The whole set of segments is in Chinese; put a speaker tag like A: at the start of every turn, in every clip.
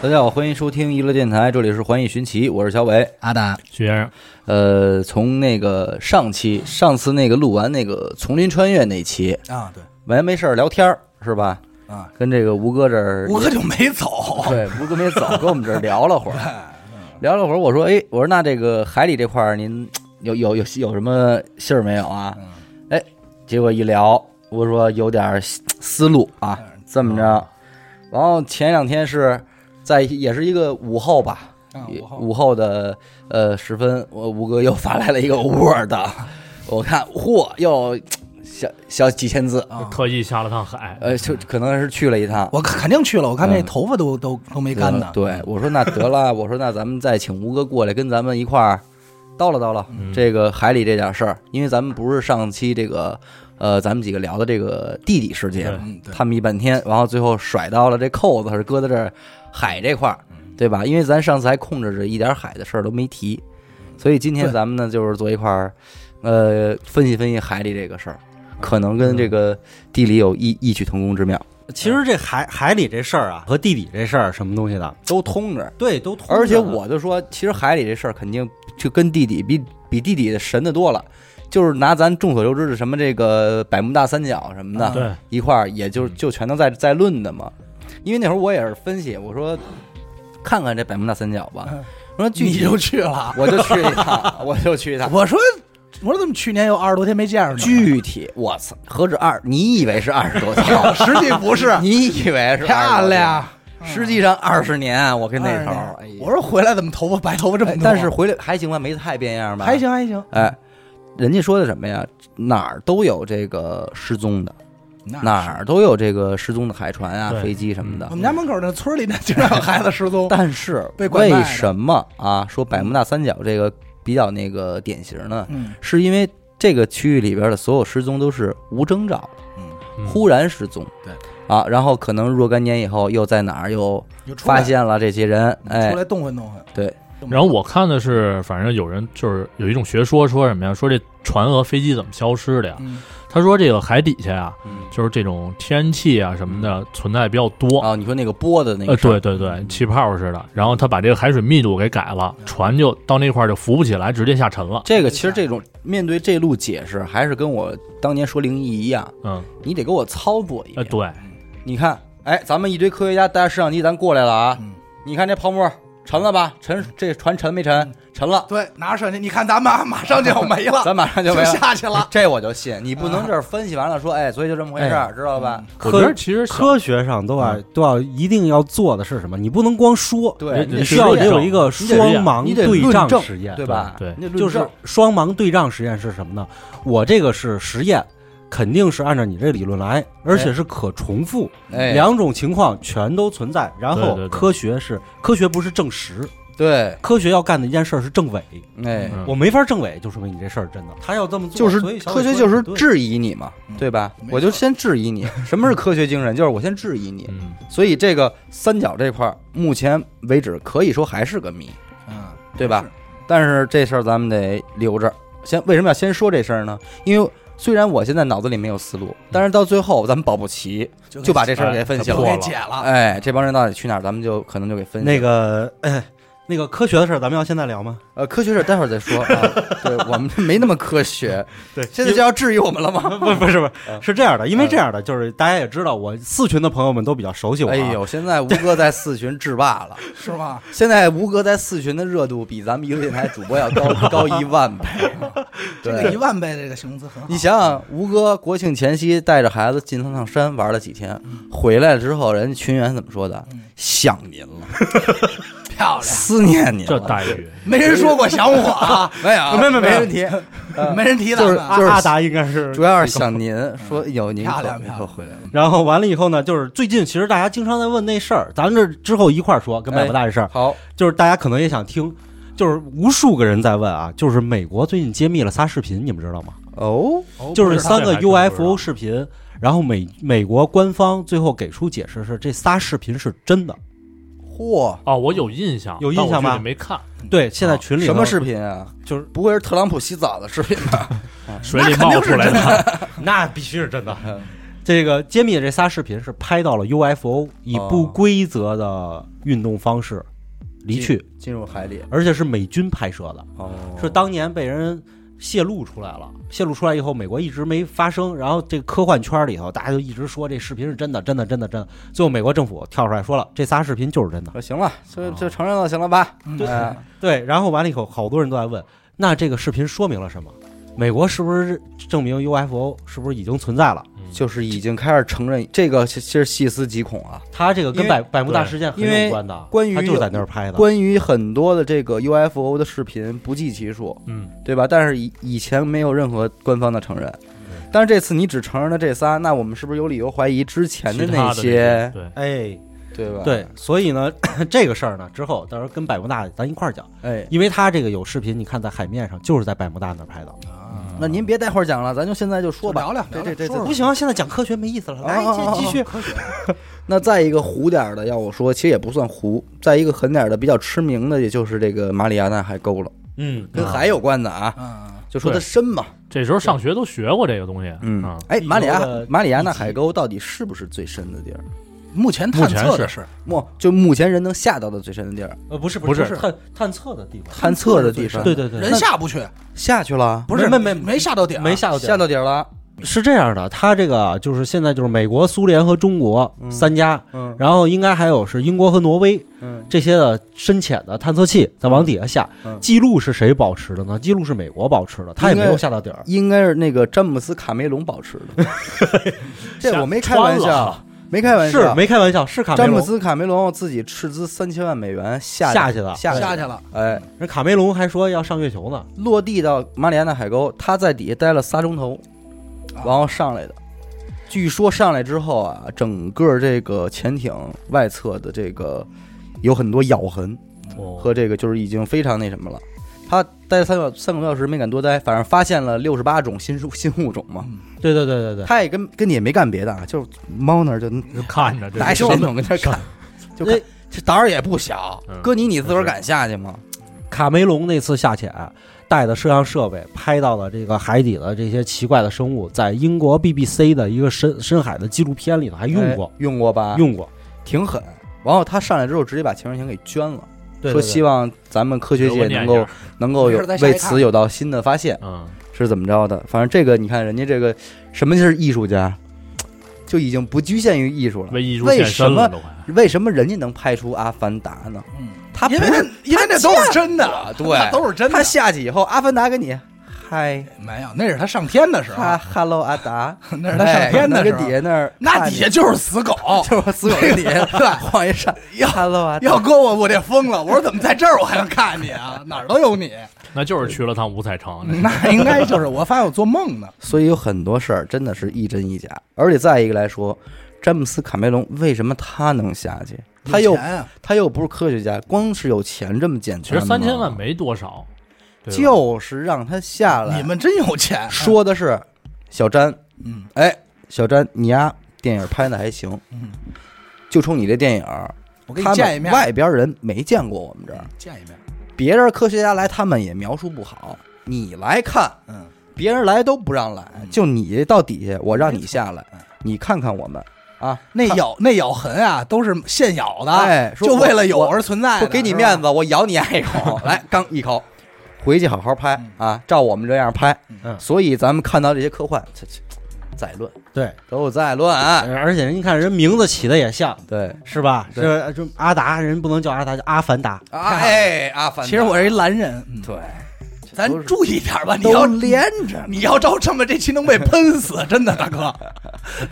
A: 大家好，欢迎收听娱乐电台，这里是环艺寻奇，我是小伟。
B: 阿达，
C: 许先生，
A: 呃，从那个上期上次那个录完那个丛林穿越那期，
B: 啊，对
A: 完没事儿聊天儿是吧？
B: 啊，
A: 跟这个吴哥这儿，
B: 吴哥就没走，
A: 对吴哥没走，跟我们这儿聊了会 儿，聊了会儿，我说，哎，我说那这个海里这块儿您有有有有什么信儿没有啊？
B: 嗯
A: 哎，结果一聊，我说有点儿思思路啊，
B: 嗯
A: 这么着，然后前两天是在也是一个午后吧，
B: 啊
A: 也
B: 午后
A: 午后的呃时分，我吴哥又发来了一个 Word，我看嚯，又小小几千字，
B: 啊，
C: 特意下了趟海，
A: 呃，就可能是去了一趟。
B: 我肯肯定去了，我看那头发都都都没干呢，
A: 对，我说那得了，我说那咱们再请吴哥过来跟咱们一块儿叨唠叨唠
B: 嗯
A: 这个海里这点事儿，因为咱们不是上期这个呃咱们几个聊的这个地理世界
C: 对
A: 嘛，
B: 嗯，对，
A: 探秘半天，然后最后甩到了这扣子是搁在这儿海这块儿，
B: 嗯
A: 对吧？因为咱上次还控制着一点海的事儿都没提，所以今天
B: 嗯对
A: 咱们呢就是坐一块儿，呃，分析分析海里这个事儿，可能
B: 嗯
A: 跟这个地理有异异曲同工之妙，
D: 其实这海海里这事儿啊，和地理这事儿什么东西的，
A: 都通着。
D: 对，都通着呢。
A: 而且我就说，其实海里这事儿肯定就跟地底比比地底的神的多了。就是拿咱众所周知的什么这个百慕大三角什
B: 啊
A: 么的，
C: 对，
A: 一块儿，也
B: 嗯
A: 就就全都在在论的嘛。因为那会儿我也是分析，我说看看这百慕大三角吧
B: 嗯，
A: 我说具
B: 你
A: 体
B: 就去了，
A: 我就去一趟，我就去一趟。
B: 我说我说怎么去年有二十多天没见着你，
A: 具体我操，何止二？你以为是二十 多天？，
B: 实际不是
A: 你以为是20多天
B: 漂亮，，
A: 嗯实际上二十年，我跟那头
B: 二
A: 儿，
B: 十
A: 哎
B: 年
A: 呀
B: 我说回来怎么头发白头发这么
A: 哎
B: 多，
A: 但是回来还行吧，没太变样吧？
B: 还，行还行，
A: 哎。人家说的什么呀？哪儿都有这个失踪的，
B: 那嗯
A: 哪儿都有这个失踪的海船啊、
C: 对
A: 飞机什么的嗯
B: 我。们家门口那村里那经常有孩子失踪，
A: 但是
B: 被拐卖
A: 为
B: 的
A: 什么啊？说百慕大三角这个比较那个典型呢？
B: 嗯
A: 是因为这个区域里边的所有失踪都是无征兆，
B: 嗯，
C: 嗯
A: 忽然失踪。
B: 对
A: 啊，然后可能若干年以后又在哪儿又
B: 就出来嗯
A: 发现了这些人，哎
B: 出，来动换动换，
A: 对，
C: 然后我看的是，反正有人就是有一种学说，说什么呀？说这船和飞机怎么消失的呀？
B: 嗯
C: 他说这个海底下呀，
D: 嗯，
C: 就是这种天气啊什么的存在比较多。
D: 啊
A: 哦，你说那个波的那
C: 呃，
A: 个事儿，嗯
C: 对对
D: 嗯
C: 对，气泡似的。然后他把这个海水密度给改了，船就到那块儿就浮不起来，直接下沉了。
A: 这个其实这种面对这路解释，还是跟我当年说灵异一样，
C: 嗯，
A: 你得给我操作一
D: 哎
C: 呃，
A: 遍。
C: 对，
A: 你看，哎，咱们一堆科学家带着摄像机，咱过来了啊！
B: 嗯
A: 你看这泡沫沉了吧？沉，这船沉没沉？沉了，
B: 对，拿着手机，你看咱们啊马上就要没了，
A: 咱马上就没
B: 就
A: 了。
B: 下去了，
A: 这我就信，你不能这儿分析完了说，哎，所以就这么回事儿，知道吧？
C: 我觉得
D: 科
C: 其实小嗯
D: 科学上都要都要一定要做的是什么？你不能光说，
A: 对，
C: 你
A: 得
C: 得
D: 需
A: 实
D: 要
A: 验
C: 得
D: 有一个双盲
A: 你得
D: 对
A: 论
D: 仗
A: 证
D: 实验，
A: 嗯对吧？
C: 对
A: 你得论
D: 就是
A: 证
D: 双盲对仗实验是什么呢？我这个是实验，肯定是按照你这理论来，而且是可重复，
A: 哎，
D: 两种情况全都存在。然
C: 对
D: 后
C: 对对
D: 科学是科学不是证实，
A: 对，
D: 科学要干的一件事儿是证伪，
A: 哎，
C: 嗯
D: 我没法证伪，就说明你这事儿真的。他要这么做，
A: 就是
D: 所以小
A: 科
D: 伟
A: 学
D: 说
A: 就
D: 的
A: 是
D: 对
A: 质疑你嘛，
B: 嗯
A: 对吧
B: 没？错
A: 我就先质疑 你，什么是科学精神？就是我先质疑 你。
C: 嗯，
A: 所以这个三角这块儿，目前为止可以说还是个谜，
B: 嗯，
A: 对吧？但是这事儿咱们得留着。先为什么要先说这事儿呢？因为虽然我现在脑子里没有思路，但是到最后咱们保不齐
B: 就
A: 就把这事儿给
C: 哎
A: 分析
C: 给
B: 就
A: 了。
B: 给
C: 破
B: 解了，
A: 哎，这帮人到底去哪儿，咱们就可能就给分析了。
D: 那个、哎、那个科学的事儿，咱们要现在聊吗？
A: 呃，科学事儿待会儿再 说啊。对我们没那么科学，
D: 对
A: 现在就要质疑我们了 吗？
D: 不不是不是
A: 嗯
D: 是这样的，因为这样的就是大家也知道，我四群的朋友们都比较熟悉我、啊。
A: 哎，呦，现在吴哥在四群制霸了。
B: 是吗？
A: 现在吴哥在四群的热度比咱们一个电台主播要 高高一万倍。
B: 这个
A: 对
B: 一，万倍这个形容词很好，
A: 你想想，吴哥国庆前夕带着孩子进趟趟山玩了几天，
D: 嗯
A: 回来之后，人家群员怎么说的？想您了，
B: 漂亮，
A: 思念您
C: 这
A: 了。
C: 待遇，
B: 没人说过想我啊，
A: 没有，
D: 没没没
A: 没问题。呃
B: 没人提咱
A: 就是
B: 们啊
D: 阿阿达应该是
A: 主。要是想您，
D: 嗯
A: 说有您
B: 漂
A: 可
B: 亮漂
A: 可
B: 亮
A: 回来了。
D: 然后完了以后呢，就是最近其实大家经常在问那事儿，咱这之后一块儿说，跟
A: 哎
D: 百慕大这事儿，
A: 好，
D: 就是大家可能也想听，就是无数个人在问啊，就是美国最近揭秘了仨视频，你们知道吗？
A: 哦，
D: 就是三
C: 这
D: 个
C: 还真不知道
D: UFO 视频，然后美美国官方最后给出解释是这仨视频是真的。
A: 嚯，
C: 哦，我有印象，
D: 有印象
C: 但我具体
D: 吗
C: 没看，
D: 对，现在群里头
A: 哦什么视频啊？
D: 就是
A: 不会是
D: 嗯
A: 特朗普洗澡的视频吧？
C: 水里冒出来的。
D: 那必须是真的。这个揭秘的这仨视频是拍到了 UFO 以不规则的运动方式离去，
A: 进入海里。
D: 而且是美军拍摄的，
A: 哦
D: 是当年被人泄露出来了。泄露出来以后，美国一直没发声，然后这个科幻圈里头大家就一直说这视频是真的，真的，真的，真的。最后美国政府跳出来说了，这仨视频就是真的。
A: 说行了，就就承认了，行了吧？
B: 对
A: 哎
D: 哦嗯对，然后完了以后，好多人都在问，那这个视频说明了什么？美国是不是证明 UFO 是不是已经存在了？
C: 嗯
A: 就是已经开始承认这个，其其实细思极恐啊。
D: 它这个
A: 因
D: 跟
A: 为
D: 百百慕大事件很
A: 因为
D: 有关的，
A: 关于
D: 它就是在那儿拍的。
A: 关于很多的这个 UFO 的视频不计其数，
C: 嗯，
A: 对吧？但是以以前没有任何官方的承认，但是这次你只承认了这仨，那我们是不是有理由怀疑之前
C: 其他
A: 那
C: 的
A: 些，
C: 对，
D: 哎，
A: 对吧？
D: 对，，所以呢， 这个事儿呢，之后到时候跟百慕大咱一块儿讲，
A: 哎，
D: 因为它这个有视频，你看在海面上就是在百慕大那儿拍的。
B: 啊，
A: 那您别待会儿讲了，咱就现在就说吧，
B: 就聊聊
A: 这
B: 聊聊
A: 这这
B: 说
A: 这
B: 说
D: 不行，现在讲科学没意思了，来
A: 哦哦哦哦
D: 继继续。
A: 那再一个糊点儿的，要我说，其实也不算糊。再一个狠点儿的，比较驰名的，也就是这个马里亚纳海沟了，
D: 嗯，
A: 跟海有关的啊，
B: 嗯，
A: 就说它深嘛。
C: 这时候上学都学过这个东西，啊
A: 嗯，哎，
D: 地球
A: 马里亚
D: 啊的
A: 马里亚纳海沟到底是不是最深的地儿？
B: 目前探测的是
A: 目就目前人能下到的最深的地儿，
D: 呃，不是
C: 不
D: 是
C: 是
D: 探探测的地方，
A: 探测的地方。
D: 对对对，
B: 人下不去，
A: 下去了，
B: 不是
D: 没没没
B: 没下到顶，
D: 没下到底儿
A: 下到底儿了。
D: 是这样的，它这个啊就是现在就是美国、苏联和中国三家，
A: 嗯
D: 然后应该还有是英国和挪威
A: 嗯
D: 这些的深潜的探测器在往底下下。
A: 嗯
D: 记录是谁保持的呢？记录是美国保持的，它也没有下到底儿。
A: 应该是那个詹姆斯卡梅隆保持的， 这我没开玩
C: 吓穿
A: 笑，没开玩
D: 啊是
A: 笑。
D: 没开玩笑，是卡梅
A: 詹姆
D: 隆。
A: 斯卡梅隆自己斥资三千万美元下
D: 下去的
A: 下
B: 下
A: 去
B: 去
A: 了，
B: 了，
A: 哎，
D: 人卡梅隆还说要上月球呢，
A: 落地到马里亚纳海沟，他在底下待了仨钟头，
B: 啊
A: 然后上来的。据说上来之后啊，整个这个潜艇外侧的这个有很多咬痕
C: 哦，
A: 和这个就是已经非常那什么了。他待了三个三个多小时没敢多待，反正发现了六十八种新物新物种嘛。
B: 嗯
D: 对对对对对，
A: 他也跟跟你也没干别的啊，就是猫那儿就
C: 就看着这
A: 拿一手电筒跟那儿看，就看
D: 哎
A: 这胆儿也不小
C: 嗯。
A: 哥你你自个儿敢下去吗？
D: 卡梅隆那次下潜带的摄像设备拍到了这个海底的这些奇怪的生物，在英国 BBC 的一个深深海的纪录片里头还嗯用过
A: 哎，用过吧？
D: 用过。
A: 挺狠。然后他上来之后，直接把潜水艇给捐了，
D: 对
A: 说希
D: 望
A: 望咱们科学界能
C: 留
A: 够
C: 个
A: 能够有
B: 没事再下一
A: 为
B: 趟
A: 此有到新的发现，
C: 嗯，
A: 是怎么着的？反正这个你看，人家这个什么是艺术家，就已经不局限于艺术了。
C: 为艺术
A: 为
C: 献
A: 什
C: 身
A: 么
C: 了都快。
A: 为什么人家能拍出《阿凡达》呢？
B: 嗯，
A: 他
B: 因为
A: 啊不
B: 那
A: 是
B: 因为那都是真
A: 啊
B: 的，那
A: 对，
B: 都是真的
A: 他，下去以后，《阿凡达》给你嗨
B: 没有，那是他上天的时候，
A: 哈哈喽阿达，
B: 那是他上天的
A: 哎
B: 时
A: 跟底
B: 候，
A: 下那儿看着，
B: 那底下就是死狗，
A: 就是死狗跟底 下晃一扇，哈喽阿达。
B: 要搁我我得疯了，我说怎么在这儿我还能看你啊？哪儿都 有你，
C: 那就是去了趟五彩
A: 嗯
C: 城，
B: 那应该就是我发现我做梦呢，
A: 所以有很多事儿真的是一真一假。而且再一个来说，詹姆斯卡梅隆为什么他能下去？ 他又
B: 有钱啊
A: 他又不是科学家，光是有钱这么简单吗，
C: 其实三千万没多少，对吧
A: 就是让他下来。
B: 你们真有钱，啊
A: 说的是小詹，
B: 嗯
A: 哎，小詹，你呀、电影拍的还行，
B: 嗯，
A: 就冲你这电影儿，
B: 我给你
A: 他们
B: 见一面，
A: 外边人没见过我们这儿，
B: 见一面，
A: 别人科学家来他们也描述不好，你来看。
B: 嗯，
A: 别人来都不让来，
B: 嗯
A: 就你到底下，我让你下来
B: 嗯，
A: 你看看我们啊，
B: 那
A: 看
B: 咬那咬痕啊都是现咬的，
A: 哎说
B: 就
A: 我
B: 为了有
A: 我
B: 而存在
A: 不
B: 的，
A: 给你
B: 是吧
A: 面子，我咬你一口，来，刚一口，回去好好拍啊，照我们这样拍。
D: 嗯
A: 所以咱们看到这些科幻，这这再论
D: 对，
A: 都有再论啊。
D: 而且人家看人名字起的也像，
A: 对，
D: 是吧？
A: 对
D: 这这阿达人不能叫阿达，叫阿凡达。
A: 啊哎，阿凡达，
B: 其实我是一蓝人，嗯
A: 对，
B: 咱
A: 都是
B: 注意点吧，你
A: 都
B: 要
A: 连着，
B: 你要照这么这期 能被喷死，真的大哥，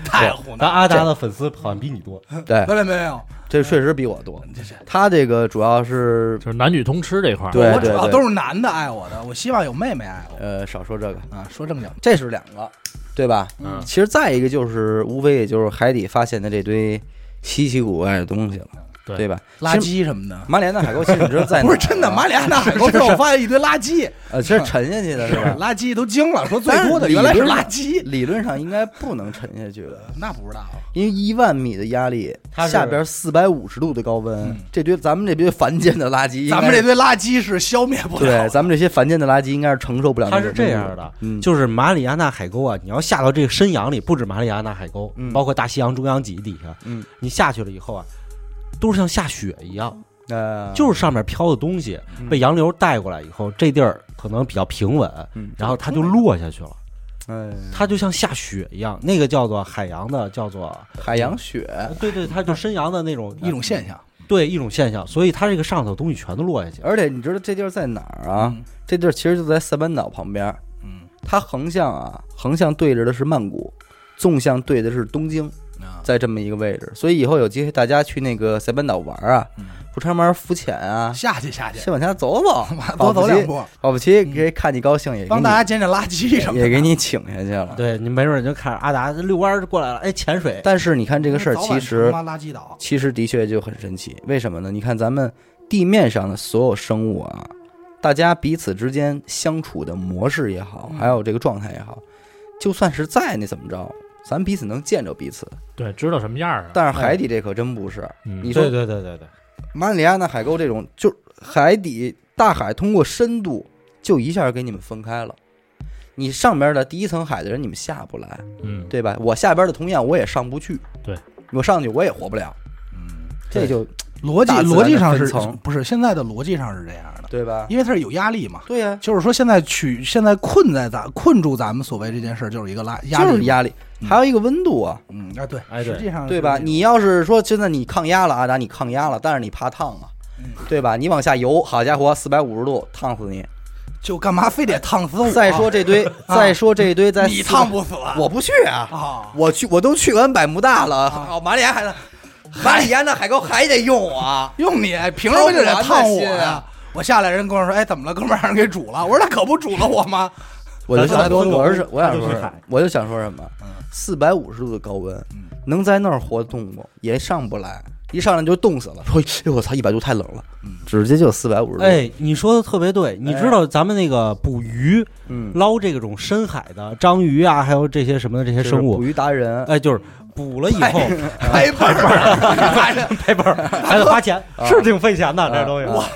B: 太胡
D: 但
B: 闹。
D: 阿达的粉丝好像比你多。
A: 对，
B: 没有没有没有，
A: 这确实比我多。
B: 这是
A: 他这个主要是
C: 就是男女通吃这块儿。
A: 对
B: 我主要
A: 对
B: 都是男的爱我的，我希望有妹妹爱我
A: 呃，少说这个，
B: 啊。说正经的，
A: 这是两个，对吧？
C: 嗯
A: 其实再一个就是，无非也就是海底发现的这堆稀奇古怪的东西了。
C: 对
A: 对吧？
B: 垃
A: 其实
B: 圾什么的，
A: 马里亚纳海沟其实你知 道在哪
B: 不
A: 儿
B: 是真的。
A: 啊
B: 马里亚纳海沟
A: 是
B: 之
A: 是
B: 后，我发现一堆垃圾，
A: 呃，其实沉下去的是吧？
B: 垃圾都惊了，说 最
A: 但是
B: 多的
A: 理
B: 原来是
A: 论
B: 垃
A: 上
B: 圾，
A: 理论上应该不能沉下去的，
B: 那不知道。啊
A: 因为一万米的压力，
D: 它是
A: 下边四百五十度的高温，
B: 嗯
A: 这堆咱们这堆凡间的垃圾应该是，
B: 咱们这堆垃圾是消灭不了
A: 对，咱们这些凡间的垃圾应该是承受不了。
D: 它是这样，的，
A: 嗯，
D: 就是马里亚纳海沟啊，你要下到这个深洋里，不止马里亚纳海沟，
A: 嗯
D: 包括大西洋中央脊底下，
A: 嗯，
D: 你下去了以后啊，都是像下雪一样，
A: 呃，
D: 就是上面飘的东西
A: 嗯
D: 被洋流带过来以后，这地儿可能比较平稳，
A: 嗯，
D: 然后它就落下去了，
A: 哎
D: 它就像下雪一样，那个叫做海洋的叫做，
A: 海洋雪，
D: 对对，它就深洋的那种
A: 哎
B: 一种现象。
D: 对一种现象，所以它这个上头的东西全都落下去了，
A: 而且你知道这地儿在哪儿啊？
B: 嗯
A: 这地儿其实就在塞班岛旁边，
B: 嗯
A: 它横向啊，横向对着的是曼谷，纵向对的是东京，
B: 啊，
A: 在这么一个位置。所以以后有机会大家去那个塞班岛玩啊
B: 嗯，
A: 不常玩浮潜啊，
B: 下去下去，，
A: 先往下走走保
B: 多
A: 不
B: 走
A: 齐
B: 两，步，嗯
A: 保不齐给看你高兴也给
B: 帮
A: 你
B: 大家捡捡垃圾什么的。
A: 也给你请下去了。
D: 对你没准你就看着阿达遛弯儿过来了，哎，潜水，
A: 但是你看这个事儿，
B: 早
A: 其
B: 晚
A: 实
B: 他妈垃圾岛，
A: 其实的确就很神奇。为什么呢？你看咱们地面上的所有生物啊，大家彼此之间相处的模式也好，
B: 嗯
A: 还有这个状态也好，就算是再那怎么着，咱彼此能见着彼此。
C: 对，知道什么样儿啊？
A: 但是海底这可真不是。
C: 嗯
A: 你
D: 对
A: 说
D: 对对对对，
A: 马里亚纳海沟这种，就海底大海通过深度就一下给你们分开了。你上边的第一层海的人，你们下不来，
C: 嗯，
A: 对吧？我下边的同样我也上不去，
C: 对
A: 我上去我也活不了，
B: 嗯，
A: 这就
B: 逻辑
A: 大自然的
B: 逻辑上是
A: 分层
B: 不是现在的逻辑上是这样的？
A: 对吧？
B: 因为它是有压力嘛。
A: 对呀、
B: 就是说，现在取现在困在咱困住咱们所谓这件事，就是一个拉压力，
A: 就是压力，嗯
B: 嗯
A: 还有一个温度啊，
B: 嗯啊，对，
D: 哎对
B: 实际上是
A: 对吧？
B: 这种
A: 你要是说现在你抗压了，阿达，你抗压了，但是你怕烫啊
B: 嗯，
A: 对吧？你往下游，好家伙，四百五十度，烫死你！
B: 就干嘛非得烫死我？啊
A: 再说这堆， 再说这堆，在
B: 你
A: 400
B: 烫，不死啊
A: 啊我不去啊！
B: 啊，
A: 我去，我都去完百慕大了， 好，马里亚海的，马里亚纳海沟还得用我啊！
B: 用你哎凭什么就得烫我
A: 我不安心
B: 呀
A: 啊？
B: 我下来人跟我说，哎，怎么了，哥们儿，让人给煮了。我说那可不煮了我 吗？
A: 我就想说，
D: 他就
A: 我是我想
D: 他
A: 说
D: 就去
A: 什么
D: 海，
A: 我就想说什么
B: 嗯，
A: 四百五十度的高温
B: 嗯，
A: 能在那儿活动不？也上不来，一上来就冻死了。说，哎呦我操，一百度太冷了
B: 嗯，
A: 直接就四百五十度。
D: 哎，你说的特别对，你知道咱们那个捕鱼、
A: 嗯，
D: 捞这种深海的章鱼啊，还有这些什么的这些生
A: 捕
D: 物，
A: 鱼达人，
D: 哎，就是捕了以后
B: 拍背儿，
D: 赔本儿还得花钱，是挺费钱的，这东西。
A: 啊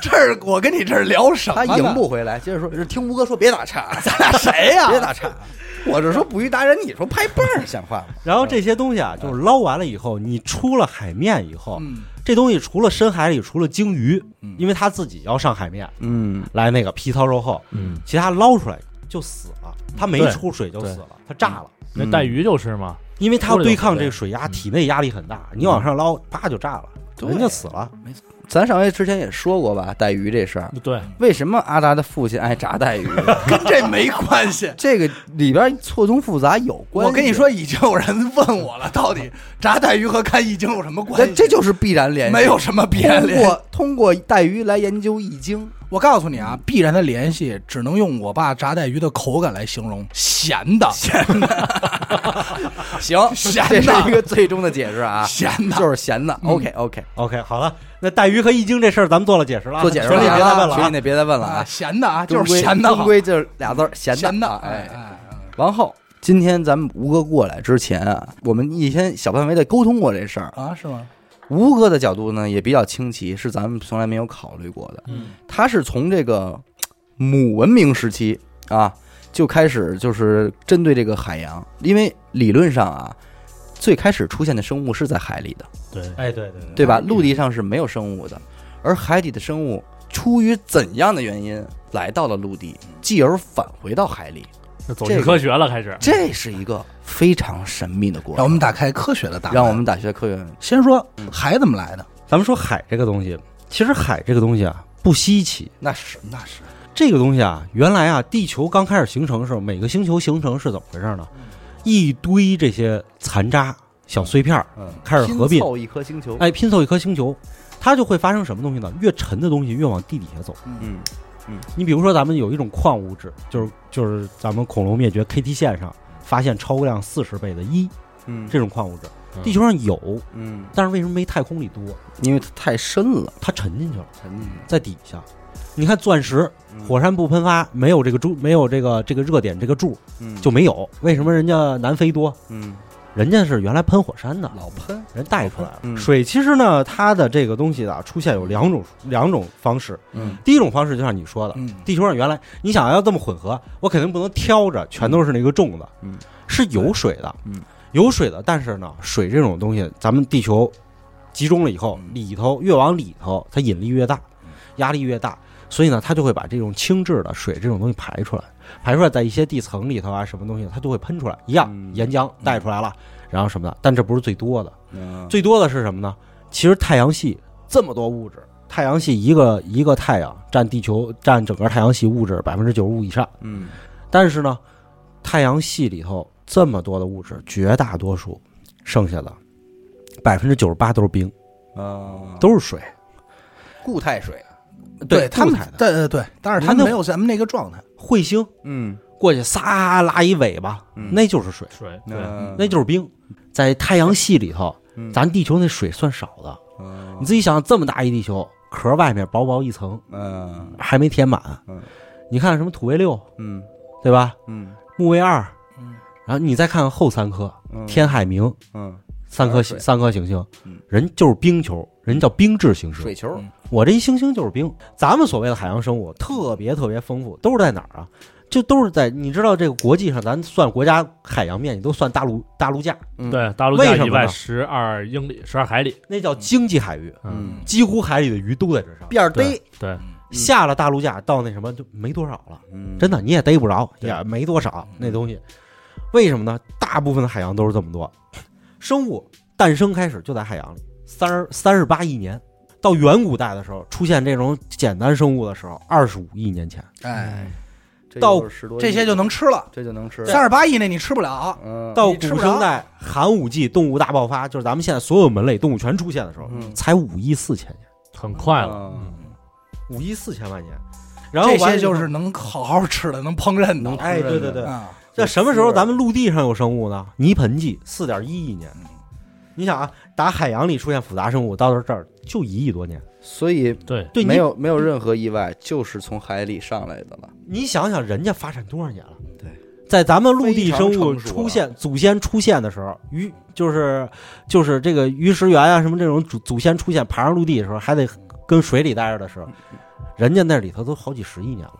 B: 这儿我跟你这儿聊什么
A: 他
B: 呢？
A: 赢不回来。接着说，是听吴哥说别打岔，
B: 咱俩谁呀？
A: 别打岔。 我是说捕鱼达人，你说拍背儿像话吗？
D: 然后这些东西啊，就是捞完了以后，你出了海面以后，
B: 嗯，
D: 这东西除了深海里，除了鲸鱼
B: 嗯，
D: 因为它自己要上海面
A: 嗯，
D: 来那个皮糙肉厚，
C: 嗯，
D: 其他捞出来就死了，
B: 嗯
D: 它没
C: 对
D: 出水就
C: 对
D: 死了，它炸了。
C: 那带鱼就是嘛，
D: 因为它
C: 出来就
D: 对抗
C: 死
D: 这
C: 呗
D: 个水压，
C: 嗯
D: 体内压力很大，你往上捞，啪就炸了，
A: 对
D: 人就死了。
A: 咱上回之前也说过吧，带鱼这事儿，
C: 对，
A: 为什么阿达的父亲爱炸带鱼？
B: 跟这没关系。
A: 这个里边错综复杂有关系。
B: 我跟你说，已经有人问我了，到底炸带鱼和看易经有什么关
A: 这，
B: 系？
A: 这就是必然联系，
B: 没有什么必然
A: 通
B: 联系。
A: 过通过带鱼来研究易经，
B: 我告诉你啊，必然的联系只能用我爸炸带鱼的口感来形容，咸的，咸
A: 啊行，
B: 咸
A: 这是
B: 的
A: 一个最终的解释啊，
B: 咸的。
A: 就是闲嗯的。OK OK，
D: OK，好了，那带鱼和易经这事儿咱们做了解释了啊，
A: 做解释
D: 群里别再问了
A: 群里
D: 啊。
A: 那别再问了
B: 啊，
A: 啊，
B: 咸的啊，就
A: 终
B: 是
A: 归
B: 咸的
A: 终
B: 好，
A: 归就是俩字儿，闲的
B: 咸的，
A: 啊哎
B: 哎。哎，哎
A: 然后今天咱们吴哥过来之前啊，我们一天小范围的沟通过这事儿。
B: 啊，是吗？
A: 吴哥的角度呢也比较清奇，是咱们从来没有考虑过的。
C: 嗯，
A: 他是从这个嘖母文明时期啊就开始就是针对这个海洋，因为理论上啊。最开始出现的生物是在海里的，
C: 对，
D: 哎，对对对，
A: 对吧？陆地上是没有生物的，而海底的生物出于怎样的原因来到了陆地，继而返回到海里？
C: 那走
A: 这
C: 进
A: 个
C: 科学了，开始，
A: 这是一个非常神秘的过程
B: 让我。们打开科学的大门。
A: 让我们大学科学
B: 先说海怎么来的？
D: 咱们说海这个东西，其实海这个东西啊不稀奇，
A: 那是
B: 那是
D: 这个东西啊，原来啊，地球刚开始形成的时候，每个星球形成是怎么回事呢？一堆这些残渣、小碎片儿
A: 嗯
D: 开始合并，
A: 凑一颗星球，
D: 哎，拼凑一颗星球，它就会发生什么东西呢？越沉的东西越往地底下走。
A: 嗯
D: 你比如说，咱们有一种矿物质，就是就是咱们恐龙灭绝 KT 线上发现超过量四十倍的一
A: 嗯
D: 这种矿物质，地球上有，
E: 嗯，
D: 但是为什么没太空里多？
A: 因为它太深了，
D: 它沉进去了，
E: 沉进去
D: 在底下。你看钻石，
E: 嗯
D: 火山不喷发，没有这个柱，没有这个这个热点这个柱
E: 嗯
D: 就没有。为什么人家南非多？
E: 嗯
D: 人家是原来喷火山
A: 嗯
D: 的，
E: 老喷，
D: 人带出来了。
E: 嗯
D: 水其实呢，它的这个东西啊，出现有两种两种方式。
E: 嗯，
D: 第一种方式就像你说的，
B: 嗯，
D: 地球上原来你想要这么混合，我肯定不能挑着全都是那个重的，
E: 嗯，
D: 是有水的，
E: 嗯，
D: 有水的，但是呢，水这种东西，咱们地球集中了以后，
E: 嗯
D: 里头越往里头，它引力越大，压力越大，所以呢，它就会把这种轻质的水这种东西排出来，排出来在一些地层里头啊，什么东西它就会喷出来，一样
E: 嗯
D: 岩浆带出来了，然后什么的，但这不是最多的，
E: 嗯
D: 最多的是什么呢？其实太阳系这么多物质，太阳系一个一个太阳占地球占整个太阳系物质百分之九十五以上，
E: 嗯
D: 但是呢，太阳系里头这么多的物质，绝大多数剩下的百分之九十八都是冰，
E: 啊，
D: 都是水，
A: 固态水，
B: 对他们
D: 固态，的
B: 对对对，但是他
D: 那
B: 们没有咱们那个状态，
D: 彗星
E: 嗯
D: 过去撒拉一尾巴，
E: 嗯
D: 那就是水，
C: 水对，
E: 那
D: 那就是冰，在太阳系里头，
E: 嗯
D: 咱地球那水算少的，
E: 嗯
D: 你自己想想，这么大一地球，壳外面薄薄一层，
E: 嗯
D: 还没填满
E: 嗯。
D: 你看什么土卫六，
E: 嗯
D: 对吧？
E: 嗯
D: 木卫二，
B: 嗯
D: 然后你再看看后三颗，
E: 嗯
D: 天海明
E: 嗯
D: 三颗
A: 海
D: 星
A: 水
D: 三颗行星
E: 嗯，
D: 人就是冰球，人叫冰质行星。
A: 水球，
D: 我这一行星就是冰。咱们所谓的海洋生物特别特别丰富，都是在哪儿啊？就都是在你知道这个国际上，咱算国家海洋面积都算大陆大陆架，
A: 嗯
C: 对，大陆
D: 为
C: 架
D: 什么
C: 以外
D: 呢
C: 十二英里、十二海里，
D: 那叫经济海域，
E: 嗯
D: 几乎海里的鱼都在这上。
A: 辫儿
C: 对
A: 逮，
C: 对，
D: 下了大陆架到那什么就没多少了。
E: 嗯
D: 真的你也逮不着，
C: 对
D: 也没多少那东西。为什么呢？大部分的海洋都是这么多，生物诞生开始就在海洋里，三十三十八亿年。到远古代的时候，出现这种简单生物的时候，二十五亿年前，
B: 哎，
E: 这
D: 到
E: 就是十多亿
B: 这些就能吃了。
E: 这就能吃了，
B: 三十八亿那你吃不了，
E: 嗯
D: 到
B: 你吃
D: 古
B: 不着
D: 生代寒武纪动物大爆发，就是咱们现在所有门类动物全出现的时候，
E: 嗯
D: 才五亿四千年，
C: 很快了。
E: 嗯
D: 五亿四千万年。然后
B: 这
D: 完了
B: 些
D: 以后
B: 就是能好好吃的，能烹饪的
D: 哎，对对对，
B: 啊。
D: 这什么时候咱们陆地上有生物呢？泥盆纪四点一亿年，你想啊，打海洋里出现复杂生物到这儿就一亿多年。
E: 所以
A: 嗯
C: 对，
D: 对，
E: 没
D: 你
E: 有没有任何意外，就是从海里上来的了。
D: 你想想，人家发展多少年了？
E: 对，
D: 在咱们陆地生
E: 非常
D: 物
E: 成熟了
D: 出现祖先出现的时候，鱼就是就是这个鱼食源啊什么这种祖祖先出现爬上陆地的时候，还得跟水里待着的时候，人家那里头都好几十亿年了。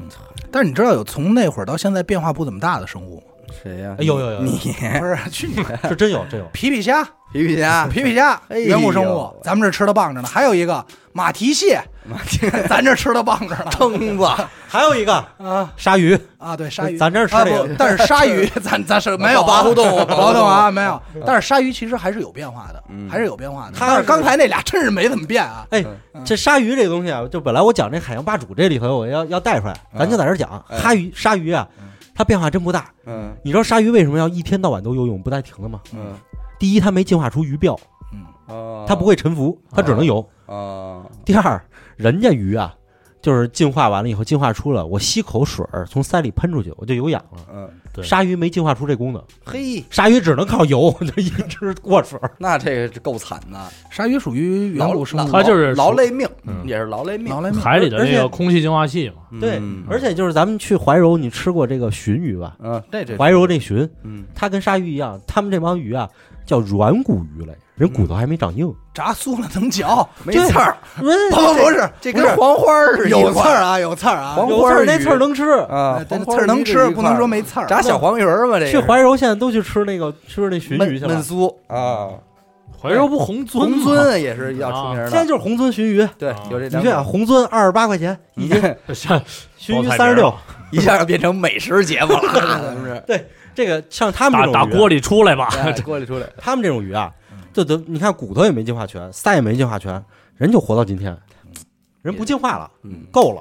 B: 但是你知道有从那会儿到现在变化不怎么大的生物吗？
E: 谁呀
D: 哎有有有，
E: 你
B: 不是，去你妈！
D: 是真有真有。
B: 皮皮虾，
E: 皮皮虾，
B: 皮皮虾，
E: 哎呦
B: 远古生物，咱们这吃的棒着呢。还有一个马蹄蟹，咱这吃的棒着 呢。
E: 蛏子，
D: 还有一个
B: 啊
D: 鲨鱼，
B: 啊，对，鲨鱼，
D: 咱这儿吃
B: 啊
D: 这
B: 不
D: 个，
B: 但是 鲨鱼，咱咱是没有啊，
E: 保护动物
B: 保护动物啊，没有。但是鲨鱼其实还是有变化的，
E: 嗯
B: 还是有变化的。
D: 它
B: 但是
D: 是
B: 刚才那俩真是没怎么变啊。
D: 哎，
E: 嗯
D: 这鲨鱼这个东西啊，就本来我讲这海洋霸主这里头，我要要带出来，咱就在这儿讲。
E: 哎
D: 鲨鱼，鲨鱼啊，它变化真不大。
E: 嗯
D: 你知道鲨鱼为什么要一天到晚都游泳不带停的吗？
E: 嗯
D: 第一，它没进化出鱼鳔，
E: 哦，
D: 它不会沉浮，它只能游。
E: 啊，
D: 第二，人家鱼啊，就是进化完了以后，进化出了我吸口水儿从腮里喷出去，我就有氧了。
E: 嗯，
C: 对
D: 鲨鱼没进化出这功能，
E: 嘿，
D: 鲨鱼只能靠游，就一直过水儿。
A: 那这个够惨的，
B: 鲨鱼属于远古生物，
C: 它就是
A: 劳累命，
C: 嗯
A: 也是劳累命
B: 挠，来命
C: 海里的
D: 而
C: 这
D: 且
C: 个空气净化器嘛，
D: 对
E: 嗯，
D: 而且就是咱们去怀柔，你吃过这个鲟鱼吧？
E: 嗯，这这，
D: 怀柔这鲟，
E: 嗯
D: 它跟鲨鱼一样，它们这帮鱼啊叫软骨鱼类，人骨头还没长硬。
B: 炸酥了能嚼，
E: 没
D: 对
E: 刺儿，
B: 不不不是，
E: 这
B: 不
E: 跟
B: 是
E: 黄花儿似的，
B: 有刺儿啊，有刺儿啊，
E: 黄
D: 有刺儿那刺儿能吃。
E: 啊
B: 哎，但是
E: 黄
B: 刺儿
E: 花
B: 能
E: 鱼这
B: 吃，
E: 一
B: 不
E: 块
B: 能
E: 儿
B: 说没刺儿。
E: 炸小黄鱼儿嘛，这
D: 去
E: 个
D: 怀柔现在都去吃那个吃那鲟鱼去
E: 焖
D: 了，
E: 酥啊，
C: 怀柔不红尊
E: 红
C: 吗？
E: 尊也是要出名
D: 现在
E: 的，
D: 就是红尊鲟鱼。
E: 对
C: 啊，
E: 有这
D: 你
E: 两
D: 去啊，
E: 个，
D: 红尊二十八块钱一斤，
C: 像报菜
D: 鲟鱼
C: 名
D: 三十六。
E: 一下变成美食节目了，是不是？
D: 这个像他们
C: 打
D: 这种
C: 打
D: 鱼啊
C: 锅里出来吧，
E: 哎锅里出来，
D: 他们这种鱼啊，就得你看骨头也没进化全，鳃也没进化全，人就活到今天，人不进化了，
E: 嗯
D: 够了。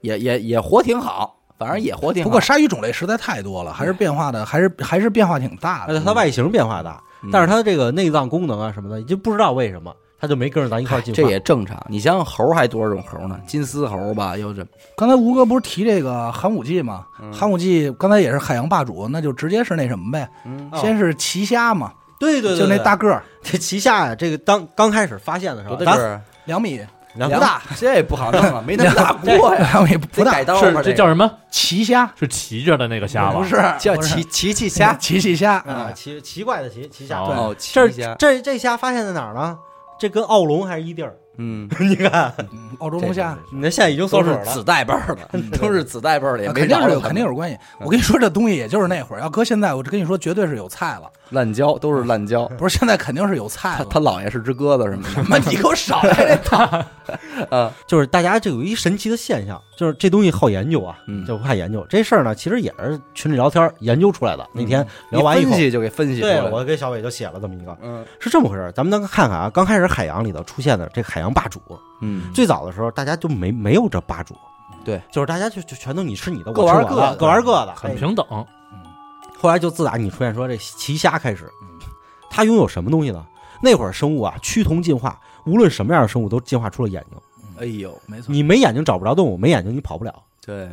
A: 也也也活挺好，反正也活挺好。
B: 不过鲨鱼种类实在太多了，还是变化的，还是还是变化挺大
D: 而
A: 呃
B: 的。
D: 且它外形变化大，
A: 嗯
D: 但是它这个内脏功能啊什么的，已经不知道为什么它就没跟着咱一块儿进化。
A: 这也正常。你想想猴还多少种猴呢？金丝猴吧，又这
E: 啊
B: 刚才吴哥不是提这个寒武纪
A: 嗯
B: 吗？寒武纪刚才也是海洋霸主，那就直接是那什么呗，
E: 嗯
D: 哦
B: 先是奇虾嘛，
D: 对对对，
B: 就那
D: 对
B: 大个儿
D: 这旗下呀，这个当刚开始发现的时候，
A: 多大个
D: 咱
A: 儿？
B: 两米，
D: 咱
A: 不
D: 不大，
A: 大，这不好弄啊， 没那么大锅呀，
B: 两米不
A: 得
B: 大
A: 改，刀吧
C: 是这叫什么？
B: 奇虾
C: 是骑着的那个虾吧
B: 不？是
E: 叫
B: 不是
E: 奇奇奇虾，
B: 奇奇虾
D: 啊，
B: 啊，
D: 奇奇怪的奇奇虾。
C: 哦
E: 哦，
D: 这
E: 奇虾，
D: 这这虾发现在哪儿呢？这跟澳龙还是一地儿。
E: 嗯，
D: 你看，
B: 嗯澳洲龙虾。
D: 啊你那现在已经缩
A: 都
D: 水
A: 是嗯
D: 了
A: 子。代辈儿的，都是子代辈儿的，也
B: 啊
A: 没
B: 肯定
A: 饶
B: 是有，
A: 了他
B: 肯
A: 们嗯
B: 定有关系。我跟你说，这东西也就是那会儿，要搁现在，我跟你说，绝对是有菜了。
A: 烂椒，都是烂椒。
B: 不是现在肯定是有菜
A: 他
B: 了。
A: 嗯他姥爷是只鸽子什么的，
B: 妈，你 给我少来这套！
D: 就是大家就有一神奇的现象，就是这东西好研究啊，
A: 嗯
D: 就不怕研究这事儿呢。其实也是群里聊天儿研究出来的。那天聊完以
A: 一
D: 后
A: 分，析就给分析出来
D: 对
A: 了。
D: 我给小伟就写了这么一个，
E: 嗯
D: 是这么回事儿。咱们能看看啊，刚开始海洋里头出现的这海洋霸主，
A: 嗯，
D: 最早的时候大家就没没有这霸主，
A: 对，
D: 就是大家就就全都你吃你的，
A: 各
D: 我吃
A: 玩
D: 我
A: 各
D: 的
A: 的
D: 各玩各的，
C: 很
D: 哎
C: 平等，
D: 后来就自打你出现说这奇虾开始，
A: 嗯
D: 它拥有什么东西呢？那会儿生物啊，趋同进化，无论什么样的生物都进化出了眼睛。
A: 哎呦，
B: 没错，
D: 你没眼睛找不着动物，没眼睛你跑不了。
A: 对，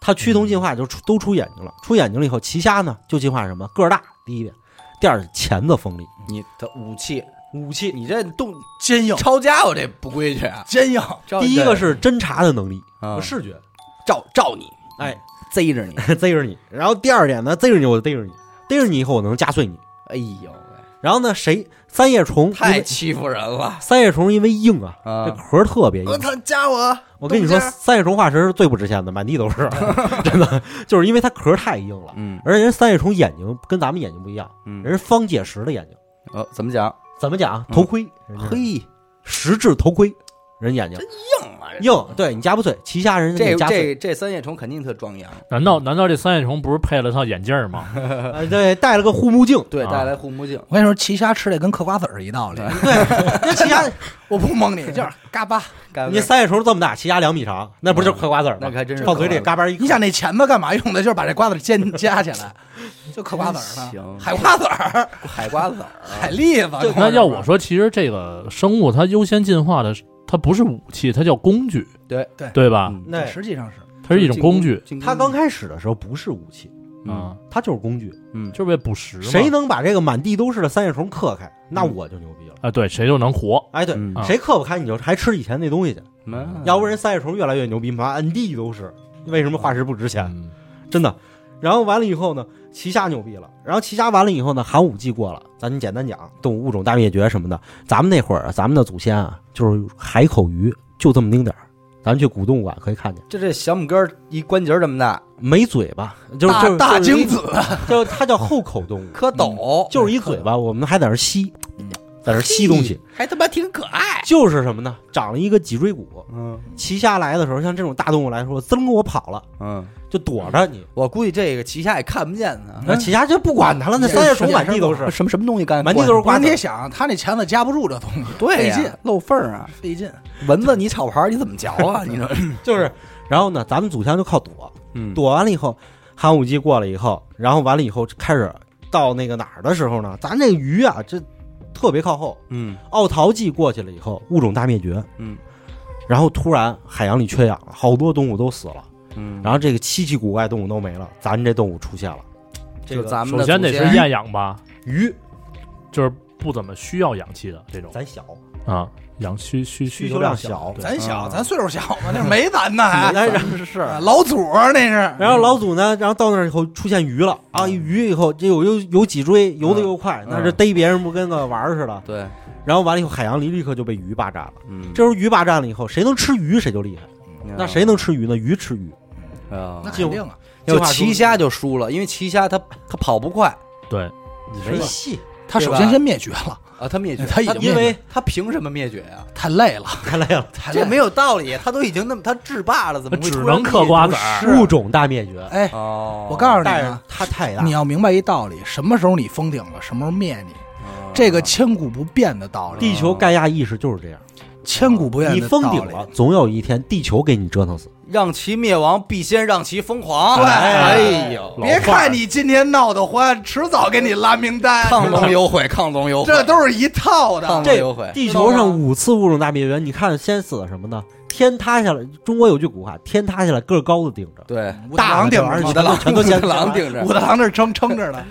D: 它趋同进化
A: 嗯
D: 就出都出眼睛了，出眼睛了以后，奇虾呢就进化什么？个儿大，第一点；第二钳子锋利，
A: 你的武器，
D: 武器。
A: 你这动
B: 坚硬，
A: 抄家伙这不规矩啊。
B: 坚硬，
A: 照
D: 第一个是侦查的能力，
A: 啊嗯
D: 视觉，
A: 照照你，
D: 哎，
A: 贼着你。
D: 逮着你。然后第二点呢，逮着你我就逮着你，逮着你以后我能夹碎你。
A: 哎呦喂，
D: 然后呢，谁三叶虫因为
A: 太欺负人了！
D: 三叶虫因为硬啊，
A: 啊
D: 这壳儿特别硬，
A: 他加我，
D: 我跟你说，
A: 中间
D: 三叶虫化石是最不值钱的，满地都 是，真的，就是因为它壳太硬了。
A: 嗯
D: 而人三叶虫眼睛跟咱们眼睛不一样，
A: 嗯，
D: 人是方解石的眼睛。
A: 呃，怎么讲？
D: 怎么讲？头盔，嘿，
A: 嘿，
D: 石质头盔，人眼睛硬，对你夹不碎。旗下人
A: 啊这
D: 给夹碎，
A: 这这三叶虫肯定特壮阳，
C: 难道难道这三叶虫不是配了套眼镜儿吗？
D: 呃对，戴了个护目 镜。
A: 对，
C: 啊
A: 带来护目镜。
B: 我跟你说，奇虾吃的跟嗑瓜子儿一道 理。
D: 那旗下，
B: 我不蒙你，就是嘎巴。
A: 干
D: 你三叶虫这么大，旗下两米长，那不就是嗑瓜子儿
A: 嗯那
D: 吗？
A: 可还真是
D: 放嘴里嘎巴一口。
B: 你想那钳子干嘛用的？就是 把这瓜子儿尖夹起来，就嗑瓜子儿
A: 真行
B: 呢。海瓜子儿、
A: 海瓜子儿，
B: 海蛎子。
C: 那要我，说，其实这个生物它优先进化的，它不是武器，它叫工具，
A: 对
B: 对
C: 对吧？
A: 嗯
D: 那
B: 实际上是
C: 它是一种工具
A: 进攻
D: 它刚开始的时候不是武器，
C: 啊，，
D: 它就是工具。
A: 嗯，
C: 就是为捕食嘛。
D: 谁能把这个满地都是的三叶虫克开，那我就牛逼了。
C: 啊？对，谁就能活。
D: 哎，对，
A: 嗯
C: 啊
D: 谁克不开你就还吃以前那东西去，
A: 嗯
D: 要不然三叶虫越来越牛逼，妈满地都是。为什么化石不值钱？
C: 嗯
D: 真的。然后完了以后呢，奇虾牛逼了。然后奇虾完了以后呢，寒武纪过了，咱简单讲动物物种大灭绝什么的。咱们那会儿啊，咱们的祖先啊，就是海口鱼就这么丁点儿，咱去古动物馆可以看见，
A: 就这小母根儿一关节儿这么大，
D: 没嘴巴，就是就
B: 大
D: 是
B: 大
D: 就是一
B: 精子，
D: 叫它叫后口动物，
A: 蝌蚪
D: 就是一嘴巴，我们还在那儿吸，在那儿吸东西，
A: 还他妈挺可爱。
D: 就是什么呢？长了一个脊椎骨。
A: 嗯
D: 奇虾来的时候，像这种大动物来说，滋楞给我跑了。
A: 嗯，
D: 就躲着你。
A: 我估计这个旗下也看不见呢。
D: 那其他就不管它了，那
A: 嗯
B: 这
D: 三叶虫满地都是，
A: 什么什么东西干？
D: 满地都是
B: 不
D: 瓜
B: 是
D: 子
B: 你也想，他那钳子夹不住这东西，
A: 对
B: 费
A: 呀
B: 劲，
A: 漏缝儿啊！
B: 费劲。
A: 蚊子你炒盘你怎么嚼啊？你说，
D: 就是。然后呢，咱们祖先就靠躲，
A: 嗯
D: 躲完了以后，寒武纪过了以后，然后完了以后开始到那个哪儿的时候呢，咱这鱼啊，这特别靠后。
A: 嗯
D: 奥陶纪过去了以后，物种大灭绝，
A: 嗯
D: 然后突然海洋里缺氧了，好多动物都死了，
A: 嗯，
D: 然后这个稀奇古怪动物都没了，咱这动物出现了。这
A: 就
D: 个
A: 咱们
C: 首
A: 的
C: 先
A: 祖
C: 得是
A: 先
C: 厌氧吧，
D: 鱼，
C: 就是不怎么需要氧气的这种
D: 咱小，
C: 啊，氧需需
D: 需
C: 求
D: 量
C: 小
D: 小。
C: 对
B: 咱小，
A: 嗯
B: 咱岁数小嘛，那没咱 呢还。
D: 然后
A: 是
B: 啊老祖儿那是，
D: 然后老祖呢，然后到那儿以后出现鱼了啊，鱼以后这有有有脊椎，游得又快，
A: 嗯
D: 那这逮别人不跟个玩儿似的。
A: 对，
D: 然后完了以后，海洋里立刻就被鱼霸占了。
A: 嗯，
D: 这时候鱼霸占了以后，谁能吃鱼谁就厉害。那谁能吃鱼呢？鱼吃鱼，
A: 啊
B: 那？肯定啊，
A: 就奇虾就输了，因为奇虾它它跑不快
C: 对，
D: 你
A: 没
D: 戏，
B: 他首先先灭绝了，
A: 啊，它灭绝，
B: 它已经
A: 因
B: 灭
A: 为
B: 绝
A: 它凭什么灭绝呀？
B: 太累了，
D: 太累 了，
B: 太累
A: 这
B: 了。
A: 没有道理，它都已经那么它制霸了，怎么会
C: 只
A: 突然
C: 能嗑瓜子
B: 是
C: 儿。
D: 物种大灭绝。
B: 哎，
A: 哦，
B: 我告诉你
D: 但
B: 啊
D: 是，它太大
B: 你，要明白一道理，什么时候你封顶了，什么时候灭你，这个千古不变的道理，
D: 地球盖亚意识就是这样，
B: 千古不变
D: 你
B: 的啊道
D: 封
B: 理。
D: 顶了，总有一天地球给你折腾死。
A: 让其灭亡，必先让其疯狂。
B: 对
A: 哎呦，
B: 别看你今天闹得欢，迟早给你拉名 单。
A: 亢龙有悔，亢龙有悔，
B: 这都是一套
A: 亢
B: 的。
A: 龙
D: 这
A: 有悔。
D: 地球上五次物种大灭绝，你看先死的什么呢？天塌下来，中国有句古话，天塌下来 个儿高的顶着。
A: 对，啊
B: 武大郎顶着 呢，
D: 武大 郎
A: 全都先狼顶着
B: 武，大郎这撑撑着呢。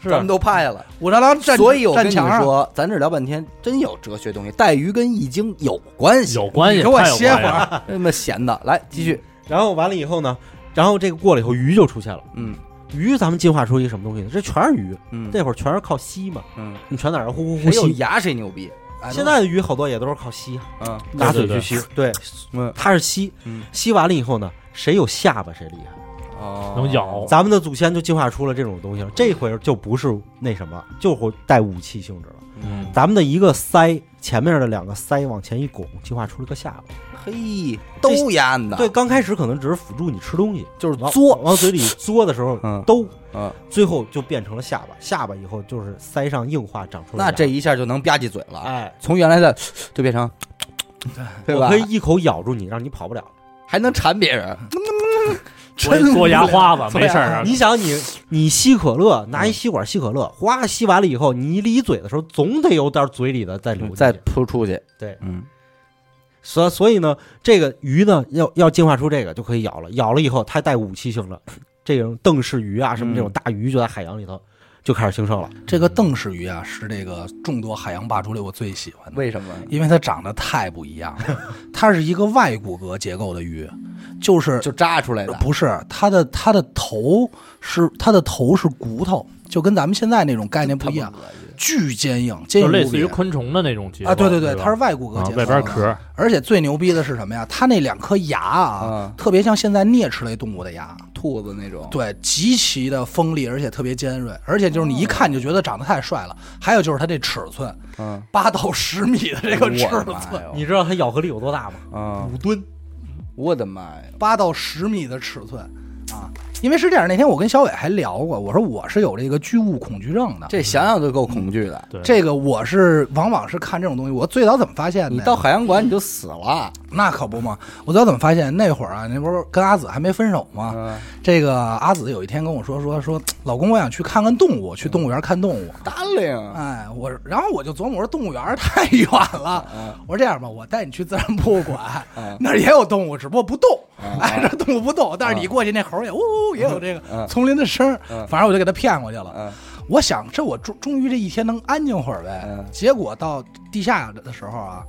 D: 是
A: 咱们都拍下来。
B: 武大郎站
A: 所以我跟
B: 站
A: 你
B: 墙上，
A: 说，咱这聊半天，真有哲学东西，带鱼跟易经有关系，啊
C: 有关系，
B: 你给我
C: 太有
B: 歇
C: 关
B: 会
C: 系了
B: 儿，
A: 那么闲的。来继续，
D: 然后完了以后呢，然后这个过了以后，鱼就出现了。
A: 嗯
D: 鱼，咱们进化出一个什么东西呢？这全是鱼，
A: 嗯，
D: 那会儿全是靠吸嘛，
A: 嗯，
D: 你全在那儿呼呼
A: 谁
D: 呼
A: 有
D: 吸。
A: 牙谁牛逼，
B: 哎
D: 现在的鱼好多也都是靠吸，
A: 嗯，
D: 拿嘴
C: 对
D: 去
C: 对
D: 吸。对，
A: 嗯
D: 它是吸
A: 嗯，
D: 吸完了以后呢，谁有下巴谁厉害。
A: 哦
C: 能咬
D: 咱们的祖先就进化出了这种东西了，这回就不是那什么，就会带武器性质了。
C: 嗯，
D: 咱们的一个腮，前面的两个腮往前一拱，进化出了个下巴。
A: 嘿，都压的，
D: 对，，刚开始可能只是辅助你吃东西，
A: 就是
D: 往
A: 作，
D: 往嘴里嘬的时候
A: 嗯
D: 兜，
A: 嗯，
D: 最后就变成了下巴。下巴以后就是腮上硬化长出来。
A: 那这一下就能吧唧嘴了，啊
D: 哎，
A: 从原来的就变 成，对
D: 我
A: 吧
D: 可？以一口咬住你，让你跑不了。
A: 还能馋别人，
C: 多多牙花子没事儿啊，
D: 你想你，你吸可乐，拿
A: 嗯
D: 一吸管吸可乐，哗吸完了以后，你离嘴的时候总得有点嘴里的再流进去。
A: 嗯再扑出去，
D: 对
A: 嗯，
D: 所所以呢，这个鱼呢，要要进化出这个就可以咬了，咬了以后它带武器性了，这种邓氏鱼啊，什么这
A: 嗯
D: 种大鱼就在海洋里头就开始兴盛了。
B: 这个邓氏鱼啊，是这个众多海洋霸主里我最喜欢的，
A: 为什么？
B: 因为它长得太不一样了。它是一个外骨骼结构的鱼，就 是
A: 就扎出来的，
B: 不是它的它的头是它的头是骨头，就跟咱们现在那种概念不一样，巨坚硬，坚
C: 就
B: 硬
C: 类
B: 无
C: 似
B: 比
C: 于昆虫的那种结构
B: 啊！对对对，
C: 吧
B: 它是外骨骼
C: 啊
B: 结构，
C: 外边壳，儿，
B: 而且最牛逼的是什么呀？它那两颗牙啊哦
A: 嗯，
B: 特别像现在啮齿类动物的牙，
A: 兔子那种，
B: 对，极其的锋利，而且特别尖锐，而且就是你一看就觉得长得太帅了。还有就是它这尺寸，
A: 嗯，
B: 八到十米的这个尺
A: 我的妈
B: 寸，
A: 呀
D: 你知道它咬合力有多大吗？
A: 啊！
B: 嗯
D: 五吨。
A: 我的妈呀！
B: 八到十米的尺寸啊！因为是这样，那天我跟小伟还聊过，我说我是有这个巨物恐惧症的，
A: 这想想就够恐惧的。
C: 对，
B: 这个我是往往是看这种东西。我最早怎么发现的呀？
A: 你到海洋馆你就死了，
B: 那可不嘛！我最早怎么发现？那会儿啊，那不是跟阿紫还没分手吗？
A: 嗯
B: 这个阿紫有一天跟我说说说，老公，我想去看看动物，去动物园看动物。
A: 单了
B: 哎，我然后我就琢磨，我说动物园儿太远了，
A: 嗯
B: 我说这样吧，我带你去自然博物馆，那儿也有动物，只不过不动，
A: 嗯
B: 哎，这动物不动，但是你过去那猴儿哎也呜呜也有这个丛林的声儿，反正我就给他骗过去了
A: 嗯。
B: 我想这我终终于这一天能安静会儿呗
A: 嗯，
B: 结果到地下的时候啊，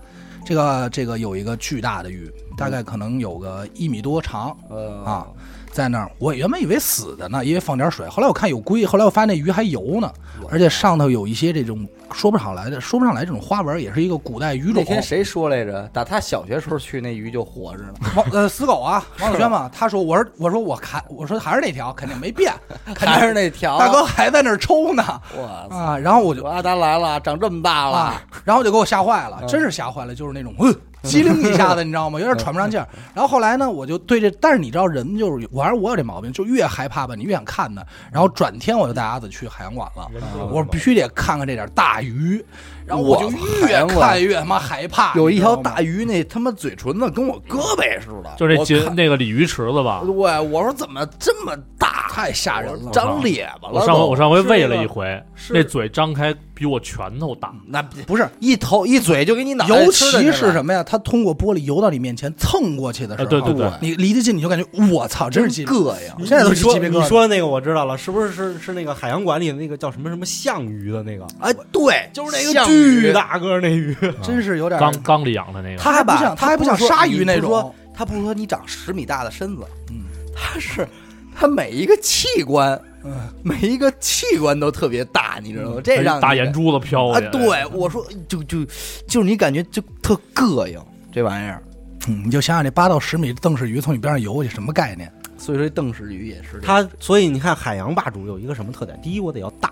B: 这个这个有一个巨大的鱼，大概可能有个一米多长，
A: 嗯
B: 啊，在那儿，我原本以为死的呢，因为放点水。后来我看有龟，后来我发现那鱼还游呢，而且上头有一些这种说不上来的，说不上来这种花纹，也是一个古代鱼
A: 那
B: 种。
A: 天 谁说来着？打他小学时候去那鱼就活着呢。
B: 王呃死狗啊，王小轩嘛，他说我说我说我看我说还是那条，肯定没变，肯定
A: 还是那条啊
B: 大哥，还在那儿抽呢
A: 哇塞！
B: 啊，然后我就
A: 我阿达来了，长这么大
B: 啊
A: 了，，
B: 然后就给我吓坏了，真是吓坏了，就是那种嗯，机灵一下子，你知道吗？有点喘不上气儿。然后后来呢，我就对这，但是你知道，人就是，我还是我有这毛病，就越害怕吧，你越想看呢。然后转天我就带阿紫去海洋馆了，啊我说必须得看看这点大鱼。然后我就
A: 哇海
B: 越
A: 洋
B: 看
A: 馆
B: 越他妈害怕，
A: 有一条
B: 你知道吗
A: 大鱼，那他妈嘴唇子跟我胳膊似的，
C: 就这
A: 我
C: 结
A: 看
C: 那个鲤鱼池子吧
A: 对，。我说怎么这么大，
B: 太吓人了。
A: 长咧巴了
C: 我
A: 都。
C: 上回我上回
A: 是
C: 喂
A: 那
C: 了一
A: 个，
C: 回，
A: 是
C: 那嘴张开比我拳头大，
A: 那不
B: 不是，
A: 一头一嘴就给你脑袋
B: 尤
A: 吃进去了，
B: 其是什么呀？它通过玻璃游到你面前蹭过去的时候，
C: 啊对对对
B: 你离得近你就感觉我操，真是鸡
A: 真
B: 皮
A: 膈应。
B: 我现在都
D: 你
B: 是鸡
D: 说
B: 皮疙
D: 你
B: 瘩。
D: 说的那个我知道了，是不是是是那个海洋馆里的那个叫什么什么象鱼的那个？
A: 哎，对，就是那个
D: 巨，大个儿那鱼，
B: 真是有点
C: 缸缸里养的那个。
A: 他
B: 还不
A: 把
B: 像
A: 他
B: 还不
A: 不
B: 像
A: 是说
B: 鲨
A: 你
B: 鱼
A: 不
B: 那
A: 是
B: 种
A: 说，他不是说你长十米大的身子，
B: 嗯，
A: 他是他每一个器官，
B: 嗯
A: 每一个器官都特别大，你知道吗？这
C: 哎
A: 让你
C: 大眼珠子飘
A: 啊
C: 过去，，
A: 对我说就就就是你感觉就特膈应这玩意儿，
B: 嗯，你就想想这八到十米邓氏鱼从你边上游过去，什么概念？
A: 所以说邓氏鱼也是这
D: 它所以你看海洋霸主有一个什么特点？第一，我得要大；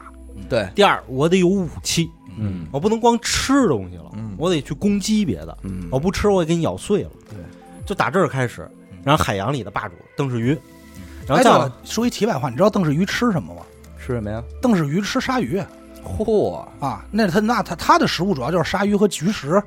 A: 对，
D: 第二，我得有武器，
C: 嗯，
D: 我不能光吃东西了，
A: 嗯
D: 我得去攻击别的。
A: 嗯
D: 我不吃，我也给你咬碎了。
B: 对，嗯
D: 就打这儿开始，然后海洋里的霸主邓世云，
B: 哎，
D: 然后
B: 对
D: 再
B: 了
D: 往，
B: 说一题外话，你知道邓氏鱼吃什么吗？
A: 吃什么呀？
B: 邓氏鱼吃鲨鱼
A: 嚯，
B: 啊，那它那它它的食物主要就是鲨鱼和菊石，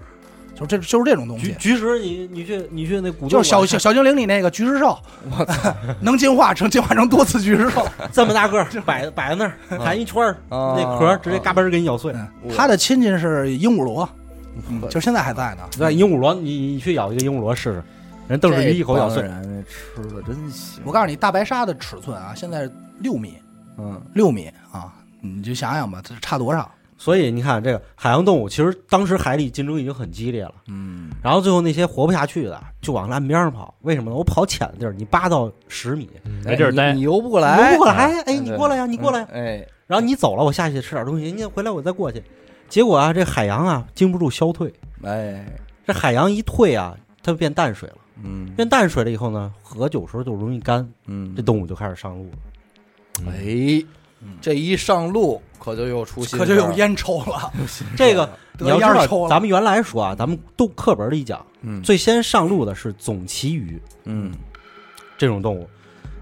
B: 就是这就是这种东
D: 菊
B: 西，
D: 菊石，你你去你去那古
B: 就
D: 洞
B: 是小
D: 馆
B: 小小精灵里那个菊石兽，我操， 能进化成进化成多次菊石 兽。
D: 看这么大个儿摆摆在那儿盘一圈儿，
A: 啊
D: 那壳儿直接嘎嘣儿给你咬碎。
B: 嗯，它的亲戚是鹦鹉螺，嗯
A: 我
B: 就现在还在呢。
D: 那鹦鹉螺，你你去咬一个鹦鹉螺试试，人邓世云一口咬碎。
A: 人吃的真行
B: 我告诉你，大白鲨的尺寸啊，现在六米
A: 嗯，
B: 六米啊，你就想想吧，这差多少？
D: 所以你看，这个海洋动物其实当时海里竞争已经很激烈了，
B: 嗯，
D: 然后最后那些活不下去的就往岸边上跑，为什么呢？我跑浅的地儿，你扒到十米，
C: 嗯没地儿
A: 哎
C: 待
A: 你，你游不过
D: 游
A: 来，
D: 不过来，哎，
A: 嗯
D: 你
A: 对
D: 过来呀，你过来呀，
A: 哎，
D: 然后你走了，我下去吃点东西，人家回来我再过去。结果啊，这海洋啊经不住消退，
A: 哎，
D: 这海洋一退啊，它就变淡水了。
A: 嗯
D: 变淡水了以后呢，河有时候就容易干，
A: 嗯
D: 这，动物就开始上路了。
B: 嗯
A: 哎，这一上路可就又出新
B: 可就有
A: 事儿
B: 烟抽了，
D: 这个你
B: 得
D: 要
B: 烟
D: 知
B: 抽
D: 道，
B: 了
D: 咱。们原来说啊，咱们都课本里讲，
A: 嗯
D: 最先上路的是总旗鱼
A: 嗯
D: 这种动物，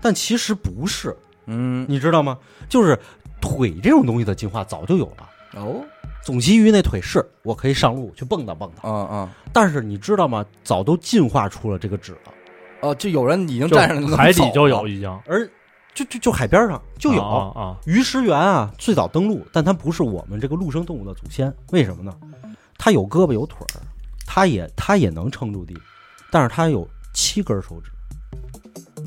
D: 但其实不是，
A: 嗯
D: 你知道吗？就是腿这种东西的进化早就有了。
A: 哦，
D: 总旗鱼那腿是我可以上路去蹦跶蹦
B: 哦
D: 跶，
A: 嗯嗯
D: 但是你知道吗？早都进化出了这个趾了。
A: 哦，就有人已经
C: 就
A: 站上了
C: 海底就有，已经
D: 而就就就海边上就有、
B: 哦
C: 啊啊，啊
D: 鱼食猿啊，最早登陆，但它不是我们这个陆生动物的祖先，为什么呢？它有胳膊有腿儿，它也它也能撑住地，但是它有七根手指。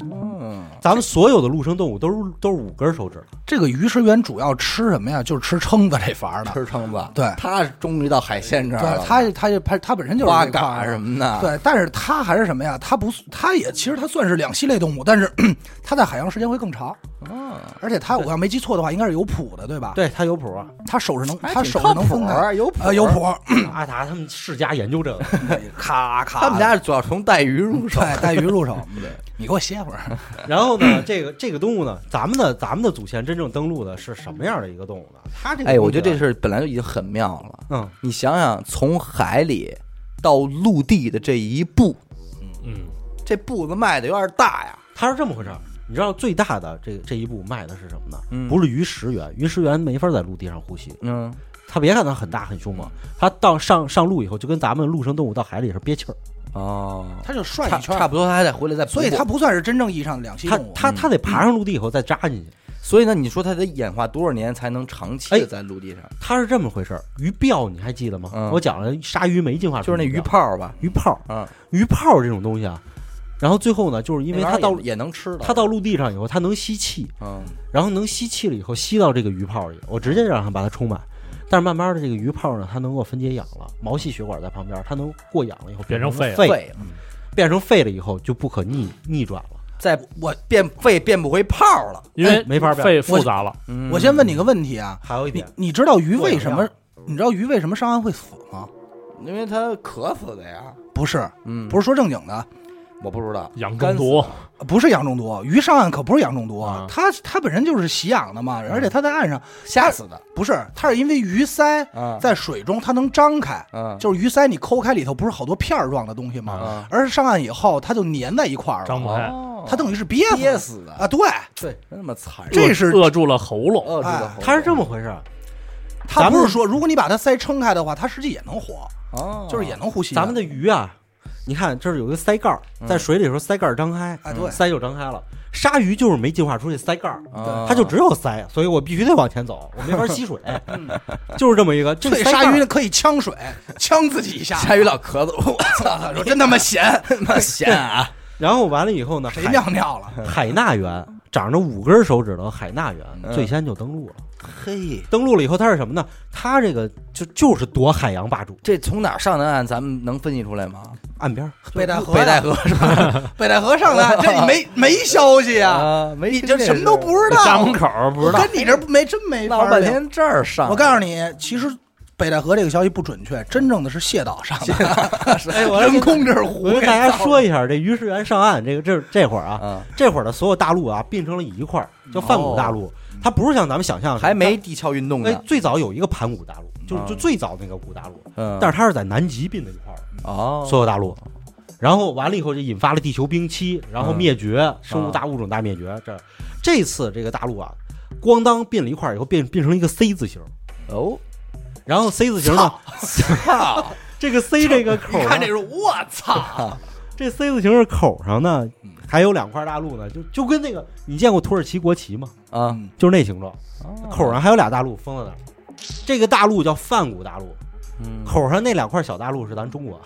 A: 嗯
D: 咱们所有的陆生动物都是都是五根手指的，
B: 这个鱼食猿主要吃什么呀？就是吃蛏子这法儿的。
A: 啊吃撑子，
B: 对
A: 他终于到海鲜这儿了，
B: 对，它它就它它本身就是
A: 花
B: 这块儿
A: 蛤
B: 的
A: 什么的，
B: 对，但是它还是什么呀？它不，它也其实它算是两栖类动物，但是 它在海洋时间会更长，
A: 啊，
B: 而且它我要没记错的话，应该是有谱的，对吧？，
D: 对，它有 谱啊。
B: 它手是能，
A: 还
B: 它
A: 哎挺
B: 手
A: 靠
B: 是能分
A: 谱
B: 开，
A: 儿有啊谱
B: 呃，有
A: 儿
B: 谱儿，
D: 阿达他们世家研究这 个，
B: 咔咔，
A: 他们家主要从带鱼入手，
B: 对带鱼入手， 你给我歇会 儿，
D: 然后呢，这个这个动物呢，咱们的咱们的祖先真正登陆的是什么样的一个动物呢？它这个
A: 哎，我觉得这
D: 是
A: 事儿本来就已经很妙了。
D: 嗯，
A: 你想想，从海里到陆地的这一步，
C: 嗯，
A: 这步子迈的有点大呀。
D: 它是这么回事儿。你知道最大的这这一步卖的是什么呢？
A: 嗯
D: 不是鱼食源，鱼食源没法在陆地上呼吸。
A: 嗯，
D: 它别看它很大很凶猛，它到上上陆以后，就跟咱们陆生动物到海里是憋气儿，
A: 哦，
B: 它就涮
A: 差
B: 一圈
A: 差
B: 儿，
A: 不多，他还得回来再补补。
B: 所以它不算是真正意义上的两栖
D: 它
A: 啊
B: 动物。
A: 嗯
D: 它它得爬上陆地以后再扎进去。
A: 所以呢，你说他得演化多少年才能长期的
D: 哎
A: 在陆地上？
D: 它是这么回事儿。鱼鳔你还记得吗？
A: 嗯
D: 我讲了，鲨鱼没进化出
A: 就是那鱼
D: 鱼鳔，
A: 泡吧，
D: 鱼泡，
A: 啊，
D: 鱼泡这种东西啊。然后最后呢，就是因为它
A: 那玩意儿
D: 到
A: 也也能吃的，
D: 它到陆地上以后，它能吸气，
A: 嗯
D: 然后能吸气了以后吸到这个鱼泡里，我直接让它把它充满。但是慢慢的，这个鱼泡呢，它能够分解氧了，毛细血管在旁边，它能过氧了以后
C: 变成
D: 成
C: 肺了
D: 肺，
A: 肺
D: 变成肺了以后就不可逆逆转了。
B: 嗯
A: 再我变肺变不回泡了。
C: 因为
D: 哎没法变
C: 肺复杂了，
A: 嗯
B: 我先问你个问题啊，
D: 还有
B: 你
D: 一点，
B: 你知道鱼为什
D: 过
B: 么
D: 氧？
B: 你知道鱼为什么上岸会死吗？
A: 因为他渴死的呀。
B: 不是，
A: 嗯，
B: 不是说正经的，
A: 我不知道，
C: 氧
A: 干
C: 中
A: 死
C: 毒，
B: 不是氧中毒，鱼上岸可不是氧中毒，
C: 啊
B: 它它本身就是吸氧的嘛，而且它在岸上
A: 吓死的
B: 不是，它是因为鱼鳃
A: 啊，
B: 在水中它能张开，
A: 嗯
B: 就是鱼鳃你抠开里头不是好多片儿状的东西吗？
A: 啊，
B: 而上岸以后它就粘在一块儿
C: 张
B: 了，
C: 不开，
A: 哦
B: 它等于是憋死
A: 憋死的
B: 啊，对，
A: 真他妈残忍，哦
B: 这是
C: 扼住了喉咙，
A: 饿住的
B: 哎
A: 喉
D: 它是
A: 咙
D: 这么回事儿。
B: 它
D: 咱
B: 不
D: 们
B: 是说如果你把它鳃撑开的话，它实际也能活，
A: 哦，
B: 就是也能呼吸。
D: 咱们的鱼啊，你看这儿有一个鳃盖儿，在水里的时候鳃盖儿张开，
B: 哎嗯对
D: 鳃就张开了。鲨鱼就是没进化出这鳃盖儿，
A: 啊
D: 它就只有鳃，所以我必须得往前走，我没法吸水， 就是这么一个。这个
B: 对
D: 鳃
B: 鲨
D: 盖儿
B: 鱼嗯可以呛水，呛自己 一下。
A: 鲨鱼老咳嗽，我操，
B: 说真他妈咸，
A: 他妈咸啊！
D: 然后完了以后呢，
B: 谁
D: 海
B: 尿尿了？
D: 海纳猿长着五根手指头，海纳猿
A: 嗯
D: 最先就登陆了。
A: 嘿，
D: 登陆了以后，它是什么呢？它这个就就是夺海洋霸主，
A: 这从哪儿上的岸，咱们能分析出来吗？
D: 岸边儿
B: 北戴河呀，
A: 北戴河是吧？
B: 北戴河上来，这你没没消息啊？
A: 啊，没
B: 你
A: 听
B: 这
A: 这
B: 什么都
A: 事
B: 不知道，
C: 家门口儿不知道
B: 我，跟你这没真没法
A: 闹
B: 儿
A: 了半
B: 聊。
A: 天这儿上，
B: 我告诉你，其实北戴河这个消息不准确，真正的是蟹岛上的，
D: 哎我 来
B: 人
D: 跟
B: 工这是湖
D: 我跟
B: 给
D: 大家
B: 造的
D: 说一下，这于世元上岸，这个这这会儿啊，
A: 啊，
D: 这会儿的所有大陆啊并成了一块儿，叫泛古大陆。它不是像咱们想象的，
A: 哦还没地壳运动
D: 它哎
A: 呢，，
D: 最早有一个盘古大陆，就
A: 啊
D: 就最早那个古大陆，
A: 嗯，
D: 但
A: 是
D: 是它是在南极并在一块儿的，
A: 哦，
D: 所有大陆。然后完了以后，就引发了地球冰期，然后
A: 嗯
D: 灭绝，生物大物种大灭绝。这这次这个大陆啊，咣当并了一块儿以后，变变成了一个 C 字形。
A: 哦，
D: 然后 C 字形呢，
A: 操，
D: 这个 C 这个口
B: 你
D: 呢，
B: 看这是我操，
D: 这 C 字形的口上呢，还有两块大陆呢，就就跟那个你见过土耳其国旗吗？
A: 啊，
D: 就是那形状，口
A: 啊，
D: 上还有俩大陆封在那儿。这个大陆叫泛古大陆，
A: 嗯
D: 口上那两块小大陆是咱中国，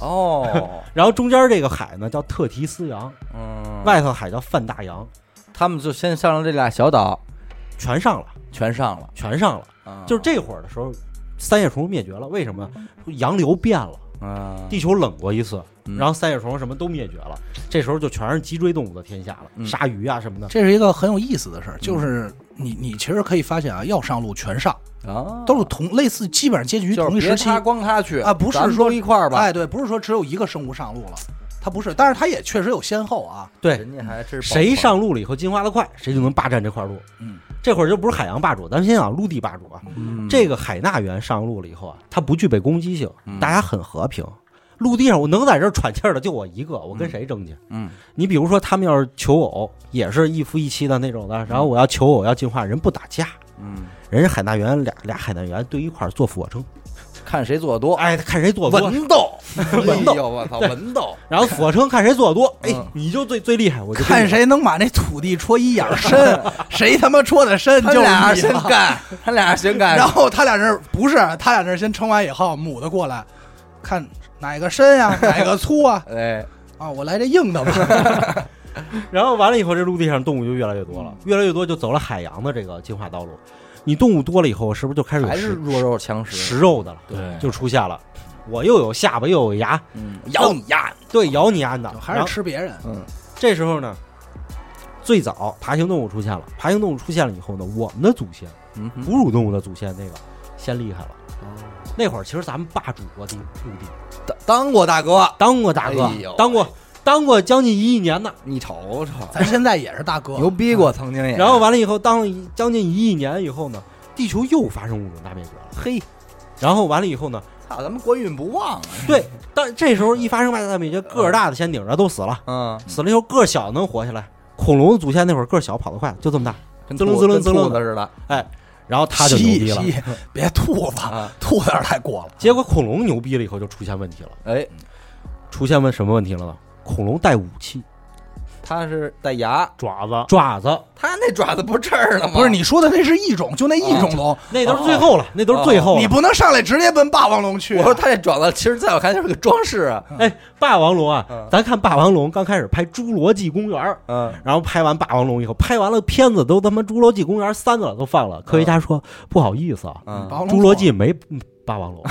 A: 哦，
D: 然后中间这个海呢叫特提斯洋，
A: 嗯，
D: 外头海叫泛大洋，
A: 他们就先上了这俩小岛，
D: 全上了。
A: 全上了，
D: 全上了。
A: 啊
D: 就是这会儿的时候，三叶虫灭绝了，为什么？洋流变了，
A: 啊，
D: 地球冷过一次，
A: 嗯
D: 然后三叶虫什么都灭绝了，这时候就全是脊椎动物的天下了，
A: 嗯
D: 鲨鱼啊什么的。
B: 这是一个很有意思的事儿，就是你你其实可以发现啊，要上路全上，
A: 啊
B: 都是同类似，基本上结局
A: 就是
B: 同一
A: 别
B: 时期
A: 他光他去
B: 啊不是
A: 咱们
B: 说
A: 都一块儿吧？
B: 哎，对，不是说只有一个生物上路了，它不是，但是它也确实有先后啊。
D: 对，
A: 人家还真是
D: 哎谁上路了以后进化的快，谁就能霸占这块路。
B: 嗯，
D: 这会儿就不是海洋霸主，咱们先讲陆地霸主啊。
A: 嗯
D: 这个海纳原上路了以后啊，它不具备攻击性
A: 嗯，
D: 大家很和平。陆地上我能在这儿喘气儿的就我一个，我跟谁争去？
A: 嗯
D: 你比如说，他们要是求偶，也是一夫一妻的那种的。然后我要求偶要进化，人不打架，
A: 嗯，
D: 人家海纳原俩俩海纳原对一块儿做俯卧撑，
A: 看谁做的多，
D: 哎，看谁做得多。
A: 文斗
D: 文斗
A: 哎呦我操，文斗
D: 然后俯卧撑看谁做的多，哎
A: 嗯，
D: 你就最最厉害，我就
B: 看
D: 最厉害
B: 谁能把那土地戳一眼儿深，谁他妈戳的深
A: 他
B: 就是
A: 俩
B: 你
A: 先
B: 了
A: 干，他俩先干，
B: 然后他俩这儿不是，他俩这儿先称完以后，母的过来，看哪个 深呀、哪个粗啊？
A: 哎，
B: 啊，我来这 硬的吧。
D: 然后完了以后，这陆地上动物就越来越多了，越来越多就走了海洋的这个进化道路。你动物多了以后，是不是就开始有
A: 还是
D: 食
A: 弱肉强食，
D: 食肉的了？
C: 对
D: 就出现了，我又有下巴又有牙，
A: 嗯，咬你丫，
D: 对，咬你丫的。
B: 还是
D: 然后
B: 吃别人，
D: 这时候呢，最早爬行动物出现了，爬行动物出现了以后呢，我们的祖先
A: 嗯哼
D: 哺乳动物的祖先那个先厉害了。那会儿其实咱们霸主国地陆地，
A: 当当过大哥，
D: 当过大哥，
A: 哎呦
D: 当过当过将近一亿年呢。
A: 你瞅瞅，
B: 咱现在也是大哥，
A: 牛逼过曾经也，
D: 然后完了以后，当了一将近一亿年以后呢，地球又发生物种大灭绝了。
A: 嘿，
D: 然后完了以后呢，
A: 操，咱们官运不旺啊，
D: 对，但这时候一发生外大灭绝，个儿大的先顶着都死了，
A: 嗯，
D: 死了以后个儿小能活下来。恐龙的祖先那会儿个儿小跑得快，就这么大，
A: 跟
D: 滋楞
A: 兔
D: 滋楞
A: 跟
D: 滋楞
A: 兔子似的，
D: 哎，然后他就牛逼了
B: 蜥。蜴，蜥蜴别兔子
A: 啊，
B: 兔子有点太过了。
D: 结果恐龙牛逼了以后就出现问题了，
A: 哎，
D: 出现问什么问题了呢？恐龙带武器，
A: 他是带牙，
C: 爪子，
D: 爪子
A: 他那爪子不这儿呢吗？啊
B: 不是你说的那是一种，就那一种龙，
D: 那都是最后了，那都是最后
B: 你
A: 哦
D: 了。
B: 不能上来直接奔霸王龙去啊。
A: 我说他这爪子，其实在我看就是个装饰啊。
D: 哎，霸王龙啊
A: 嗯，
D: 咱看霸王龙刚开始拍《侏罗纪公园》，
A: 嗯，
D: 然后拍完《霸王龙》以后，拍完了片子都他妈《侏罗纪公园三》了，都放了。科学家说不好意思啊，
B: 霸王
D: 《
B: 龙
D: 侏罗纪》没嗯霸王龙，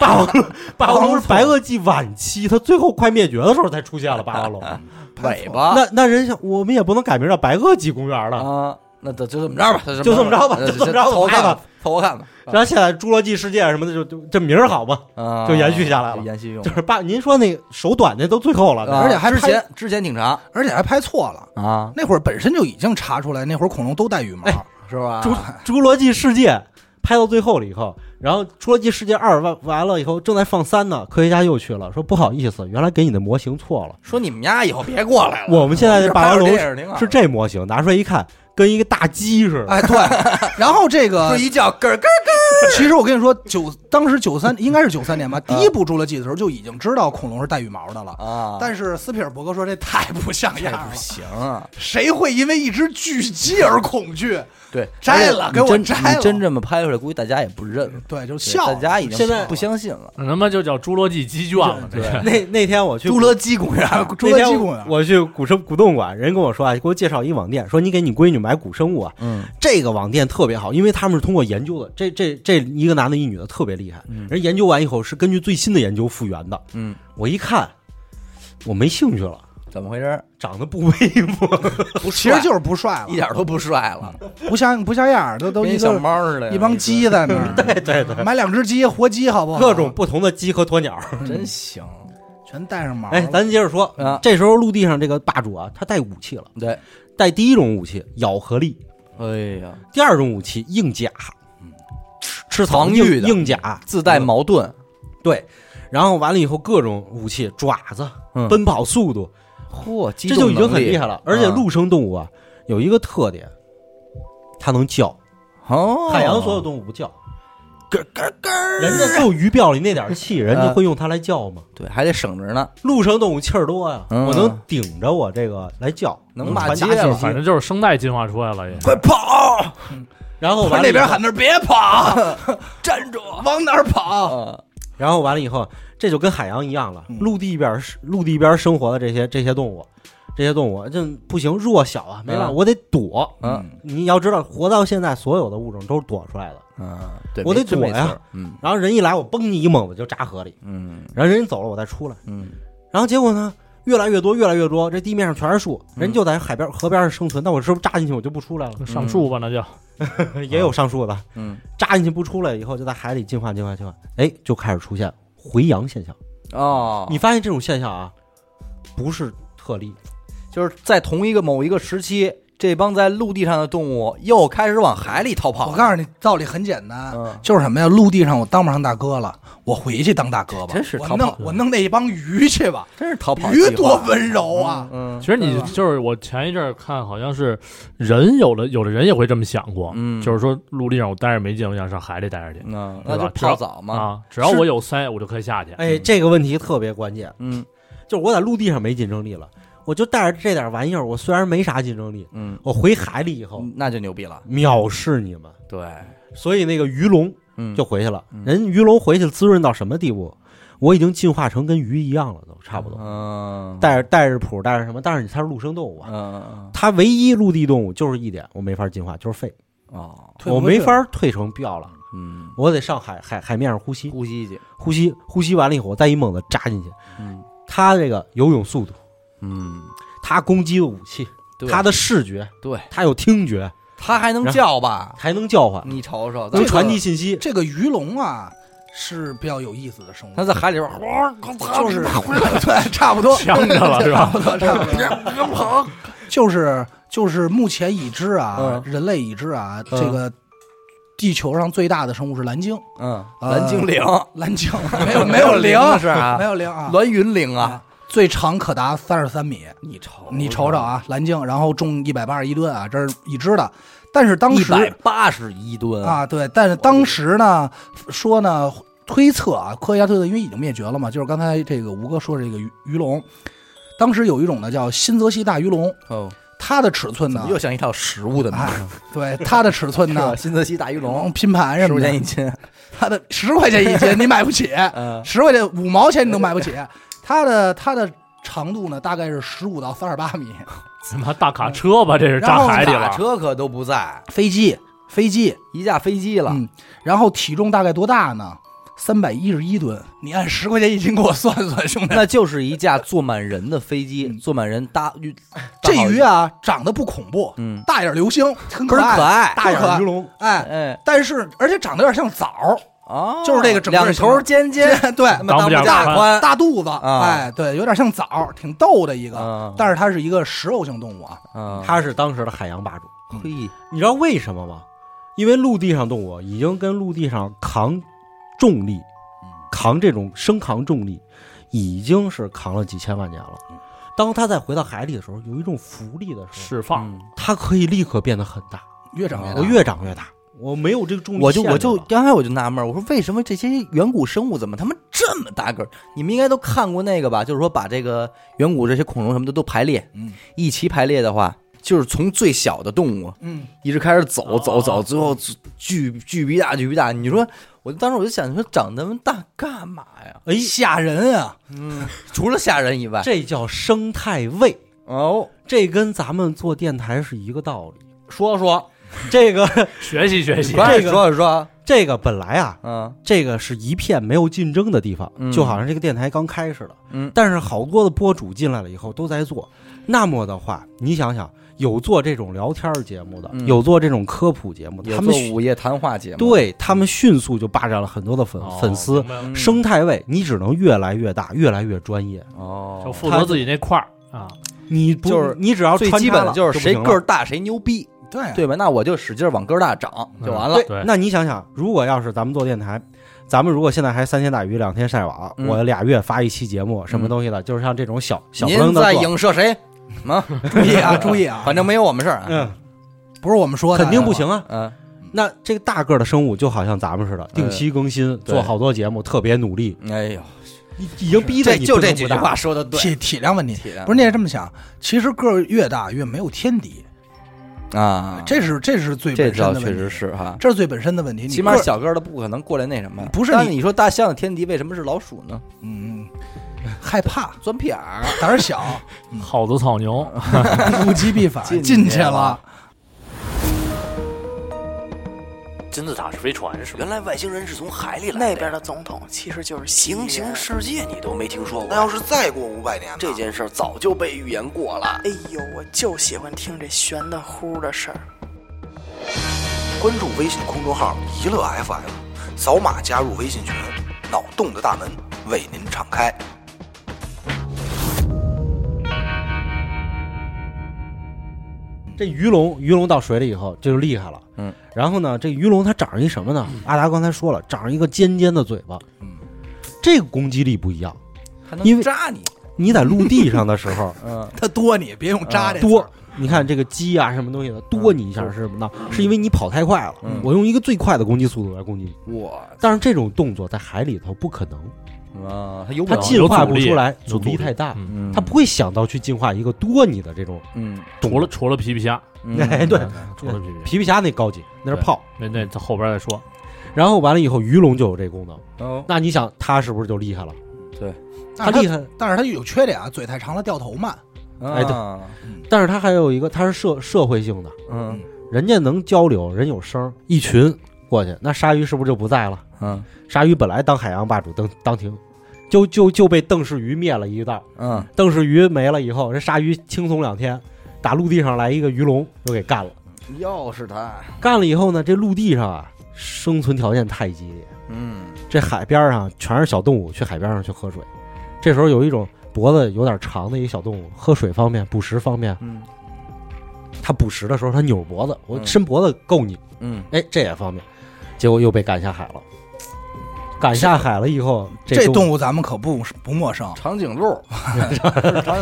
D: 霸王龙，霸王龙是白垩纪晚期，它最后快灭绝的时候才出现了霸王龙。
A: 啊尾巴
D: 那那人想，我们也不能改名叫白垩纪公园了。
A: 啊，那就就这么着吧，就
D: 就这么着吧
A: 呃
D: 就这么着吧
A: 凑合看
D: 拍吧，
A: 凑合看吧，
D: 然后现在《侏罗纪世界》什么的，就就这名儿好嘛，
A: 啊，
D: 就延续下来了
A: 就延续用
D: 就。是霸。您说那手短那都最后了，
A: 啊
B: 而且还
A: 之
B: 拍
A: 前之前挺长
B: 而且还拍错了，
A: 啊，
B: 那会儿本身就已经查出来，那会儿恐龙都带羽毛。
D: 哎
A: 是吧？
D: 侏侏罗纪世界》拍到最后了以后，然后《侏罗纪世界二》完完了以后，正在放三呢，科学家又去了，说不好意思，原来给你的模型错了。
A: 说你们家以后别过来了。
D: 我们现在的霸王龙
A: 啊这是
D: 是这模型，拿出来一看，跟一个大鸡似的。
B: 哎，对，然后这个
A: 睡一觉咯咯
B: 呃其实我跟你说，九当时九三应该是九三年吧，第一部《侏罗纪》的时候就已经知道恐龙是带羽毛的了。
A: 啊，
B: 但是斯皮尔伯格说这太不像样了
A: 不，行啊，
B: 谁会因为一只巨鸡而恐惧？
A: 对，
B: 摘了
A: 而且
B: 给我
A: 你真
B: 摘了
A: 你真这么拍出来，估计大家也不认了，
B: 对，就
A: 对
B: 笑
A: 大
B: 了。
A: 家已经
D: 现在
A: 不相信 了。
C: 那他妈就叫侏罗纪鸡圈了，这 个
D: 那那天我去
B: 侏罗纪公园， 侏
D: 那
B: 罗
D: 天
B: 纪公园，
D: 我去古生古动物馆，人跟我说啊，给我介绍一网店，说你给你闺女买古生物啊，
A: 嗯，
D: 这个网店特别好，因为他们是通过研究的，这这这一个男的，一女的特别厉害，人研究完以后是根据最新的研究复原的，
A: 嗯，
D: 我一看，我没兴趣了，
A: 怎么回事？
D: 长得不威风，
A: 不
B: 其实就是不帅
A: 一
B: 了，
A: 点都不帅了，
B: 不像不像样儿，都都
A: 跟
B: 一
A: 一小
B: 个
A: 猫似的，
B: 一帮鸡在那儿。
D: 对对对，
B: 买两只鸡，活鸡好不好？
D: 各种不同的鸡和鸵 鸟。
A: 真行。
B: 全带上毛了。
D: 哎，咱接着说
A: 啊
D: 这时候陆地上这个霸主啊，他带武器了，
A: 对，
D: 带第一种武器咬合力，
A: 哎呀，
D: 第二种武器硬甲，吃
A: 防
D: 草
A: 御
D: 硬
A: 的
D: 硬甲，
A: 自带矛盾，
D: 对，然后完了以后各种武器爪子、
A: 嗯
D: 奔跑速度，
A: 嚯，这
D: 这就已经很厉害
A: 了
D: 了。而且
A: 啊
D: 陆生动物啊有一个特点，它能叫，
A: 哦。
D: 海洋所有动物不叫，人家就鱼鳔里那点气，人家
A: 啊
D: 会用它来叫吗？
A: 对，还得省着呢，
D: 陆生动物气儿多呀，
A: 嗯
D: 我能顶着我这个来叫，
A: 能
D: 能
A: 骂
D: 传
A: 街
D: 达
A: 了
D: 信
C: 反
D: 息。
C: 正就是声带进化出来了也。
A: 快跑！
D: 然后
B: 往
D: 完了
B: 那
D: 以
B: 边
D: 后
B: 喊那儿别跑，站住，往哪儿跑？
A: 啊，
D: 然后完了以后，这就跟海洋一样了
B: 嗯。
D: 陆地边儿是陆地边儿生活的这些这些动物，这些动物这不行，弱小啊，没办法，
A: 嗯
D: 我得躲。
A: 嗯
D: 你要知道，活到现在，所有的物种都是躲出来的。
A: 嗯，对，
D: 我
A: 没
D: 得躲
A: 真没
D: 呀，
A: 错儿嗯
D: 然后人一来，我崩你一猛子就扎河里，
A: 嗯
D: 然后人走了，我再出来。
A: 嗯
D: 然后结果呢，越来越多，越来越多，这地面上全是树，
A: 嗯
D: 人就在海边、河边上生存。那我是不是扎进去我就不出来了？
C: 上树吧，那就
D: 也有上树的，
A: 嗯
D: 扎进去不出来以后，就在海里进化、进化、进化，哎，就开始出现回阳现象。
A: 哦，
D: 你发现这种现象啊，不是特例，
A: 就是在同一个某一个时期，这帮在陆地上的动物又开始往海里逃跑。
B: 我告诉你，道理很简单，
A: 嗯
B: 就是什么呀？陆地上我当不上大哥了，我回去当大哥吧。
A: 真是
B: 我
A: 逃
B: 弄
A: 跑
B: 我弄那一帮鱼去吧，
A: 真是逃跑计划，
B: 鱼多温柔啊！
A: 嗯
C: 其实你
B: 对吧
C: 就是我前一阵儿看，好像是人有了，有的人也会这么想过，
A: 嗯
C: 就是说陆地上我待着没劲，我想上海里待着去
A: 嗯，那
C: 对
A: 就
C: 吧只要
A: 泡澡嘛。
C: 啊，只要我有鳃，我就可以下去。
D: 哎，这个问题特别关键。
A: 嗯
D: 就是我在陆地上没竞争力了，我就带着这点玩意儿，我虽然没啥竞争力，
A: 嗯，
D: 我回海里以后、
A: 那就牛逼了。
D: 藐视你们，
A: 对，
D: 所以那个鱼龙
A: 嗯，
D: 就回去了。
A: 嗯
D: 人鱼龙回去滋润到什么地步？我已经进化成跟鱼一样了，都差不多。
A: 嗯，
D: 带着带着谱，带着什么？但是你它是陆生动物啊，
A: 嗯
D: 它唯一陆地动物就是一点，我没法进化，就是肺，
B: 嗯
A: 哦，
B: 退
D: 我
B: 不回去了
D: 没法蜕成鳔了，
A: 嗯，
D: 我得上海海海面上呼吸，
A: 呼吸去。
D: 呼吸呼吸完了以后，我再一猛子扎进去。
A: 嗯
D: 它这个游泳速度，
A: 嗯，
D: 它攻击的武器，
A: 对
D: 它的视觉，
A: 对，
D: 它有听觉，
A: 它还能
D: 然后
A: 叫吧？
D: 还能叫唤，
A: 你瞅瞅，
D: 能
B: 这个
D: 传递信息。
B: 这个鱼龙啊是比较有意思的生物
A: 它，在海里边儿，
B: 就是 对，差不多，
C: 呛着了是
B: 差
C: 吧
B: 不多，差 不多， 就是就是目前已知啊，
A: 嗯
B: 人类已知啊，
A: 嗯
B: 这个地球上最大的生物是蓝鲸，
A: 嗯，
B: 呃
A: 蓝精灵，
B: 蓝鲸 没有没有
A: 灵
B: 灵，
A: 是啊
B: 没，有灵啊，
A: 栾云灵啊，
B: 最长可达三十三米，
A: 你瞅
B: 你瞅瞅，啊，蓝鲸，然后重一百八十一吨啊，这是已知的，但是当
A: 一
B: 时
A: 百八十一吨，
B: 啊，对，但是当时呢，说呢，推测啊，科学家推测，因为已经灭绝了嘛，就是刚才这个吴哥说这个鱼鱼龙，当时有一种呢叫新泽西大鱼龙，
A: 哦，
B: 它的尺寸
A: 怎
B: 呢
A: 么，又像一套食物的名
B: 哎
A: 字？
B: 对，它的啊尺 寸
A: 是吧
B: 呢，
A: 新泽西大鱼龙，
B: 拼盘
A: 十
B: 什
A: 块
B: 么
A: 钱一
B: 的，
A: 斤，
B: 它的十块钱一斤，你买不 起，
A: 嗯
B: 十块钱五毛钱你都买不起，它的它的长度呢大概是十五到三十八米，
C: 他妈大卡车吧，这是
B: 然
C: 扎
B: 后
C: 海里
A: 卡
C: 了。
A: 车可都不在，
B: 飞机飞机，
A: 一架飞机了，
B: 嗯，然后体重大概多大呢？三百一十一吨，你按十块钱一斤给我算算，兄弟。
A: 那就是一架坐满人的飞机，
B: 嗯
A: 坐满人搭鱼，
B: 这
A: 搭好
B: 鱼，啊长得不恐怖，
A: 嗯，
B: 大眼流星，很
A: 倍儿
B: 可爱，
A: 可爱，
B: 大眼
D: 眼鱼龙，
B: 哎，
A: 哎，
B: 但是而且长得有点像枣儿，
A: 哦，
B: 就是这个整个
A: 两头尖尖，
B: 对，
A: 他妈
C: 挡不
A: 不
C: 了
A: 大
C: 宽
A: 宽，
B: 大肚子，
A: 嗯啊
B: 哎，对，有点像枣儿，挺逗的一个。
A: 嗯
B: 但是它是一个食肉性动物啊，
A: 嗯，
D: 它是当时的海洋霸主。
A: 嘿，
D: 你知道为什么吗？因为陆地上动物已经跟陆地上扛重力、扛这种升扛重力，已经是扛了几千万年了。当它再回到海里的时候，有一种浮力的时候，
C: 释放，
A: 嗯
D: 它可以立刻变得很大。
B: 越长越
A: 哦
B: 大。
D: 我越长越大，我没有这个重力
A: 我就
D: 限制
A: 我就
D: 了
A: 刚才我就纳闷儿，我说为什么这些远古生物怎么他们这么大个儿？你们应该都看过那个吧？就是说把这个远古这些恐龙什么的都排列，
B: 嗯
A: 一齐排列的话，就是从最小的动物
B: 嗯，
A: 一直开始走
C: 哦
A: 走走，最后巨巨比大巨比大。你说我当时我就想说长那么大干嘛呀？
D: 哎，
B: 吓人啊！
A: 嗯， 除了吓人以外，
D: 这叫生态位，
A: 哦，
D: 这跟咱们做电台是一个道理。
A: 说说
D: 这个
C: 学习学习。
A: 快
D: 这个
A: 说说，
D: 这个本来啊，
A: 嗯
D: 这个是一片没有竞争的地方，
A: 嗯
D: 就好像这个电台刚开始了。
A: 嗯
D: 但是好多的播主进来了以后都在做，那么的话，你想想，有做这种聊天儿节目的，
A: 嗯
D: 有做这种科普节目的，
A: 有
D: 他
A: 做
D: 们迅
A: 午夜谈话节目，
D: 对他们迅速就霸占了很多的粉、
C: 哦
D: 粉丝
C: 明。白了
A: 嗯
D: 生态位，你只能越来越大，越来越专业。
A: 哦，
C: 就负责自己那块儿啊，
D: 你不
A: 就是
D: 你只要
A: 最
D: 穿
A: 基
D: 插
A: 本的
D: 了
A: 就是谁
D: 不行
A: 个儿
D: 了
A: 大谁牛逼，
B: 对啊
A: 对吧？那我就使劲往个儿大长
C: 嗯
A: 就完了。
C: 对
D: 那你想想，如果要是咱们做电台，咱们如果现在还三天打鱼两天晒网，
A: 嗯
D: 我俩月发一期节目，什么东西的，就是像这种小小不
A: 您
D: 愣的
A: 在
D: 做
A: 影射谁？
B: 注意啊，注意啊，
A: 反正没有我们事儿啊。
D: 嗯，
B: 不是我们说的，
D: 肯定不行啊。
A: 嗯
D: 那这个大个儿的生物就好像咱们似的，定期更新，
A: 对
D: 做好多节目，特别努力，
A: 哎呦，
D: 已已经逼
A: 这
D: 得你
A: 就
D: 不
A: 这
D: 得
A: 几
D: 不
A: 句
D: 大
A: 话。说的对，
B: 体体量问题。
A: 体谅
B: 不是，你也这么想，其实个儿越大越没有天敌，
A: 啊，
B: 这是这是最
A: 这
B: 本身
A: 倒
B: 的
A: 确
B: 问
A: 实
B: 题，
A: 是哈。
B: 这是最本身的问题。你
A: 起码
B: 个儿
A: 小个儿的不可能过来那什么，
B: 不是
A: 但
B: 你
A: 你说大象的天敌为什么是老鼠呢？
B: 嗯害怕，
A: 钻屁眼儿，
B: 胆儿小，
C: 耗子草牛，
B: 物极必反，
A: 进
B: 进
A: 去
B: 去了。
C: 金字塔是飞船是吧？
F: 原来外星人是从海里来的呀。
G: 那边的总统其实就是
F: 平
G: 平行
F: 行
G: 世。
F: 世界你都没听说过，
G: 那要是再过五百年呢，
F: 这件事儿早就被预言过了。
G: 哎呦，我就喜欢听这悬的乎的事儿。
F: 关注微信公众号“一乐 FM”，扫码加入微信群，脑洞的大门为您敞开。
D: 这鱼龙，鱼龙到水里以后，这就厉害了。
A: 嗯，
D: 然后呢，这鱼龙它长着一什么呢？阿达刚才说了，长着一个尖尖的嘴巴。嗯，这个攻击力不一样。
A: 它
D: 因
A: 能
D: 为
A: 扎你。
D: 你在陆地上的时候
A: 嗯，
B: 它多你，别用扎这词儿
D: 多，你看这个鸡啊什么东西的多你一下是什么呢？是因为你跑太快了。
A: 嗯
D: 我用一个最快的攻击速度来攻击你，
A: 我
D: 但是这种动作在海里头不可能，
A: 啊，它游不
D: 它
A: 了。
D: 进化不出来，
C: 有
D: 阻
C: 阻力
D: 力太大，
C: 嗯
A: 嗯
D: 它不会想到去进化一个多你的这种。
A: 嗯，
C: 除了除了皮皮虾，
A: 嗯
D: 哎，对，
C: 除了皮皮虾，
D: 皮皮虾那高级，那是炮。
C: 那那它后边再说。
D: 然后完了以后，鱼龙就有这功能。
A: 哦，
D: 那你想，它是不是就厉害了？
B: 但是
D: 它厉害，
B: 但是它有缺点啊，嘴太长了掉头慢。
A: 哎
D: 哎对但是它还有一个，它是社社会性的，
A: 嗯
D: 人家能交流，人有声儿，一群过去，那鲨鱼是不是就不在了？
A: 嗯
D: 鲨鱼本来当海洋霸主当当庭，就就就被邓氏鱼灭了一道。
A: 嗯，
D: 邓氏鱼没了以后，这鲨鱼轻松两天，打陆地上来一个鱼龙就给干了。
A: 又是它，
D: 干了以后呢，这陆地上啊，生存条件太激烈，
A: 嗯
D: 这海边上全是小动物，去海边上去喝水。这时候有一种脖子有点长的一个小动物，喝水方面、捕食方面，
A: 嗯
D: 它捕食的时候它扭脖子，我
A: 嗯
D: 伸脖子够你，
A: 嗯，
D: 哎，这也方便。结果又被赶下海了。赶下海了以后，
B: 这
D: 动
B: 动物咱们可不不陌生，
A: 长颈鹿，长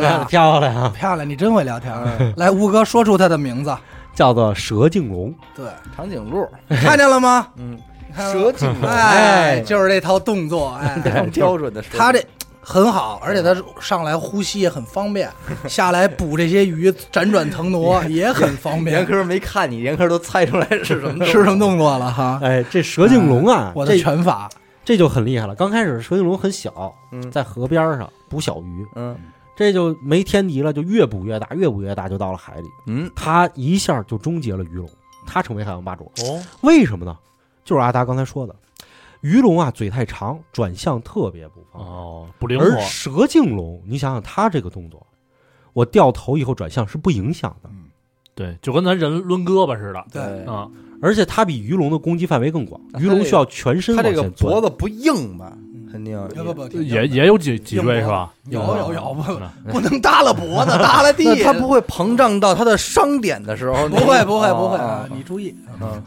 A: 颈鹿，
D: 漂亮
B: 亮
D: 漂亮，
B: 漂亮，你真会聊天儿。来，吴哥说出它的名字，
D: 叫做蛇颈龙。
B: 对，
A: 长颈鹿，
B: 看见了吗？
A: 嗯，
B: 看见了吗
A: 蛇颈鹿，
B: 哎，就是这套动作，
A: 非
B: 哎，
A: 常标准的蛇颈鹿，
B: 它这。很好，而且它上来呼吸也很方 便，下来捕这些鱼，辗转腾挪也很方
A: 严
B: 便。
A: 科没看你，严科都猜出来是什么
B: 是什么动作了
A: 啊
B: 哈？
D: 哎，这蛇颈龙啊，
B: 我的
D: 这
B: 拳法，
D: 这就很厉害了。刚开始蛇颈龙很小
A: 嗯，
D: 在河边上捕小鱼，
A: 嗯
D: 这就没天敌了，就越捕越大，越捕越大，就到了海里。
A: 嗯，
D: 它一下就终结了鱼龙，它成为海洋霸主了。
C: 哦，
D: 为什么呢？就是阿达刚才说的，鱼龙啊嘴太长，转向特别不
A: 嗯啊
D: 方便。
C: 哦，不灵活
D: 而蛇颈龙，你想想它这个动作，我掉头以后转向是不影响
A: 嗯
D: 的，
C: 对，就跟咱人抡胳膊似的
A: 哎
B: 对，
C: 啊。
D: 而且它比鱼龙的攻击范围更广，
A: 那它
D: 鱼龙需要全身
A: 它
D: 往
A: 这
D: 前
A: 个
D: 钻。
A: 脖子不硬吧？肯定
B: 不不不，挺硬的
C: 也也有脊脊椎是吧？
B: 有有有，不
C: 嗯
B: 不能耷拉脖 子，耷拉地
A: 那，它不会膨胀到它的伤点的时候，
B: 不会不会不会
A: 啊
B: 啊！！你注意，
A: 啊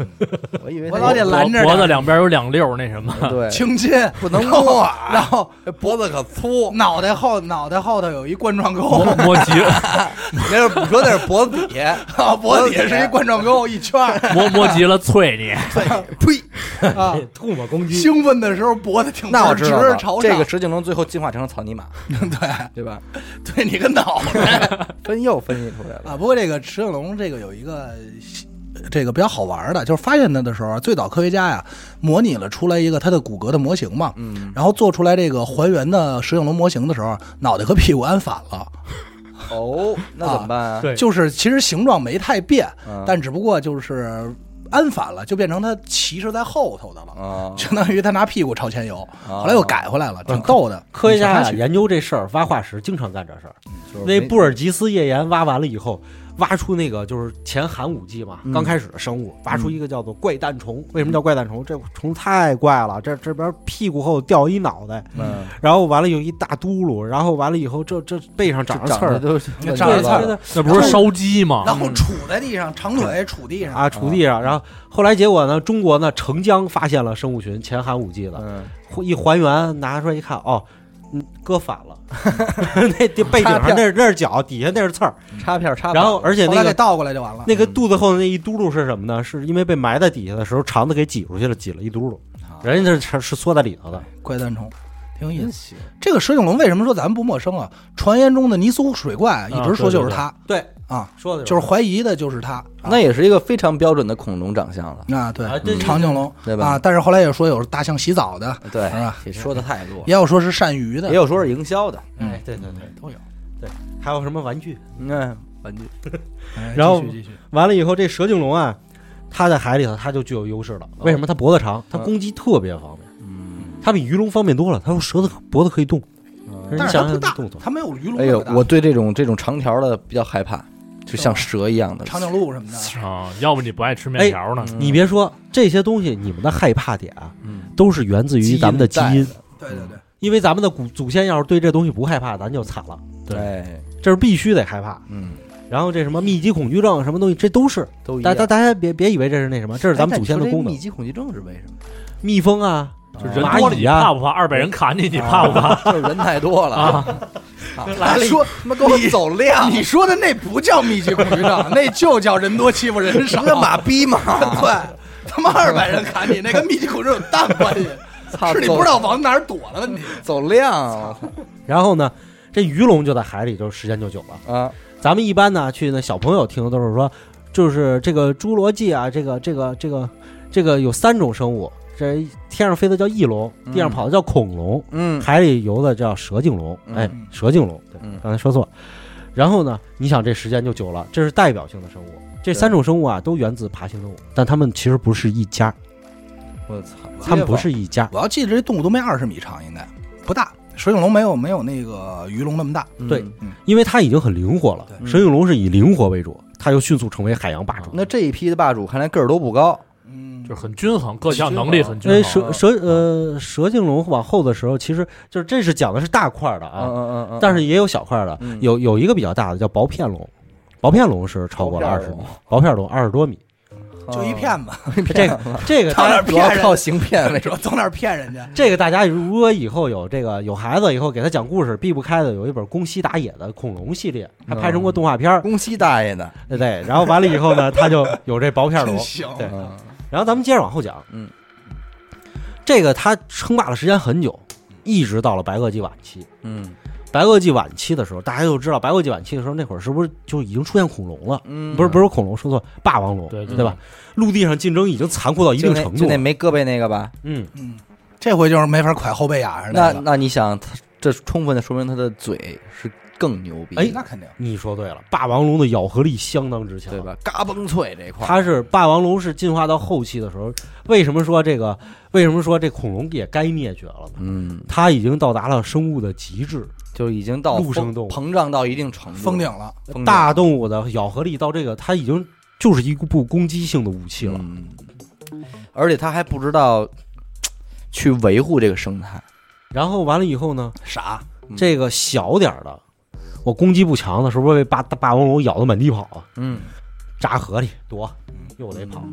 A: 我以为
B: 我
A: 它
B: 老 得
A: 有
B: 拦着
C: 脖子
B: 点
C: 两边有两溜儿那什么，
A: 对，
B: 轻亲，
A: 不能摸啊，
B: 然后
A: 这脖子可粗。
B: 脑袋后脑袋后头有一冠状沟
C: 摸，摸 脊
A: 那是你说那是脖子底下，
B: 啊 脖子也是一冠状沟，一圈儿
C: 摸摸急了啐 你。
A: 呸！
B: 啊！
D: 吐沫攻击，
B: 兴奋的时候脖子挺
A: 那我
B: 直
A: 知道了
B: 直朝上，
A: 这个石井龙最后进化成了草泥马，
B: 对
A: 对吧？
B: 对你个脑袋
A: 分又分析出来了。
B: 啊！不过这个池应龙这个有一个。这个比较好玩的，就是发现它的时候啊，最早科学家呀模拟了出来一个它的骨骼的模型嘛，
A: 嗯，
B: 然后做出来这个还原的石应龙模型的时候，脑袋和屁股安反了，
A: 哦，那怎么办啊？
C: 对
B: 就是其实形状没太变，
A: 嗯
B: 但只不过就是安反了，就变成他骑是在后头的了，
A: 啊，
B: 相当于他拿屁股朝前游。
A: 后
B: 后来又改回来了，挺逗的。
D: 科学家
B: 小
D: 啊
B: 插曲
D: 研究这事儿，挖化石经常干这事儿。
A: 就是没
D: 那布尔吉斯页岩挖完了以后，挖出那个就是前寒武纪嘛
A: 嗯，
D: 刚开始的生物，挖出一个叫做怪诞虫。为什么叫怪诞虫？这虫太怪了，这这边屁股后掉一脑袋，
A: 嗯，
D: 然后完了有一大嘟噜，然后完了以后这这背上长着刺
A: 长得
D: 儿，
A: 都
B: 这长
D: 对
B: 着刺儿
D: 对
A: 的，
D: 对
C: 那不是烧鸡吗？
B: 然后杵在地上，长腿杵地上，
D: 啊，杵地上。然后后来结果呢，中国呢澄江发现了生物群前寒武纪的，
A: 嗯，
D: 一还原拿出来一看，哦，嗯，搁反 了， 那那背顶上那是那是脚，底下那是刺儿，
B: 啊
A: 插片儿插反了。
D: 然后而且
B: 后
D: 那
B: 来给
D: 个。
B: 倒过来就完了。
D: 那个肚子后的那一嘟噜是什么呢？是因为被埋在底下的时候，肠子给挤出去了，挤了一嘟
B: 啊
D: 噜。人家是是缩在里头的，
B: 怪诞虫。挺有意
A: 真
B: 思。
A: 行，
B: 这个石井龙为什么说咱们不陌生啊？传言中的泥塑水怪，一直说就是它。
D: 啊对，
B: 啊，
D: 说的
B: 就是怀疑的就是他。啊
E: 那也是一个非常标准的恐龙长相了，
B: 啊，对
D: 啊对，对
B: 长颈龙
E: 对吧
B: 啊，但是后来也说有大象洗澡的，
E: 对
B: 是吧？
E: 其实说的太多了，
B: 也有说是鳝鱼
D: 哎
B: 的
E: 也，有说是营销的，
B: 嗯
D: 哎，对对对，
B: 都有。
D: 还有什么玩具？
E: 嗯，玩具
B: 哎
D: 然后
B: 继续继续
D: 完了以后，这蛇颈龙啊，它在海里头它就具有优势了。为什么？它脖子长，它
B: 嗯
D: 攻击特别方便。嗯，它比鱼龙方便多了。它说蛇的脖子可以
B: 嗯
D: 动，
A: 嗯
D: 可
B: 但是
D: 你
B: 它
D: 想
B: 不
D: 想
B: 大
D: 动作，，
B: 它没有鱼龙
E: 哎
B: 那
E: 呦
B: 么，大。
E: 我对这种这种长条的比较害怕，就像蛇一样的。嗯
B: 长颈鹿什么的，
C: 啊，要不你不爱吃
D: 哎
C: 面条呢？
D: 你别说这些东西，你们的害怕点啊，
E: 嗯
D: 都是源自于咱们的基
E: 基因
D: 因
E: 带，
B: 对对对，
D: 因为咱们的古祖先要是对这东西不害怕，咱就惨了，
E: 对，
D: 这是必须得害怕。
E: 嗯，
D: 然后这什么密集恐惧症什么东西，这都是
E: 都一
D: 大
E: 样。哎
D: 大大家别别以为这是那什么，这是咱们祖先的功 能
E: 密。集恐惧症是为什么？
D: 蜜蜂啊，
C: 就人
D: 蚂
C: 多了
D: 蚁
C: 你
D: 呀啊
C: 怕不怕？二百人砍你，你怕不怕？
E: 就是人太多了啊！
B: 来了一
E: 说他妈给我走量，
B: 你说的那不叫密集恐惧 症，那就叫人多欺负人少。
E: 那马逼 嘛！
B: 对，他妈二百人砍你，那跟密集恐惧症有蛋关系？
E: 操
B: 是你
E: 走
B: 不知道往哪儿躲的问题。
E: 走量
D: 然后呢，这鱼龙就在海里，就时间就久了。
E: 啊！
D: 咱们一般呢去呢，小朋友听的都是说，就是这个侏罗纪啊，这个这个这个这个有三种生物，这天上飞的叫翼龙，
E: 嗯
D: 地上跑的叫恐龙，
E: 嗯
D: 海里游的叫蛇颈龙，
E: 嗯
D: 哎，蛇颈龙，对
E: 嗯，
D: 刚才说错了。然后呢，你想这时间就久了，这是代表性的生物。这三种生物啊，都源自爬行动物，但它们其实不是一家，
E: 我操，
D: 它们不是一家。
B: 我要记得这动物都没二十米长，应该不大。水影龙没有没有那个鱼龙那么大，
D: 对，
E: 嗯
D: 因为它已经很灵活了。
B: 对
D: 蛇颈龙是以灵活为主，它又迅速成为海洋霸主。
E: 那这一批的霸主看来个儿都不高，
B: 嗯
C: 就是很均衡，各项能力很
E: 嗯
C: 均
D: 因为
C: 衡。
D: 哎
E: 啊
D: 蛇蛇呃蛇颈龙往后的时候，其实就是这是讲的是大块儿的
E: 嗯
D: 啊，
E: 嗯嗯，
D: 但是也有小块儿的，
E: 嗯
D: 有有一个比较大的叫薄片龙，薄片龙是超过了二十米，薄片龙二十 多米，
B: 就一骗子，
D: 这个这个
B: 到哪
D: 大家
E: 嗯
B: 儿
E: 主
B: 骗
E: 要
B: 人
E: 靠行
A: 啊
E: 骗 为主。
B: 说走哪儿骗人家。
D: 这个大家如果以后有这个有孩子以后给他讲故事避不开的，有一本宫西达也的恐龙系列，还拍成
E: 哦
D: 过动画片儿，
E: 宫西大爷呢？
D: 对对，然后完了以后呢，他就有这薄片龙
B: 真，行，
D: 对
E: 嗯，
D: 然后咱们接着往后讲，
E: 嗯，
D: 这个他称霸了时间很久，一直到了白垩纪晚期。
E: 嗯
D: 白垩纪晚期的时候，大家就知道白垩纪晚期的时候，那会儿是不是就已经出现恐龙了？
E: 嗯，
D: 不是不是恐龙，说错，霸王龙，
C: 对对
D: 吧？陆地上竞争已经残酷到一
E: 就
D: 定
E: 那
D: 程
E: 就
D: 度
E: 那
D: 了。
E: 没胳膊那个吧？
D: 嗯，
B: 嗯，这回就是没法拐后背眼儿
E: 那
B: 个。
E: 那你想，他这充分的说明他的嘴是更牛逼，
D: 哎
B: 那肯定，
D: 你说对了，霸王龙的咬合力相当之强，
E: 对？吧？嘎嘣脆这一块儿，
D: 它是霸王龙是进化到后期的时候，为什么说这个？为什么说这恐龙也该灭绝了呢？
E: 嗯，
D: 它已经到达了生物的极致，
E: 就已经到
D: 陆生
E: 膨
D: 动物
E: 膨胀到一定程度，
B: 封顶了。
E: 封顶
D: 大动物的咬合力到这个，它已经就是一部攻击性的武器了。
E: 嗯，而且他还不知道去维护这个生态，
D: 然后完了以后呢，
B: 傻，
E: 嗯
D: 这个小点儿的，我攻击不强的，是不是被霸霸王龙咬得满地跑啊？
E: 嗯
D: 扎河里躲，又得跑。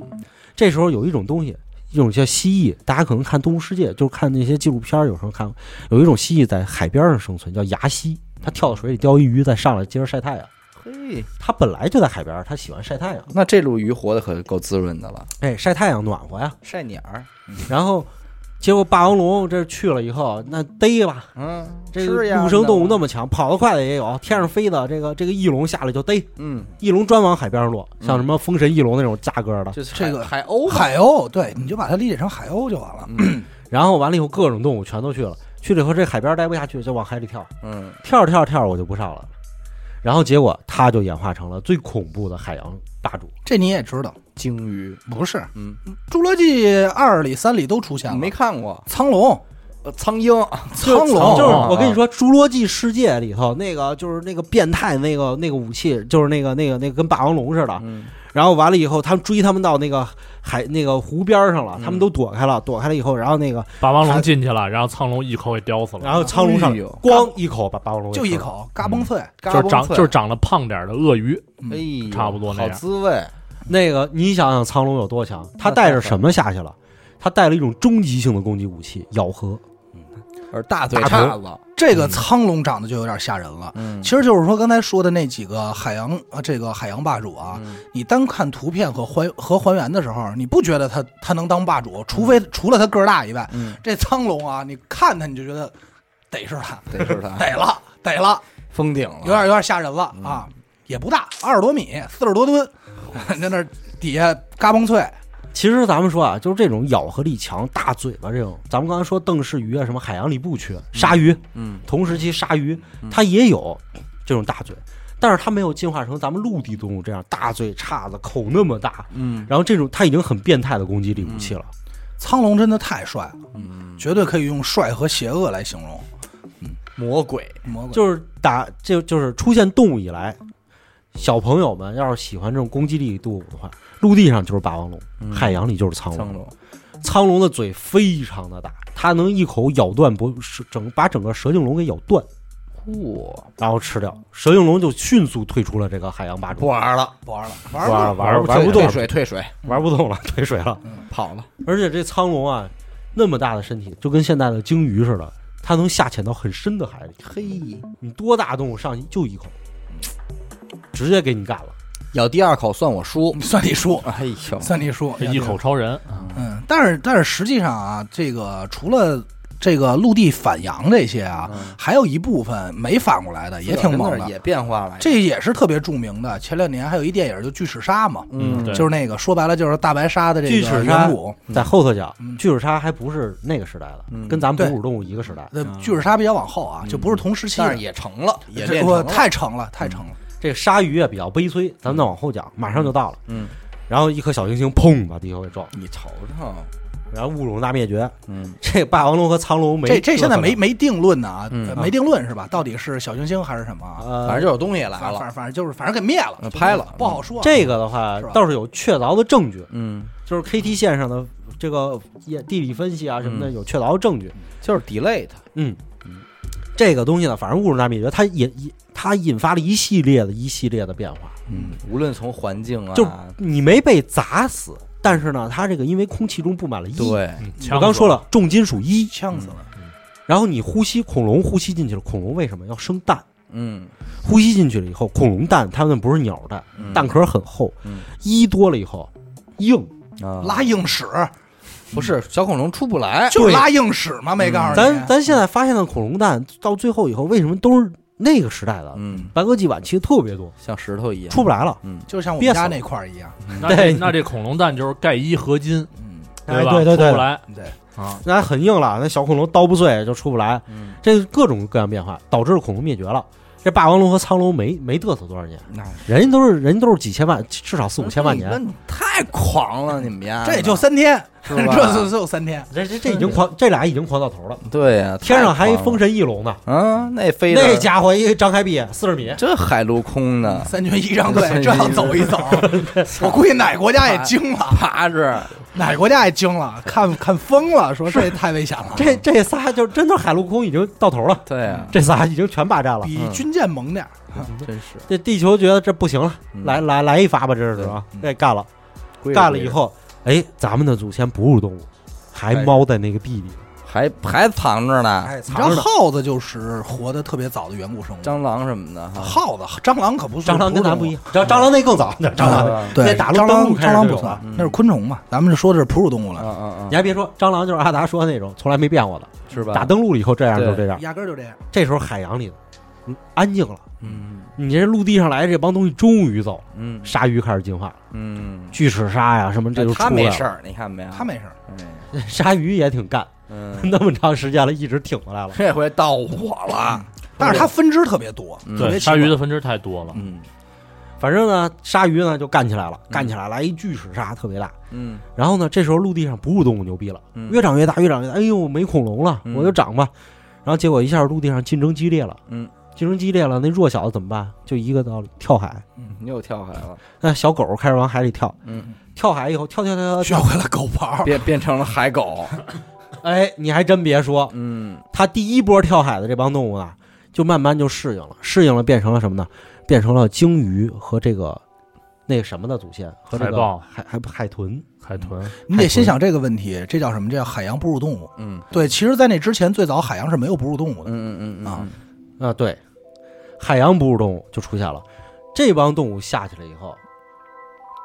D: 这时候有一种东西，一种叫蜥蜴，大家可能看《动物世界》，就是看那些纪录片儿，有时候看有一种蜥蜴在海边上生存，叫牙蜥，它跳到水里叼一鱼，再上来接着晒太阳。
E: 嘿，
D: 它本来就在海边儿，它喜欢晒太阳，
E: 那这路鱼活的可够滋润的了，
D: 哎，晒太阳暖和呀。
E: 晒鸟儿，
D: 然后结果霸王龙这去了以后，那逮吧，
E: 嗯，
D: 这
E: 吃呀啊
D: 陆生动物那么强，跑得快的也有，天上飞的这个这个翼龙下来就逮，
E: 嗯，
D: 翼龙专往海边上落，像什么风神翼龙那种价格的。
E: 就是
B: 这个
E: 海海鸥吧，
B: 海鸥，对，你就把它理解成海鸥就完了。
E: 嗯
D: 然后完了以后，各种动物全都去了，去了以后这海边待不下去，就往海里跳，
E: 嗯
D: 跳着跳着跳着我就不上了。然后结果它就演化成了最恐怖的海洋霸主。
B: 这你也知道，
E: 鲸鱼，
B: 不是？
E: 嗯，
B: 侏罗纪二里、三里都出现了，
E: 没看过
B: 苍龙、
E: 呃 苍鹰，
B: 苍
D: 就是
B: 龙，
D: 就是
A: 哦
D: 我跟你说，《侏罗纪世界》里头那个就是那个变态那个那个武器，就是那个那个那个跟霸王龙似的。
E: 嗯
D: 然后完了以后，他们追他们到那个海那个湖边儿上了，他们都躲开了，躲开了以后，然后那个
C: 霸王龙进去了，然后苍龙一口给叼死了，
D: 然后苍龙上
E: 哎
D: 来
E: 呦
D: 咣一口把霸王龙给
B: 就一
D: 吃了，
E: 嗯
B: 口嘎嘣脆，
C: 就是长就是
E: 是
C: 长得胖点儿的鳄鱼，
E: 哎呦
C: 差不多那
E: 好
C: 样
E: 滋味，
D: 那个你想想苍龙有多强？他
E: 那
D: 带着
E: 太狠
D: 什么下去了？他带了一种终极性的攻击武器——咬合。
E: 而大嘴
D: 大
E: 叉 子，
B: 这个苍龙长得就有点吓人了。
E: 嗯
B: 其实就是说刚才说的那几个海洋啊，这个海洋霸主啊，
E: 嗯
B: 你单看图片和还和还原的时候，你不觉得他他能当霸主，除非除了他个儿大以外，
E: 嗯，
B: 这苍龙啊，你看他你就觉得得是他，
E: 得是它
B: 得了，得了，
E: 封顶了，嗯
B: 有点有点吓人了啊。也不大，二十多米，四十多吨，
E: 哦
B: 在那儿底下嘎嘣脆，
D: 其实咱们说啊，就是这种咬合力强、大嘴巴这种，咱们刚才说邓氏鱼啊，什么海洋里不缺，鲨鱼，
E: 嗯，
D: 同时期鲨鱼它也有这种大嘴，但是它没有进化成咱们陆地动物这样大嘴叉子、口那么大，
E: 嗯，
D: 然后这种它已经很变态的攻击力武器了。
B: 苍龙真的太帅了，绝对可以用帅和邪恶来形容。
E: 魔鬼，
B: 魔鬼
D: 就是打就就是出现动物以来，小朋友们要是喜欢这种攻击力动物的话，陆地上就是霸王龙，海洋里就是苍龙。
E: 苍龙，
D: 苍龙的嘴非常的大，它能一口咬断不整把整个蛇颈龙给咬断，
E: 嚯，
D: 然后吃掉蛇颈龙就迅速退出了这个海洋霸主，
E: 玩了，
B: 不玩了，
D: 玩
B: 玩
D: 了
B: 了，
D: 玩了
E: 退
D: 玩不动
E: 退
D: 了，
E: 水退水，
D: 玩不动了，退水了。
E: 跑了，
D: 而且这苍龙啊，那么大的身体，就跟现在的鲸鱼似的，它能下潜到很深的海里。
E: 嘿，
D: 你多大动物上去就一口，直接给你干了。
E: 咬第二口算我输，
B: 算你输，
A: 啊
E: 哎呦，
B: 算你输，
C: 这一口超人，
B: 嗯，但是但是实际上啊，这个除了这个陆地反洋这些啊，还有一部分没反过来的，也挺猛的。
E: 也变化了，
B: 这也是特别著名的。前两年还有一电影就《巨齿鲨》嘛，
C: 嗯，对，
B: 就是那个说白了就是大白鲨的这
D: 巨
B: 个
D: 齿
B: 远
D: 鲨
B: 古。
D: 在后头讲
B: 嗯，
D: 巨齿鲨还不是那个时代的，
E: 嗯
D: 跟咱们
B: 对
D: 哺乳动物一个时代。
B: 那巨齿鲨比较往后啊，就不是同时期
E: 但
B: 的
E: 是。也成了，也
B: 这
E: 练成
B: 我
E: 了，
B: 太成了，太成了。
D: 这个鲨鱼啊比较悲催，咱们再往后讲，马上就到了。
E: 嗯，
D: 然后一颗小行星砰把地球给撞，
E: 你瞅瞅，
D: 然后物种大灭绝。
E: 嗯，
D: 这霸王龙和苍龙没
B: 这这现在没
D: 辙
B: 没定论呢啊，
E: 嗯
B: 呃没定论是吧？到底是小行星还是什么啊？
D: 呃，
E: 反正就有东西来
B: 反反
E: 了，
B: 反正就是反正给灭了
E: 嗯，拍了
B: 不好说。啊
D: 这个的话
B: 是吧
D: 倒是有确凿的证据，
E: 嗯，
D: 就是 KT 线上的这个也地理分析啊什么
E: 嗯
D: 的有确凿的证据。
E: 就是 delay 它，
D: 嗯，这个东西呢，反正物种大灭绝，它引引它引发了一系列的一系列的变化。
E: 嗯，无论从环境啊，
D: 就你没被砸死，但是呢，它这个因为空气中布满了一，
E: 对，
D: 嗯我刚说，了重金属一，
B: 呛死了，
D: 然后你呼吸恐龙呼吸进去了，恐龙为什么要生蛋？
E: 嗯，
D: 呼吸进去了以后，恐龙蛋它们不是鸟蛋，
E: 嗯
D: 蛋壳很厚
E: 嗯，
D: 一多了以后硬。
E: 啊
B: 拉硬屎
E: 不是小恐龙出不来，
B: 就是拉硬屎嘛，
E: 嗯
B: 没告诉你。
D: 咱咱现在发现的恐龙蛋到最后以后，为什么都是那个时代的？
E: 嗯，
D: 白垩纪晚期特别多，
E: 像石头一样，
D: 出不来了。
B: 就像我们家那块儿一样，
C: 那这
D: 对
C: 那这恐龙蛋就是钙一合金，
B: 嗯，
D: 哎
C: 吧？
D: 对对对
C: 出不来
E: 嗯
B: 对，
C: 啊，
D: 那很硬了，那小恐龙刀不碎就出不来。
E: 嗯
D: 这各种各样变化，导致了恐龙灭绝了。这霸王龙和苍龙没没嘚瑟多少年，
E: 那
D: 人家都是人家都是几千万，至少四五千万
E: 那
D: 年。
E: 你太狂了，你们家
B: 这也就三天，
E: 嗯是吧
B: 这就只有三天。
D: 这这这已经狂，这俩已经狂到头了。
E: 对呀，
D: 天上还
E: 太
D: 一
E: 狂了
D: 风神翼龙呢，
E: 啊，那飞的
D: 那家伙一张开臂四十米，
E: 这海陆空呢，
B: 三军仪仗队
E: 三军
B: 这要走一走，我估计哪国
E: 哎
B: 家也惊了，
E: 趴着，
B: 哪国家也惊了，看看疯了，说这也太危险了，
D: 这这仨就真的海陆空已经到头了，
E: 对啊，
D: 这仨已经全霸占
E: 嗯
D: 了。
B: 比军舰猛点儿。
E: 真是
D: 这地球觉得这不行了，
E: 嗯
D: 来来来一发吧，这是吧？这干了，干了以，后，哎，咱们的祖先哺乳动物还猫在那个地里，
E: 还还藏着呢，
D: 哎，
B: 你知道
D: 藏着呢。
B: 耗子就是活得特别早的远古生物，
E: 蟑螂什么的哈，
B: 耗子蟑螂可不是
D: 啊蟑螂跟咱
B: 咱
D: 不一样，蟑蟑螂那更早，蟑螂
E: 啊
B: 对，
D: 那打了
B: 蟑
D: 登
B: 螂
D: 陆开
B: 蟑
D: 始
B: 螂
D: 就
B: 不
D: 有了嗯
B: 算，那是昆虫嘛。咱们就说的是哺乳动物
E: 啊
B: 了，
E: 啊啊
D: 你，还别说，蟑螂就是阿达说的那种从来没变过的，
E: 是吧？
D: 嗯打登陆了以后这样
E: 对
D: 就这样。
B: 压根儿就这样。
D: 这时候海洋里的嗯安静了，
E: 嗯
D: 你这陆地上来这帮东西终于走了，
E: 嗯
D: 鲨鱼开始进化了，
E: 嗯，哎
D: 巨齿鲨呀什么这就出
E: 他
D: 来
E: 没
D: 了。
E: 事儿，你看没有？
B: 它没事儿，
E: 哎，
D: 鲨鱼也挺干，
E: 嗯，
D: 那么长时间了，一直挺过来了。
E: 这回到我了，
B: 但是它分支特别多，
D: 嗯
B: 特别
C: 对，
B: 奇怪
C: 鲨鱼的分支太多了，
E: 嗯
D: 反正呢，鲨鱼呢就干起来了，干起来来一巨齿鲨特别大。
E: 嗯
D: 然后呢，这时候陆地上哺乳动物牛逼了，
E: 嗯
D: 越长越大，越长越大。哎呦，没恐龙了，
E: 嗯
D: 我就长吧。然后结果一下陆地上竞争激烈了，
E: 嗯，
D: 竞争激烈了，那弱小的怎么办？就一个道理，跳海。
E: 嗯，又跳海了，
D: 那小狗开始往海里跳，
E: 嗯，
D: 跳海以后跳跳跳跳
B: 学
D: 跳，
B: 会了狗刨。
E: 变变成了海狗，
D: 哎，你还真别说，
E: 嗯
D: 它第一波跳海的这帮动物啊，就慢慢就适应了，适应了变成了什么呢？变成了鲸鱼和这个那个什么的祖先，和这
C: 海
D: 个
C: 豹
D: 海海海豚。
C: 海豚，
B: 你得先想这个问题，这叫什么？这叫海洋哺乳动物。
E: 嗯
B: 对，其实，在那之前，最早海洋是没有哺乳动物
E: 嗯
B: 的。
E: 嗯嗯
B: 啊，
D: 啊，对，海洋哺乳动物就出现了。这帮动物下去了以后，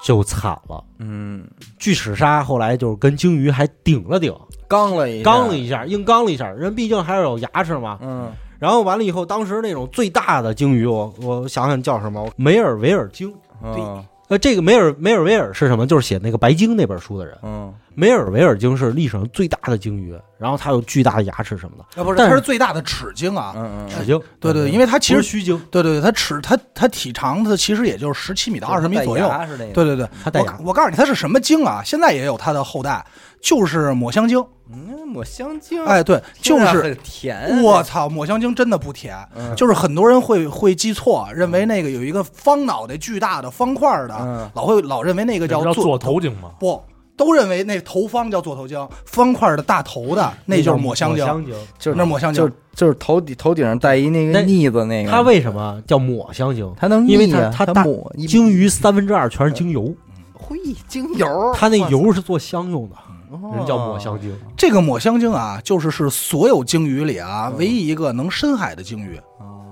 D: 就惨了。
E: 嗯，
D: 巨齿鲨后来就是跟鲸鱼还顶了顶，
E: 刚了一下
D: 刚了一下，硬刚了一下。人毕竟还是有牙齿嘛。
E: 嗯
D: 然后完了以后，当时那种最大的鲸鱼，我我想想叫什么？梅尔维尔鲸。
E: 嗯
D: 呃，这个梅尔梅尔维尔是什么？就是写那个《白鲸》那本书的人。
E: 嗯，
D: 梅尔维尔鲸是历史上最大的鲸鱼，然后它有巨大的牙齿什么
B: 啊，
D: 的。
B: 不是，
D: 但
B: 它
D: 是
B: 是最大的齿鲸啊。
E: 嗯嗯，
D: 齿鲸，
B: 对对，对因为
D: 为
B: 它其实
D: 须鲸，
B: 对对对，它齿它它体长它其实也就是十七米到二十米左右。
E: 带牙是那个，
B: 对对对，
D: 它带牙
B: 我。我告诉你，它是什么鲸啊？现在也有它的后代，就是抹香鲸。
E: 嗯，抹香鲸，
B: 哎，对，
E: 听
B: 就
E: 着
B: 是
E: 很
D: 啊
E: 甜，
B: 我操，抹香鲸真的不甜，就是很多人会会记错，认为那个有一个方脑袋巨大的方块儿的，
E: 嗯
B: 老会老认为那个
C: 叫
B: 叫
C: 做头颈吗？
B: 不。都认为那头方叫做头鲸，方块儿的大头的那就是抹香鲸，
A: 就是
B: 那抹香
A: 就
B: 鲸
A: 是就是头顶头顶上带一那个
D: 但
A: 腻子那个，
D: 它为什么叫抹香鲸？
A: 它能
D: 因为
A: 腻
D: 它
A: 啊
D: 它
A: 它
D: 大
A: 抹一
D: 鲸鱼三分之二全是精油，
E: 嘿，精油，
D: 它那油是做香用的，
E: 哦
D: 人叫抹香鲸。
B: 这个抹香鲸啊，就是是所有鲸鱼里啊唯一一个能深海的鲸鱼，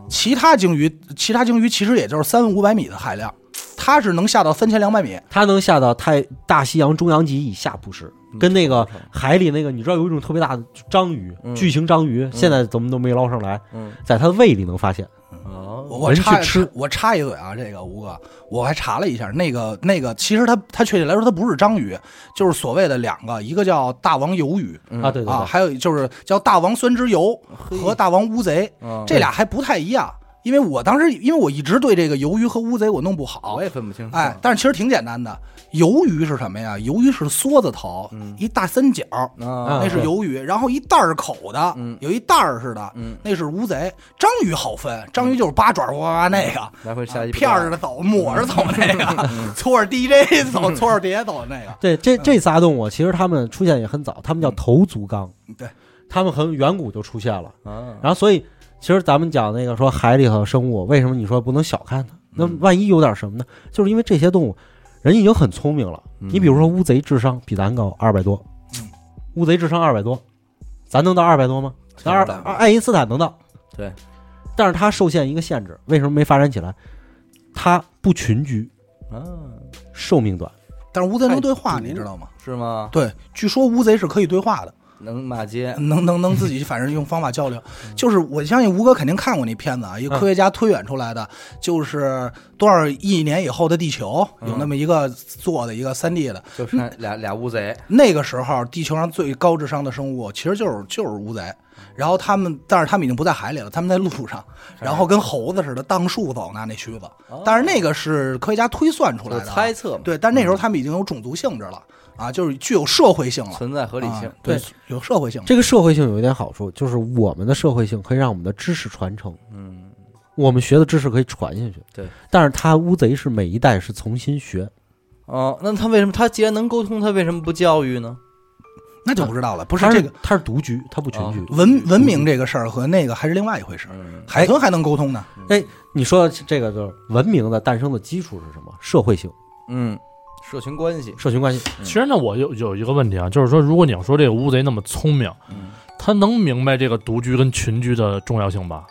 B: 其他鲸鱼其他鲸鱼其实也就是三五百米的海量，它是能下到三千两百米，
D: 它能下到太大西洋中洋极以下不是，跟那个海里那个，你知道有一种特别大的章鱼，巨型章鱼，现在咱们都没捞上来，
E: 嗯
D: 在它的胃里能发现。
E: 哦，
B: 我我
D: 人去
B: 插
D: 吃
B: 我插一嘴啊，这个吴哥，我还查了一下，那个那个，其实它它确切来说它不是章鱼，就是所谓的两个，一个叫大王鱿鱼
E: 嗯
D: 啊，对对
B: 啊，
D: 对，
B: 还有就是叫大王酸枝鱿和大王乌贼，
E: 嗯
B: 这俩还不太一样。因为我当时因为我一直对这个鱿鱼和乌贼我弄不好
E: 我，也分不清楚，
B: 哎，但是其实挺简单的。鱿鱼是什么呀？鱿鱼是梭子头，
E: 嗯
B: 一大三角，
E: 啊，
B: 那是鱿鱼，然后一袋儿口的，
E: 嗯
B: 有一袋儿似的，
E: 嗯
B: 那是乌贼。章鱼好分，章鱼就是八爪哇哇哇那个，
E: 来回下一
B: 嗯片儿似的嗯走，抹着走那个， 搓着 DJ 走，搓着碟走那个。
D: 对这这仨动物其实它们出现也很早，它们叫头足纲，
B: 对，
D: 它们很远古就出现了。
E: 啊，
D: 然后所以其实咱们讲那个说海里头生物，为什么你说不能小看它？那万一有点什么呢？就是因为这些动物，人已经很聪明了。你比如说乌贼智商比咱高二百多，乌贼智商二百多，咱能到二百多吗？咱二二爱因斯坦能到，
E: 对，
D: 但是它受限一个限制，为什么没发展起来？它不群居，
E: 嗯，
D: 寿命短。
B: 但是乌贼能对话，
E: 太毒
B: 你知道吗？
E: 是吗？
B: 对，据说乌贼是可以对话的，
E: 能骂街，
B: 能能能自己反正用方法交流。就是我相信吴哥肯定看过那片子啊，一个科学家推演出来的，就是多少亿年以后的地球有那么一个做的一个三 D 的，
E: 就是那俩俩乌贼，
B: 那个时候，地球上最高智商的生物其实就是就是乌贼，然后他们，但是他们已经不在海里了，他们在路上，然后跟猴子似的荡树走，拿那须子。但是那个是科学家推算出来
E: 哦就
B: 的啊，
E: 猜测嗯嘛，
B: 对，但那时候他们已经有种族性质了啊，就是具有社会性了，
E: 存在合理性
B: 啊，对，有社会性。
D: 这个社会性有一点好处，就是我们的社会性可以让我们的知识传承，嗯，我们学的知识可以传下去。
E: 对，
D: 但是它乌贼是每一代是重新学，
E: 哦，那他为什么他既然能沟通，他为什么不教育呢？
B: 那就不知道了，不
D: 不
B: 是这个
D: 它是啊独居，它不群居。
B: 文文明这个事儿和那个还是另外一回事儿。
E: 嗯，
B: 海豚还能沟通呢，
D: 哎，你说这个就是文明的诞生的基础是什么？社会性、
E: 嗯，社群关系，
D: 社群关系。
C: 其实呢，我有有一个问题啊，就是说，如果你要说这个乌贼那么聪明，
E: 嗯
C: 他能明白这个独居跟群居的重要性吧？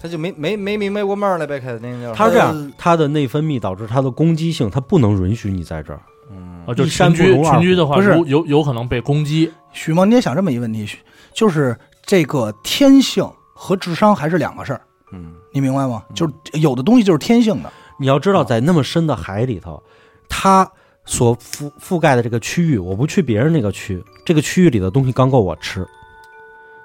E: 他就没没没明白过闷儿来呗，肯定就是
D: 它是这
B: 呃
D: 样，它的内分泌导致它的攻击性，它不能允许你在这儿。
E: 嗯
C: 啊，就
D: 一
C: 群
D: 山不
C: 居
D: 容二
C: 群居
D: 虎
C: 的话，
B: 不是
C: 有有有可能被攻击。
B: 许梦，你也想这么一个问题，许就是这个天性和智商还是两个事儿。
E: 嗯
B: 你明白吗？就是有的东西就是天性的，
D: 你要
E: 嗯
D: 知道，在那么深的海里头，它所覆覆盖的这个区域，我不去别人那个区，这个区域里的东西刚够我吃。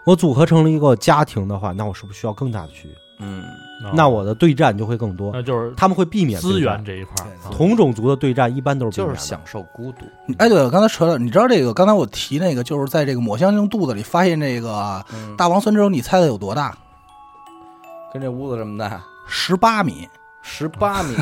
D: 我组合成了一个家庭的话，那我是不是需要更大的区域？
E: 嗯，
C: 啊
D: 那我的对战就会更多，
C: 那就是
D: 他们会避免对
C: 资源
D: 战。
C: 这一块儿
B: 对
C: 啊，
D: 同种族的对战一般都是避
E: 就
D: 免
E: 是
D: 的
E: 享受孤独，
B: 哎，对了，刚才扯了，你知道这个？刚才我提那个，就是在这个抹香鲸肚子里发现这个
E: 嗯
B: 大王酸枝，你猜猜有多大？
E: 跟这屋子这么大，
B: 十八米，
E: 十八 米，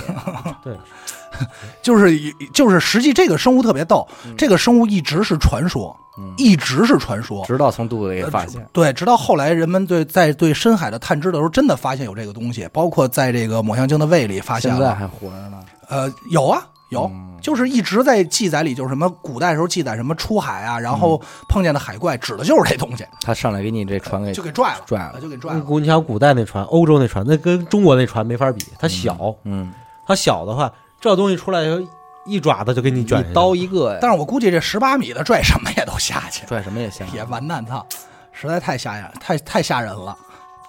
B: 就是就是，实际这个生物特别逗，
E: 嗯
B: 这个生物一直是传说，一直是传说。
E: 直到从肚子里给发现，
B: 对，直到后来人们对在对深海的探知的时候，真的发现有这个东西，包括在这个抹香鲸的胃里
A: 呃
B: 发现
E: 现在嗯
B: 了。
E: 还活着呢，
B: 呃，有啊，有，就是一直在记载里，就是什么古代时候记载什么出海啊，然后碰见的海怪，指的就是这东西。
E: 他上来给你这
A: 哎
E: 传给
B: 就给拽了，
E: 拽了
B: 就给拽
D: 嗯
B: 了。
D: 古你想古代那船，欧洲那船，那跟中国那船没法比，它小，
E: 嗯，
D: 它小的话，这东西出来以后，一爪子就给你卷下去
E: 一刀一
A: 哎
E: 个，
B: 但是我估计这十八米的拽什么也都下去，
E: 拽什么也行，啊
B: 也完蛋操，实在太吓人，太太吓人了。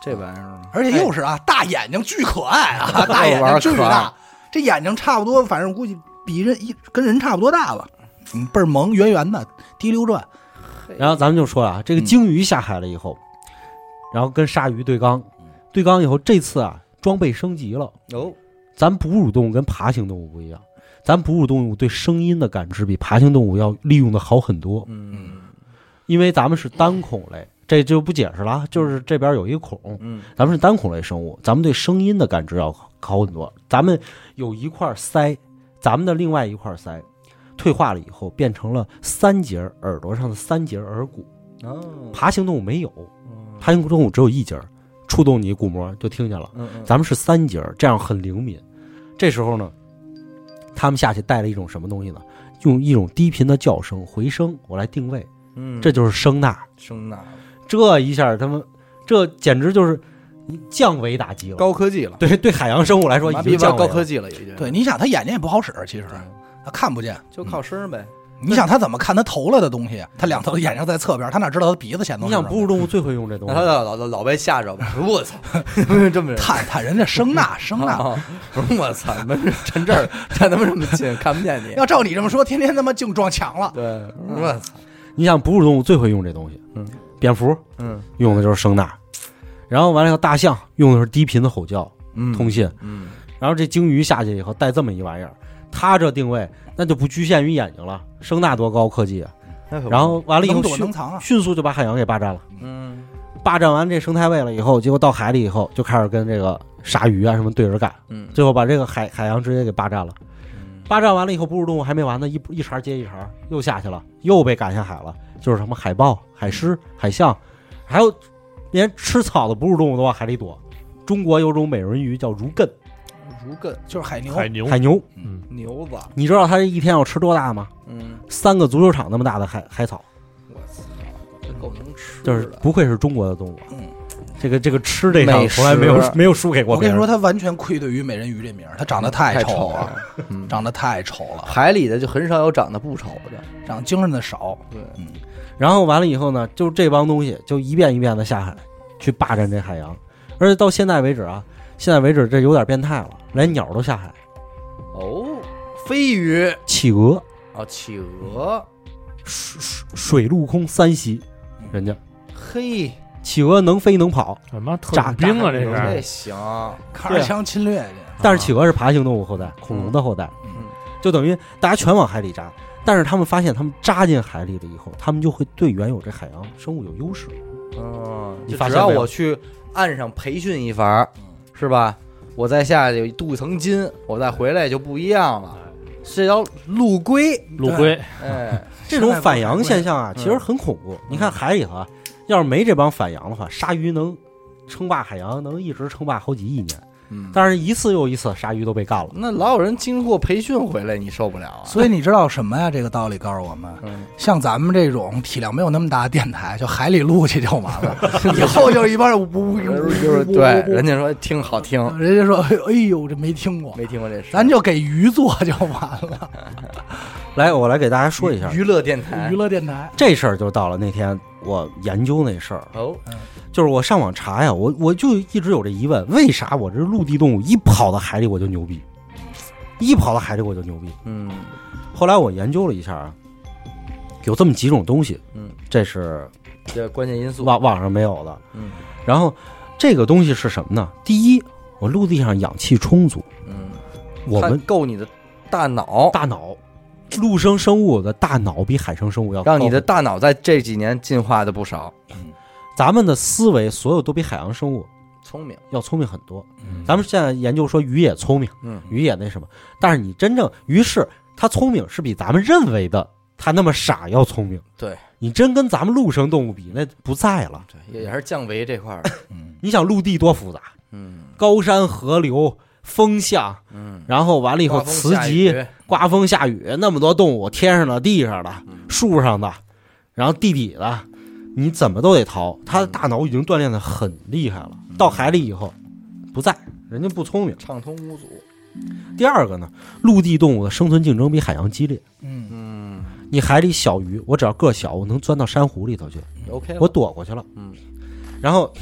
H: 这玩意儿
B: 而且又是啊，大眼睛巨可爱啊，大眼睛巨
H: 玩儿可爱
B: 大，这眼睛差不多，反正估计比人一跟人差不多大吧，嗯，倍儿萌，圆圆的，滴溜转，
D: 然后咱们就说啊，这个鲸鱼下海了以后，然后跟鲨鱼对刚，对刚以后，这次啊装备升级了。
H: 哦，
D: 咱哺乳动物跟爬行动物不一样，咱哺乳动物对声音的感知比爬行动物要利用的好很多。
A: 嗯
D: 因为咱们是单孔类，这就不解释了啊，就是这边有一孔，
A: 嗯
D: 咱们是单孔类生物，咱们对声音的感知要好很多。咱们有一块腮，咱们的另外一块腮退化了以后，变成了三节耳朵上的三节耳骨，
E: 嗯
A: 哦，嗯
D: 爬行动物没有，爬行动物只有一节儿，触动你鼓膜就听见了。
A: 嗯嗯
D: 咱们是三节儿，这样很灵敏。这时候呢，他们下去带了一种什么东西呢？用一种低频的叫声回声，我来定位，
A: 嗯
D: 这就是声呐。
A: 声呐
D: 这一下他们，这简直就是降维打击了。
A: 高科技了，
D: 对对，海洋生物来说已
A: 麻
D: 经
A: 痹
D: 降
A: 到
D: 维
A: 高
D: 了
A: 科技了，已经
B: 对，你想他眼睛也不好使，其实
A: 嗯
B: 他看不见，
A: 就
E: 嗯
A: 靠声儿呗，
B: 你想他怎么看他投了的东西？他两头眼睛在侧边，他哪知道他鼻子前头
D: 你
B: 是什
D: 想
B: 么？
D: 哺乳动物最会用
E: 嗯
D: 这东
A: 那他
D: 西，
A: 老老老被吓着 吧？我操， 这么人。
B: 探探人家声呐声呐，
A: 啊！不是我操，你们站这儿 站他妈这么近，看不 见你。
B: 要照你这么说，天天他妈净撞墙了。
A: 对， 我操，
D: 你想哺乳动物最会用这东西。
A: 嗯，
D: 蝙蝠
A: 嗯
D: 用的就是声呐，然后完了以后，大象用的是低频的吼叫
A: 嗯
D: 通信。
A: 嗯
D: 然后这鲸鱼下去以后带这么一玩意儿，它这定位那就不局限于眼睛了，声呐多高科技啊！然后完了以
B: 能
D: 后
B: 躲能
D: 迅
B: 藏啊！
D: 迅速就把海洋给霸占了，
A: 嗯
D: 霸占完这生态位了以后，结果到海里以后就开始跟这个鲨鱼啊什么对着干，
A: 嗯
D: 最后把这个海海洋直接给霸占了。
B: 嗯
D: 霸占完了以后，哺乳动物还没完呢，一一茬接一茬又下去了，又被赶下海了，就是什么海豹、海狮、海象，还有连吃草的哺乳动物都往海里躲。中国有种美人鱼叫如艮
B: 哎
A: 如艮
B: 就是海牛，
C: 海牛，
D: 海牛，
A: 牛子，
D: 你知道它一天要吃多大吗？
A: 嗯，
D: 三个足球场那么大的海海草，
A: 我操，这够能吃的，
D: 就是不愧是中国的动物。啊
B: 嗯，
D: 这个这个吃这上
A: 美食
D: 从来没有没有输给过
B: 我
D: 别
B: 跟你
D: 人。
B: 说，他完全愧对于美人鱼这名儿，他长
D: 嗯
B: 得太丑
A: 了
B: 了，。
A: 嗯
B: 长得太丑了，
A: 海里的就很少有长得不丑的，
B: 长精神的少。
D: 然后完了以后呢，就这帮东西就一遍一遍的下海去霸占这海洋，而且到现在为止啊，现在为止这有点变态了，连鸟都下海，
A: 哦，飞鱼
D: 企鹅、
A: 啊，企鹅，
D: 水水水陆空三栖，人家
A: 嘿，
D: 企鹅能飞能跑，
C: 什么特
D: 炸
C: 种兵啊，
D: 炸
C: 这
A: 这
C: 是
A: 行，
B: 卡
D: 啊
B: 尔枪侵略去，
D: 但是企鹅是爬行动物后代，恐龙的后代，
B: 嗯
D: 就等于大家全往海里扎。但是他们发现，他们扎进海里了以后，他们就会对原有这海洋生物有优势。
A: 嗯，
D: 你
A: 就
D: 发
A: 只
D: 现
A: 要
D: 没有
A: 我去岸上培训一番儿，是吧？我再下去镀一层金，我再回来就不一样了。这 条陆龟，
C: 陆龟，
A: 哎，
D: 这种反洋现象啊，
A: 嗯
D: 其实很恐怖。你看海里头啊，要是没这帮反洋的话，鲨鱼能称霸海洋，能一直称霸好几亿年。
A: 嗯
D: 但是一次又一次，鲨鱼都被干了。
A: 那老有人经过培训回来，你受不了啊？
B: 所以你知道什么呀？这个道理告诉我们，
A: 嗯
B: 像咱们这种体量没有那么大的电台，就海里录去就完了，以后就是一帮人呜呜
A: 就是对，人家说听好听，
B: 人家说哎呦哎呦这没听过，
A: 没听过这事。
B: 咱就给鱼做就完了，
D: 来，我来给大家说一下
A: 娱乐电台
B: 娱，乐电台。
D: 这事儿，就到了那天我研究那事儿，
A: 哦，
D: 就是我上网查呀，我我就一直有这疑问，为啥我这陆地动物一跑到海里我就牛逼，一跑到海里我就牛逼？
A: 嗯
D: 后来我研究了一下啊，有这么几种东西，
A: 嗯，
D: 这是
A: 这关键因素，
D: 网网上没有的，
A: 嗯
D: 然后这个东西是什么呢？第一，我陆地上氧气充足，
A: 嗯，
D: 我们
A: 它够你的大脑，
D: 大脑，陆生生物的大脑比海生生物要高
A: 让你的大脑在这几年进化的不少，
D: 咱们的思维，所有都比海洋生物
A: 聪明，
D: 要聪明很多。咱们现在研究说鱼也聪明，
A: 嗯
D: 鱼也那什么，但是你真正，于是它聪明是比咱们认为的它那么傻要聪明。
A: 对
D: 你真跟咱们陆生动物比，那不在了。
A: 对，也也是降维这块儿，
D: 你想陆地多复杂，
A: 嗯
D: 高山河流、风向，
A: 嗯，
D: 然后完了以后
A: 刮风
D: 磁
A: 下
D: 极，
A: 雨，
D: 刮风下雨，那么多动物，天上的、地上的、树上的，然后地底的，你怎么都得逃。他的大脑已经锻炼的很厉害了，到海里以后不在，人家不聪明。
A: 畅通无阻，
D: 第二个呢，陆地动物的生存竞争比海洋激烈。
B: 嗯，
A: 嗯
D: 你海里小
E: 哎
D: 鱼，我只要个小，我能钻到珊瑚里头去，
A: ，OK，
D: 我躲过去了。
A: 嗯，
D: 然后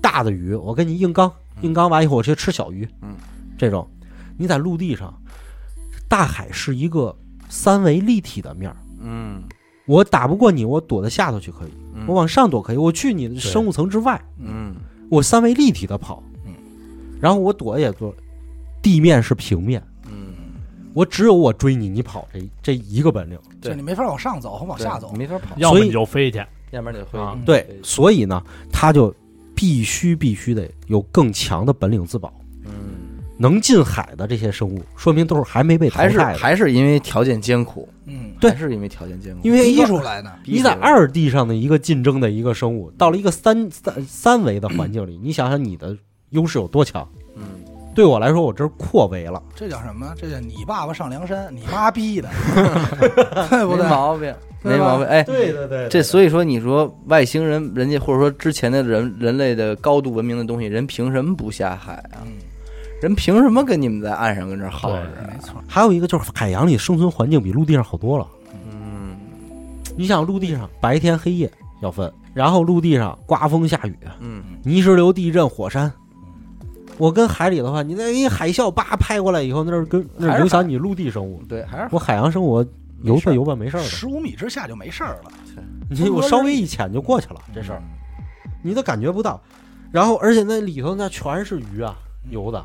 D: 大的鱼，我跟你硬刚，硬刚完以后我去吃小鱼，
E: 嗯，
D: 这种，你在陆地上，大海是一个三维立体的面儿，
E: 嗯，
D: 我打不过你，我躲在下头去可以，
E: 嗯
D: 我往上躲可以，我去你的生物层之外，
E: 嗯
D: 我三维立体的跑，
B: 嗯，
D: 然后我躲也躲，地面是平面，
E: 嗯，
D: 我只有我追你，你跑这这一个本领。
B: 就你没法往上走和往下走
A: 对，没法跑，
C: 要么
D: 所以
C: 你就飞去，
A: 要不然你会
C: 啊
D: 对
A: 嗯对，
D: 所以呢，他就必须必须得有更强的本领自保。
E: 嗯，
D: 能进海的这些生物，说明都是还没被淘
A: 还是
D: 汰的。
A: 还是因为条件艰苦，
B: 嗯，
D: 对
A: 还是因为条件艰苦，
D: 因为一
B: 逼
D: 个
B: 出来的，
D: 你在二 D 上的一个竞争的一个生物，到了一个三三三维的环境里，
A: 嗯
D: 你想想你的优势有多强？
E: 嗯，
D: 对我来说，我这是扩围了。
B: 这叫什么？这叫你爸爸上梁山，你妈逼的，对不
A: 没
B: 对？
A: 毛病，没
B: 对吧
A: 毛病，哎。
D: 对对对
A: 这所以说，你说外星人，人家或者说之前的人人类的高度文明的东西，人凭什么不下海啊？
B: 嗯，
A: 人凭什么跟你们在岸上跟这儿耗着？啊
B: 没错，
D: 还有一个就是海洋里生存环境比陆地上好多了。
E: 嗯
D: 你想陆地上白天黑夜要分，然后陆地上刮风下雨，
E: 嗯
D: 泥石流、地震、火山。嗯我跟海里的话，你那一海啸叭拍过来以后，那是跟那是影响你陆地生物。
A: 对，还是
D: 我海洋生物游吧游吧没事儿的，
B: 十五米之下就没事儿了，
D: 你我稍微一潜就过去了，这事儿你都感觉不到。然后而且那里头那全是鱼啊，游的。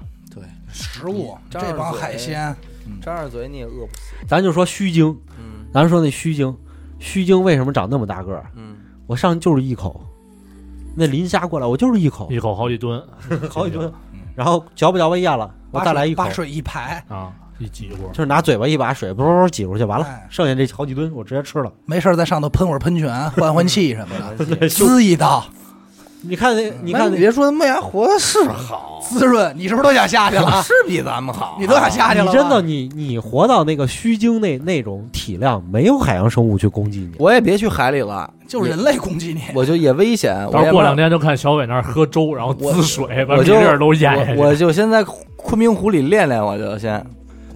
B: 食物
A: 张
B: 这帮
A: 嘴
B: 海鲜，
A: 张着嘴你也饿不死。
D: 咱就说须鲸，
E: 嗯
D: 咱说那须鲸，须鲸为什么长那么大个儿？
E: 嗯，
D: 我上去就是一口，那磷虾过来我就是一口，
C: 一口好几吨
D: 好几吨
B: 嗯，
D: 然后嚼吧嚼吧咽了，我
B: 把
D: 再
B: 水
D: 来一口
B: 把，水一排，
C: 啊，一挤过
D: 就。是拿嘴巴一把水，啵啵啵挤出去，完了
B: 哎，
D: 剩下这好几吨我直接吃了。
B: 没事儿在上头喷会儿喷泉，换换气什么的，
D: 对就
B: 滋一道，
D: 你看
B: 嗯
D: 那，你
A: 你
D: 看
A: 你
D: 那，
A: 别说，木牙活的是好，
B: 滋润。你是不是都想下去了？
A: 是比咱们好。
B: 你都想下去了
D: 你
B: 吧？
D: 真的你你活到那个须鲸那那种体量，没有海洋生物去攻击你。
A: 我也别去海里了，
B: 就人类攻击你，
A: 我就也危险。我
C: 到时
A: 也不
C: 候过
A: 知道
C: 两天就看小伟那儿喝粥，然后滋水，把
A: 我
C: 米
A: 就
C: 粒儿都咽下去。
A: 我我就先在昆明湖里练练，我就先，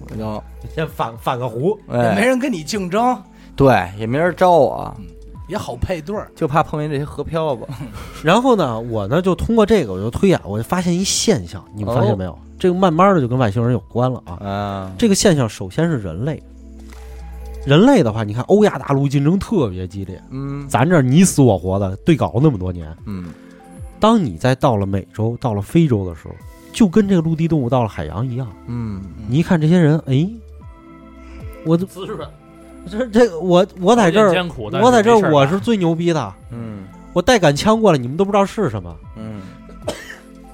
A: 我就
D: 先反反个弧，
B: 也
A: 哎，
B: 没人跟你竞争，
A: 对，也没人招我，
B: 也好配对儿。
A: 就怕碰见这些河漂子。
D: 然后呢，我呢就通过这个，我就推演，我就发现一现象，你们发现没有？这个慢慢的就跟外星人有关了啊。
A: 嗯，
D: 这个现象首先是人类，人类的话，你看欧亚大陆竞争特别激烈，
A: 嗯
D: 咱这儿你死我活的对搞那么多年。
A: 嗯，
D: 当你再到了美洲、到了非洲的时候，就跟这个陆地动物到了海洋一样，
A: 嗯，
D: 你一看这些人，哎，我这
C: 滋润，
D: 这这我我在这儿，
C: 艰苦，但
D: 我在这
C: 没事
D: 儿
C: 干
D: 我是最牛逼的，
A: 嗯
D: 我带杆枪过来，你们都不知道是什么。
A: 嗯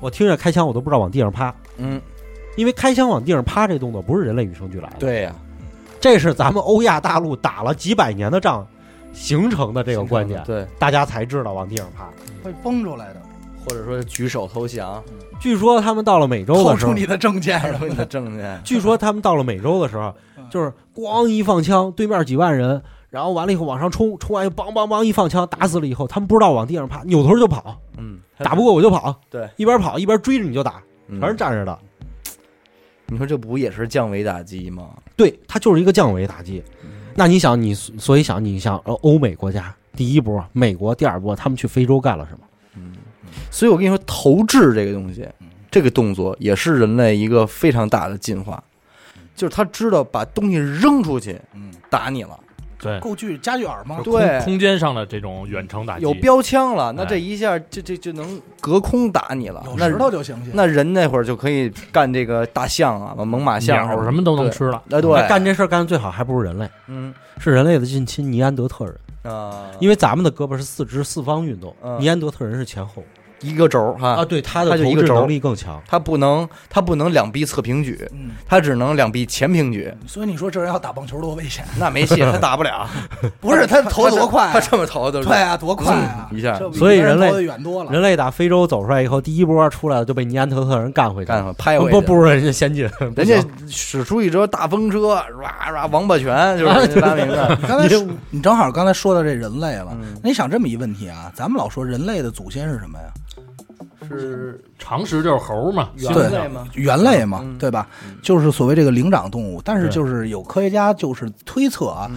D: 我听着开枪，我都不知道往地上趴，
A: 嗯，
D: 因为开枪往地上趴这动作不是人类与生俱来的，，
A: 对呀，
D: 这是咱们欧亚大陆打了几百年的仗形成的这个观点，
A: 对，
D: 大家才知道往地上趴。
B: 会崩出来的，
A: 或者说举手投降，
D: 据说他们到了美洲
B: 掏
D: 的时
B: 出
D: 候，
B: 你的证件什么
A: 你
B: 的
A: 的。证 件，
D: 据说他们到了美洲的时候，就是咣一放枪，对面几万人，然后完了以后往上冲，冲完又梆梆梆一放枪，打死了以后，他们不知道往地上趴，扭头就跑，
A: 嗯，
D: 打不过我就跑，
A: 对，
D: 一边跑一边追着你就打，
A: 嗯
D: 全是站着的。
A: 你说这不也是降维打击吗？
D: 对，它就是一个降维打击。那你想，你所以想，你想，呃，欧美国家第一波，美国第二波，他们去非洲干了什么？
A: 所以我跟你说，投掷这个东西，这个动作也是人类一个非常大的进化，就是他知道把东西扔出去
B: 嗯，
A: 打你了，
C: 对
B: 够具家具耳吗？
A: 对
C: 空空间上的这种远程打击
A: 有标枪了，那
C: 哎
A: 这一下就就就能隔空打你了。
B: 有
A: 那
B: 石头就行去。
A: 那人那会儿就可以干这个大象啊，猛犸象
C: 鸟什么都能
A: 对。
C: 吃了，
A: 哎，对，
D: 干这事儿干的最好还不是人类，
A: 嗯
D: 是人类的近亲尼安德特人，
A: 啊，
D: 因为咱们的胳膊是四肢四方运动，
A: 嗯
D: 尼安德特人是前后
A: 一个轴儿哈，
D: 啊对，他
A: 他
D: 的
A: 就
D: 投
A: 一个
D: 掷
A: 轴
D: 能力更强。
A: 他不能他不能两臂侧平举，
B: 嗯，
A: 他只能两臂前平举，
B: 所以你说这人要打棒球多危险？
A: 那没戏，他打不了。
B: 不 是他投得多快啊，
A: 他这么投的，
B: 对啊，多快啊！
A: 嗯一下
B: 这比
D: 所以
B: 别
D: 人类
B: 投的远多了。
D: 人类打非洲走出来以后，第一波出来的就被尼安德特人干回去了，
A: 干拍回去
D: 不不如人家先进，不
A: 人家
D: 行
A: 使出一招大风车，哇哇王八拳就是人家发明的。
B: 你刚才说你正好刚才说到这人类了，那你想这么一问题啊？咱们老说人类的祖先是什么呀？
A: 是
C: 常识就是猴嘛，
A: 猿
B: 对
A: 类吗？
B: 猿类嘛，
A: 嗯
B: 对吧？就是所谓这个灵长动
A: 嗯
B: 物，但是就是有科学家就是推测啊，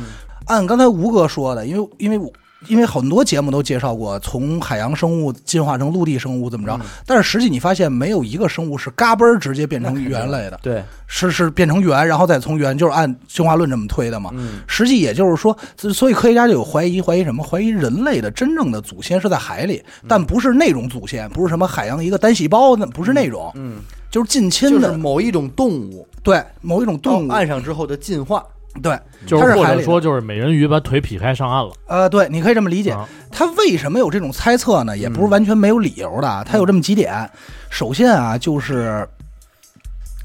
B: 按刚才吴哥说的，因为因为我因为很多节目都介绍过，从海洋生物进化成陆地生物怎
A: 嗯
B: 么着，但是实际你发现没有一个生物是嘎嘣儿直接变成猿类的，
A: 对，
B: 是是变成猿，然后再从猿就是按进化论这么推的嘛。实际也就是说，所所以科学家就有怀疑，怀疑什么？怀疑人类的真正的祖先是在海里，但不是那种祖先，不是什么海洋一个单细胞，那不是那种，嗯，就是
E: 就
B: 近亲
E: 是
B: 的，
E: 某一种动物
B: 对某一种动
A: 哦
B: 物，
E: 到岸上之后的进化，
B: 对，
C: 就
B: 它
C: 是
B: 是
C: 或
B: 海里
C: 者
B: 的
C: 说就是美人鱼把腿劈开上岸了，
B: 呃，对，你可以这么理解
C: 啊。
B: 他为什么有这种猜测呢？也不是完全没有理由的啊。他有这么几点，首先啊，就是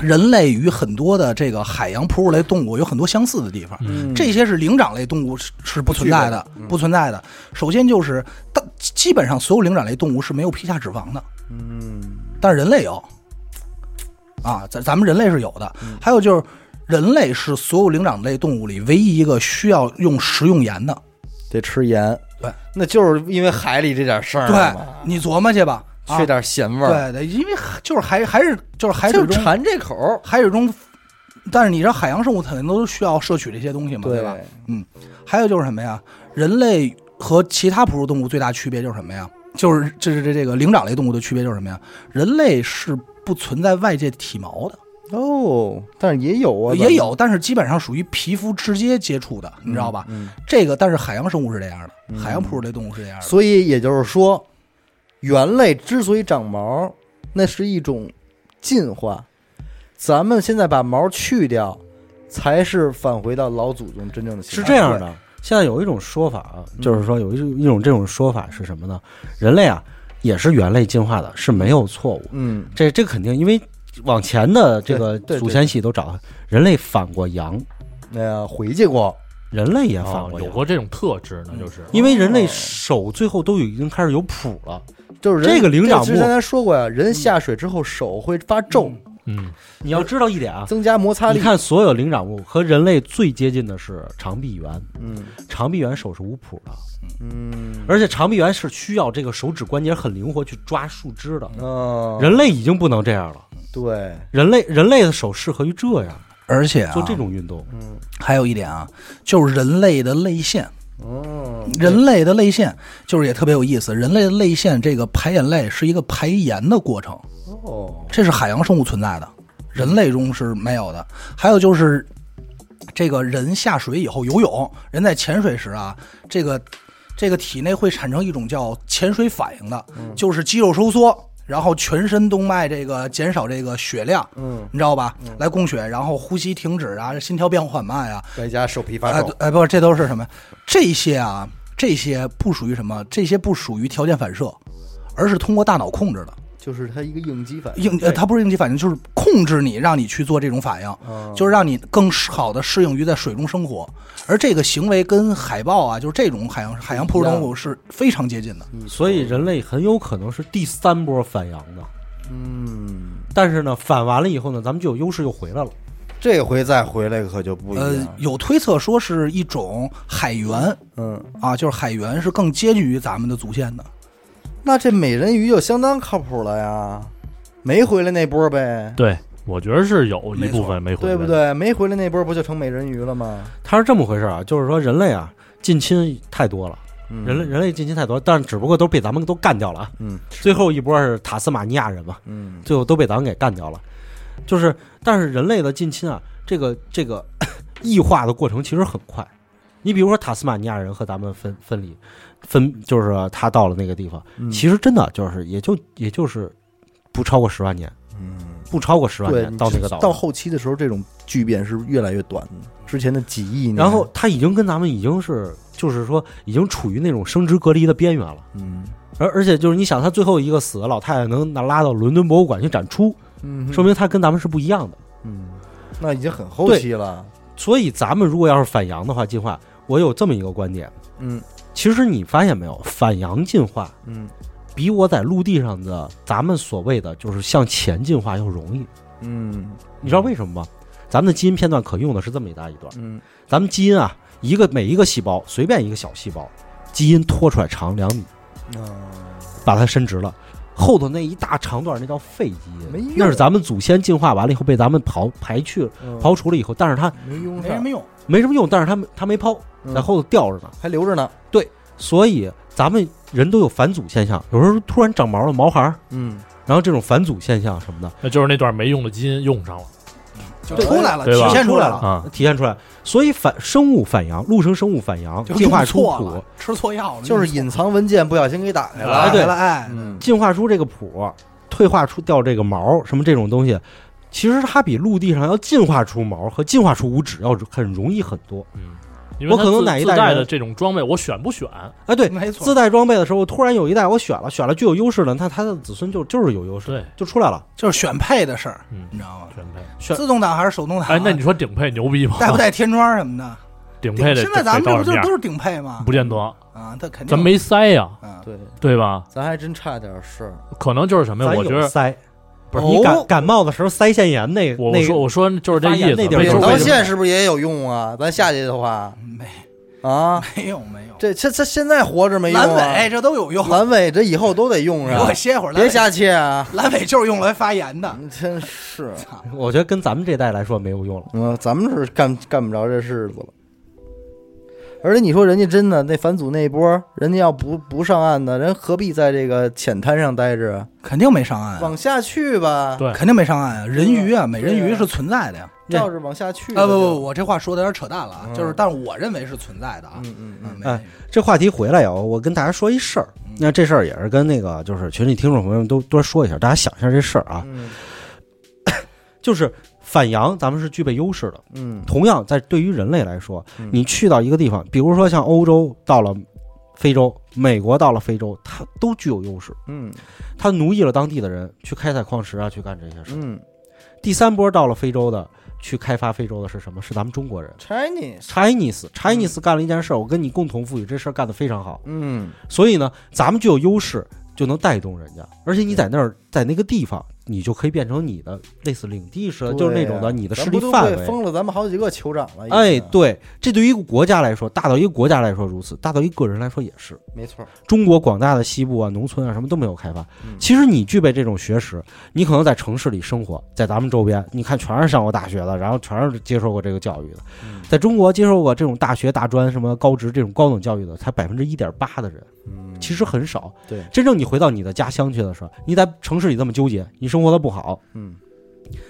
B: 人类与很多的这个海洋哺乳类动物有很多相似的地方，
A: 嗯
B: 这些是灵长类动物是是不存在的，不存在的。首先就是，大基本上所有灵长类动物是没有皮下脂肪的，嗯，但是人类有，啊，咱咱们人类是有的。还有就是，人类是所有灵长类动物里唯一一个需要用食用盐的。
A: 得吃盐，
B: 对，
E: 那就是因为海里这点事儿
B: 对
E: 嘛，
B: 你琢磨去吧，啊
E: 缺点咸味儿，
B: 对对，因为还就是还还是就是海水
E: 就
B: 中
E: 馋这口儿，
B: 海水中，但是你知道海洋生物肯定都需要摄取这些东西嘛，
A: 啊
B: 对吧？嗯，还有就是什么呀？人类和其他哺乳动物最大区别就是什么呀？就是这是这这个灵长类动物的区别就是什么呀？人类是不存在外界体毛的，
A: 哦，但是也有啊，
B: 也有，但是基本上属于皮肤直接接触的，你知道吧？
D: 嗯
B: 这个但是海洋生物是这样的，海洋哺乳类动物是这样的，
E: 所以也就是说，猿类之所以长毛，那是一种进化。咱们现在把毛去掉，才是返回到老祖宗真正的形
D: 是
E: 态
D: 这样。的。现在有一种说法啊，就是说有一种一种这种说法是什么呢？人类啊，也是猿类进化的，是没有错误。
E: 嗯，
D: 这这个肯定，因为往前的这个
E: 对对对
D: 祖先系都找，人类反过羊，
E: 那、个哎回去过，
D: 人类也反
C: 啊
D: 哎过嗯
C: 有
D: 羊，
C: 过这种特质呢，就是
D: 因为人类手最后都已经开始有谱了。
E: 就是人
D: 这个灵长目
E: 之前咱说过呀，人下水之后手会发皱，
C: 嗯，
D: 你要知道一点啊，
E: 增加摩擦力。
D: 你，看所有灵长目和人类最接近的是长臂猿，
E: 嗯
D: 长臂猿手是无谱的，
E: 嗯
D: 而且长臂猿是需要这个手指关节很灵活去抓树枝的。
E: 嗯，
D: 人类已经不能这样了，
E: 对，
D: 人类人类的手适合于这样
B: 而且啊，
D: 做这种运动。
B: 还有一点啊，就是人类的泪腺。
D: 哦
E: 嗯，
B: 人类的泪腺就是也特别有意思，人类的泪腺这个排眼泪是一个排盐的过程，
E: 哦，
B: 这是海洋生物存在的，人类中是没有的。还有就是，这个人下水以后游泳，人在潜水时啊，这个这个体内会产生一种叫潜水反应的，就是肌肉收缩。然后全身动脉这个减少这个血量，嗯，你知道吧？来供血，然后呼吸停止啊，心跳变缓慢啊，
E: 外加手皮发
B: 哎
E: 皱，
B: 哎，不，这都是什么？这些啊，这些不属于什么？这些不属于条件反射，而是通过大脑控制的。
E: 就是它一个应激反应。
B: 应呃，它不是应激反应，就是控制你，让你去做这种反应，
C: 嗯
B: 就是让你更适好的适应于在水中生活。而这个行为跟海豹啊，就是这种海洋海洋哺乳动物是非常接近的。
D: 所以人类很有可能是第三波反阳的，
E: 嗯，
D: 但是呢，反完了以后呢，咱们就有优势又回来了。
E: 这回再回来可就不一
B: 呃
E: 样。，
B: 有推测说是一种海猿
E: 嗯，
B: 啊，就是海猿是更接近于咱们的祖先的。
E: 那这美人鱼就相当靠谱了呀，没回来那波呗，
C: 对，我觉得是有一部分没回来
E: 对不
C: 的，
E: 对？没回来那波不就成美人鱼了吗？
D: 它是这么回事啊，就是说人类啊近亲太多了，
E: 嗯
D: 人类人类近亲太多，但是只不过都被咱们都干掉了啊。
E: 嗯，
D: 最后一波是塔斯马尼亚人嘛，
E: 嗯
D: 最后都被咱们给干掉了。就是，但是人类的近亲啊，这个这个异化的过程其实很快。你比如说塔斯马尼亚人和咱们分分离，分就是说他到了那个地方，
E: 嗯
D: 其实真的就是也就也就是不超过十万年，
E: 嗯，
D: 不超过十万
E: 对，
D: 年到那个岛
E: 到
D: 上。
E: 后期的时候，这种巨变是越来越短的，之前的几亿年，
D: 然后他已经跟咱们已经是，就是说已经处于那种生殖隔离的边缘了。
E: 嗯
D: 而而且就是你想，他最后一个死的老太太能拿拉到伦敦博物馆去展出，
E: 嗯
D: 说明他跟咱们是不一样的。
E: 嗯，那已经很后期了，
D: 所以咱们如果要是反阳的话，进化，我有这么一个观点，
E: 嗯
D: 其实你发现没有，反阳进化
E: 嗯
D: 比我在陆地上的咱们所谓的就是向前进化要容易。
E: 嗯
D: 你知道为什么吗？咱们的基因片段可用的是这么一大一段，
E: 嗯，
D: 咱们基因啊，一个每一个细胞，随便一个小细胞，基因拖出来长两米，
E: 啊
D: 把它伸直了。后头那一大长段那叫肺基
E: 没
D: 因
E: 用，
D: 那是咱们祖先进化完了以后被咱们刨排去了
E: 嗯
D: 刨除了以后，但是它
E: 没用
B: 没什
E: 上
B: 么，用，
D: 没什么用，但是它没它没抛，
E: 嗯
D: 在后头吊着呢。
E: 还留着呢，
D: 所以咱们人都有返祖现象，有时候突然长毛了毛孩儿，
A: 嗯，
D: 然后这种返祖现象什么的
C: 那就是那段没用的基因用上了
B: 就出来了，
C: 对吧
B: 体现出来了，
C: 啊。
D: 体现出来。所以反生物反阳，陆生生物反阳，
B: 就
D: 进化
B: 用
D: 出
B: 错
D: 谱
B: 了，，吃错药了，
A: 就是隐藏文件不小心给打开了，
B: 来
D: 对
B: 了，哎，
A: 嗯，
D: 进化出这个谱，退化出掉这个毛什么这种东西，其实它比陆地上要进化出毛和进化出五指要很容易很多。
C: 嗯，因为
D: 我可能
C: 它自
D: 哪一代
C: 自带
D: 人
C: 的这种装备，我选不选？
D: 哎，对，
B: 没错
D: 自，带装备的时候，突然有一代我选了，选了具有优势的，那它的子孙就就是有优势，
C: 对，
D: 就出来了。
B: 就是选配的事儿，
C: 嗯
B: 你，知道吗？
C: 选配。
D: 对
B: 自动挡还是手动挡啊？
C: 哎，那你说顶配牛逼吗？
B: 带不带天窗什么的？
C: 顶配的，
B: 现在咱们这不
C: 得到什
B: 就
C: 么样
B: 都是顶配吗
C: 不？见得，
B: 啊，他肯定
C: 咱没塞呀，
B: 啊，
A: 对，
C: 对吧？
A: 咱还真差点事儿。
C: 可能就是什么呀？
D: 咱
C: 我
D: 有
C: 觉得
D: 塞，
C: 不是
D: 你感
A: 哦
D: 感冒的时候塞腺炎那
C: 我我
D: 那
C: 说我说就是这
D: 发炎
C: 意思
D: 那。地儿
C: 为
D: 就
C: 什
A: 扁
C: 么
D: 是
A: 桃
D: 为什么
A: 腺是不是也有用啊？咱下去的话
B: 没
A: 啊，
B: 没有没有，
A: 这这这现在活着没用
B: 阑
A: 啊
B: 尾？这都有用，
A: 阑尾这以后都得用
B: 给我
A: 上，
B: 歇会儿，
A: 别
B: 阑
A: 瞎切啊！
B: 尾阑尾就是用来发炎的，
A: 嗯真是，
D: 我觉得跟咱们这代来说没有用了。
A: 嗯，咱们是干干不着这日子了。而且你说人家真的那反祖那一波，人家要不不上岸呢，人何必在这个浅滩上待着啊？
B: 肯定没上岸啊，
A: 往下去吧，
C: 对
B: 肯定没上岸啊，人鱼啊，美人
A: 对
B: 鱼
A: 啊
B: 是存在的呀。
A: 照着往下去吧。
B: 啊不不，
A: 不，
B: 我这话说的有点扯淡了啊，
A: 嗯
B: 就是，但是我认为是存在的啊。
A: 嗯嗯嗯，
B: 没问题
D: 这话题回来以后，我跟大家说一事儿，
C: 嗯
D: 那这事儿也是跟那个就是群里听众朋友们都多说一下，大家想一下这事儿啊，
A: 嗯
D: 就是反阳，咱们是具备优势的。
A: 嗯
D: 同样，在对于人类来说
A: 嗯，
D: 你去到一个地方，比如说像欧洲到了非洲，美国到了非洲，它都具有优势，
A: 嗯
D: 它奴役了当地的人去开采矿石啊，去干这些事。
A: 嗯
D: 第三波到了非洲的，去开发非洲的是什么？是咱们中国人。
A: ，Chinese，
D: Chinese Chinese 干了一件事儿，我跟你共同赋予这事儿干得非常好，
A: 嗯
D: 所以呢，咱们就有优势，就能带动人家，而且你在那儿，在那个地方，你就可以变成你的类似领地似的，
A: 对
D: 就是那种
A: 呀
D: 的，你的
A: 咱
D: 势
A: 不
D: 力
A: 都
D: 范
A: 被
D: 围。
A: 封了咱们好几个酋长了，已经啊
D: 哎，，对，这对于一个国家来说，大到一个国家来说如此，大到一个人来说也是。
A: 没错，
D: 中国广大的西部啊、农村啊，什么都没有开发
A: 嗯。
D: 其实你具备这种学识，你可能在城市里生活，在咱们周边，你看全是上过大学的，然后全是接受过这个教育的
A: 嗯，
D: 在中国接受过这种大学、大专、什么高职这种高等教育的，才百分之一点八的人，
A: 嗯，
D: 其实很少。
A: 对
D: 真正你回到你的家乡去的时候，你在城市里这么纠结，你生活的不好，
A: 嗯，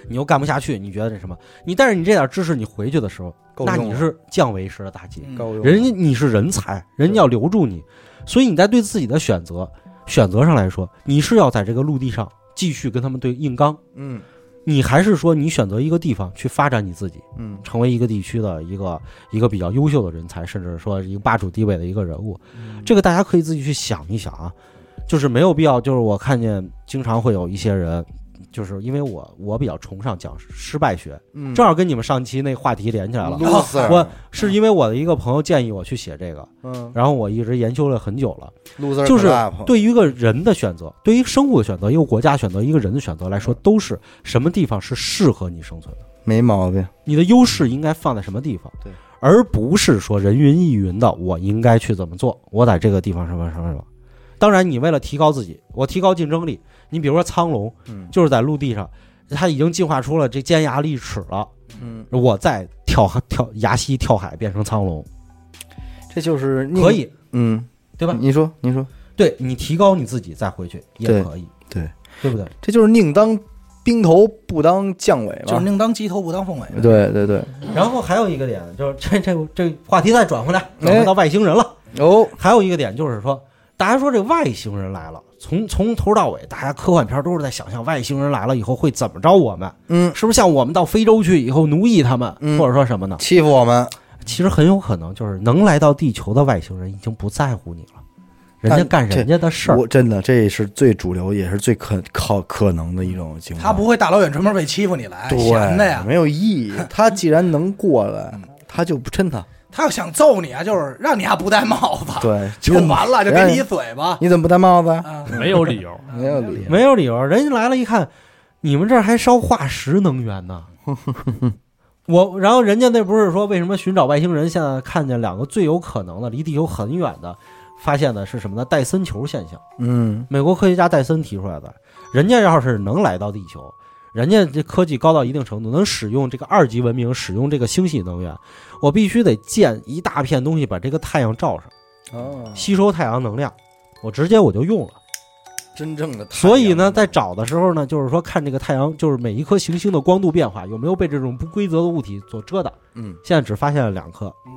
D: 你又干不下去，你觉得这什么？你带着你这点知识，你回去的时候，
A: 够
D: 那
A: 用
D: 你
A: 了
D: 是降维式的打击。
B: 嗯
A: 够用了，
D: 人家你是人才，人家要留住你，所以你在对自己的选择选择上来说，你是要在这个陆地上继续跟他们对硬刚，
A: 嗯
D: 你还是说你选择一个地方去发展你自己，
A: 嗯
D: 成为一个地区的一个一个比较优秀的人才，甚至说一个霸主地位的一个人物，这个大家可以自己去想一想啊，就是没有必要，就是我看见经常会有一些人。就是因为我我比较崇尚讲失败学，
A: 嗯，
D: 正好跟你们上期那话题连起来了。
A: loser，
D: 我是因为我的一个朋友建议我去写这个，
A: 嗯
D: 然后我一直研究了很久了。
A: ，loser
D: 就是
A: club
D: 对于一个人的选择，对于生物的选择，一个国家的选择，一个人的选择来说，
A: 嗯
D: 都是什么地方是适合你生存的，
A: 没毛病，
D: 你的优势应该放在什么地方，
A: 对，
D: 而不是说人云亦云的，我应该去怎么做，我在这个地方什么什么什么。当然，你为了提高自己，我提高竞争力，你比如说苍龙，
A: 嗯
D: 就是在陆地上，它已经进化出了这尖牙利齿了，
A: 嗯，
D: 我再跳海跳崖西跳海变成苍龙，
A: 这就是你
D: 可，以，
A: 嗯，
D: 对吧？
A: 你说你说，
D: 对你提高你自己再回去也
A: 对
D: 可以，
A: 对
D: 对不对？
A: 这就是宁当兵头不当将尾
B: 就是
A: 嘛，
B: 宁当鸡头不当凤尾。
A: 对对对，
D: 然后还有一个点就是这这这话题再转回来，
A: 哎
D: 转回到外星人了。
A: 哦，
D: 还有一个点就是说，大家说这外星人来了，从从头到尾，大家科幻片都是在想象外星人来了以后会怎么着我们，
A: 嗯，
D: 是不是像我们到非洲去以后奴役他们，
A: 嗯
D: 或者说什么呢？
A: 欺负我们，
D: 其实很有可能就是能来到地球的外星人已经不在乎你了，人家干
A: 干这
D: 人家的事儿。
A: 我真的这是最主流也是最可可可能的一种情况，
B: 他不会大老远专门为欺负你来，
A: 对
B: 闲的呀。
A: 没有意 义，他既然能过来，他就不抻他，
B: 他要想揍你啊，就是让你还不戴帽子，
A: 对，
B: 就完了，就给你一
A: 人
B: 嘴巴。
A: 你怎么不戴帽子？
B: 啊，
C: 没有理由。
A: 没有理由，
D: 没有理由。人家来了一看，你们这儿还烧化石能源呢。我，然后人家那不是说为什么寻找外星人？现在看见两个最有可能的离地球很远的，发现的是什么呢？戴森球现象，
A: 嗯
D: 美国科学家戴森提出来的。人家要是能来到地球，人家这科技高到一定程度，能使用这个二级文明，使用这个星系能源，我必须得建一大片东西把这个太阳罩上。
A: 哦，
D: 吸收太阳能量，我直接我就用了。
A: 真正的太阳。
D: 所以呢，在找的时候呢，就是说看这个太阳，就是每一颗行星的光度变化有没有被这种不规则的物体所遮挡。
A: 嗯，
D: 现在只发现了两颗。
B: 嗯，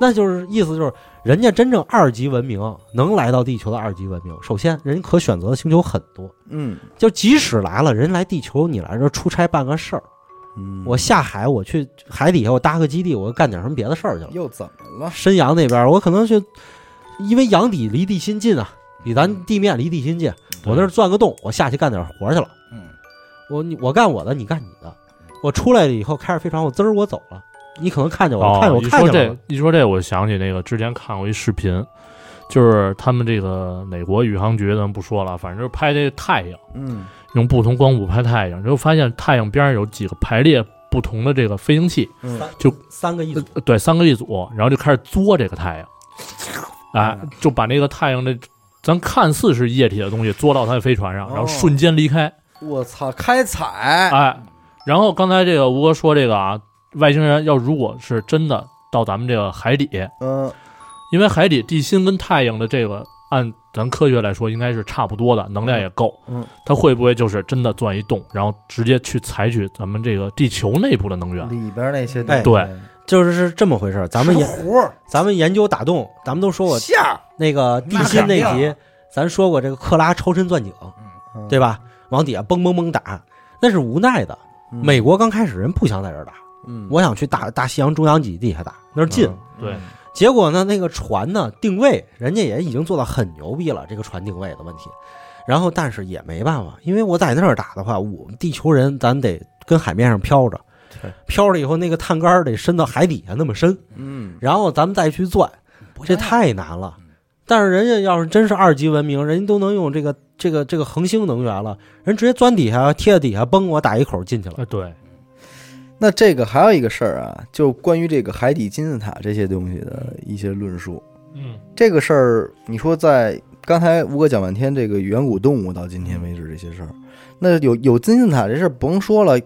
D: 那就是意思就是，人家真正二级文明能来到地球的二级文明，首先人可选择的星球很多，
A: 嗯
D: 就即使来了，人来地球，你来这儿出差办个事儿，
A: 嗯，
D: 我下海，我去海底下，我搭个基地，我干点什么别的事儿去了。
A: 又怎么了？
D: 深洋那边，我可能去，因为洋底离地心近啊，比咱地面离地心近。我那儿钻个洞，我下去干点活去了。
B: 嗯，
D: 我你我干我的，你干你的。我出来了以后，开着飞船，我滋儿我走了。你可能看见我了，看见
C: 哦
D: 我
C: 一
D: 看
C: 说
D: 见我
C: 这
D: 了。
C: 一说这，我想起那个之前看过一视频，就是他们这个哪国宇航局咱不说了，反正就是拍这个太阳，
A: 嗯
C: 用不同光谱拍太阳，就发现太阳边上有几个排列不同的这个飞行器，
A: 嗯，
C: 就
D: 三个一组，
C: 呃对，三个一组，然后就开始作这个太阳，哎，就把那个太阳的。咱看似是液体的东西作到他的飞船上，然后
A: 哦
C: 瞬间离开，
A: 我操，开
D: 啊
A: 采
C: 哎，然后刚才这个吴哥说这个啊，外星人要如果是真的到咱们这个海底，
A: 嗯
C: 因为海底地心跟太阳的这个，按咱科学来说应该是差不多的，能量也够。
A: 嗯，
C: 它会不会就是真的钻一洞，然后直接去采取咱们这个地球内部的能源？
A: 里边那些
D: 哎
C: 对
D: 就是是这么回事儿。咱们研
B: 活儿
D: 咱们研究打洞，咱们都 说过
B: 下，
D: 那个地心那
B: 那肯定
D: 集，咱说过这个克拉超深钻井，
A: 嗯
D: 对吧？往底下嘣嘣嘣打，那是无奈的。
A: 嗯
D: 美国刚开始人不想在这儿打，
A: 嗯
D: 我想去大大西洋中央脊地下打，那儿近。
C: 对，
D: 结果呢，那个船呢定位，人家也已经做到很牛逼了，这个船定位的问题。然后，但是也没办法，因为我在那儿打的话，我们地球人咱得跟海面上飘着，飘着以后那个探杆儿得伸到海底下那么深，
A: 嗯
D: 然后咱们再去钻，
B: 不
D: 这
B: 像样
D: 太难了。但是人家要是真是二级文明，人家都能用这个这个这个恒星能源了，人直接钻底下贴底下崩，我打一口进去了。
C: 呃，对，
A: 那这个还有一个事儿啊，就关于这个海底金字塔这些东西的一些论述。
C: 嗯，
A: 这个事儿，你说在刚才吴哥讲半天，这个远古动物到今天为止这些事儿，那有有金字塔这事儿甭说了，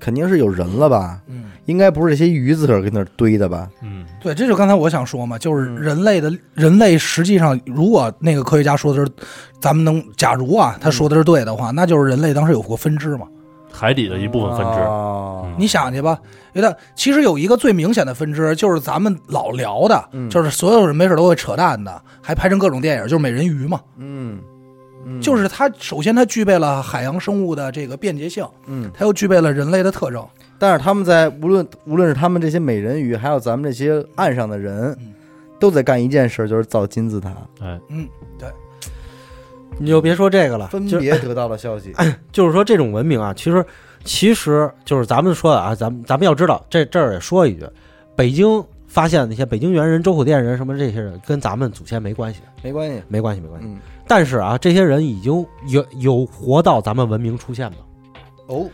A: 肯定是有人了吧？
B: 嗯，
A: 应该不是这些鱼自个儿跟那儿堆的吧？
C: 嗯，
B: 对，这就刚才我想说嘛，就是
A: 嗯
B: 人类的人类实际上，如果那个科学家说的是，咱们能，假如啊，他说的是对的话，那就是人类当时有过分支嘛。
C: 海底的一部分分支，
A: 哦
C: 嗯
B: 你想去吧，有点其实有一个最明显的分支，就是咱们老聊的，
A: 嗯
B: 就是所有人没事都会扯淡的，还拍成各种电影，就是美人鱼嘛。
A: 嗯，嗯
B: 就是它首先它具备了海洋生物的这个便捷性，
A: 嗯，
B: 它又具备了人类的特征。
A: 但是他们在无论无论是他们这些美人鱼，还有咱们这些岸上的人
B: 嗯，
A: 都在干一件事儿，就是造金字塔，
C: 哎，
B: 嗯，对，
D: 你就别说这个了，
A: 分
D: 就
A: 别得到了消息。
D: 就是说这种文明啊，其实其实就是咱们说的啊，咱们咱们要知道，这这儿也说一句，北京发现的那些北京猿人、周口店人什么这些人，跟咱们祖先没关系，
A: 没关系，
D: 没关系，没关系。
A: 嗯，
D: 但是啊，这些人已经有有活到咱们文明出现的。
A: 哦，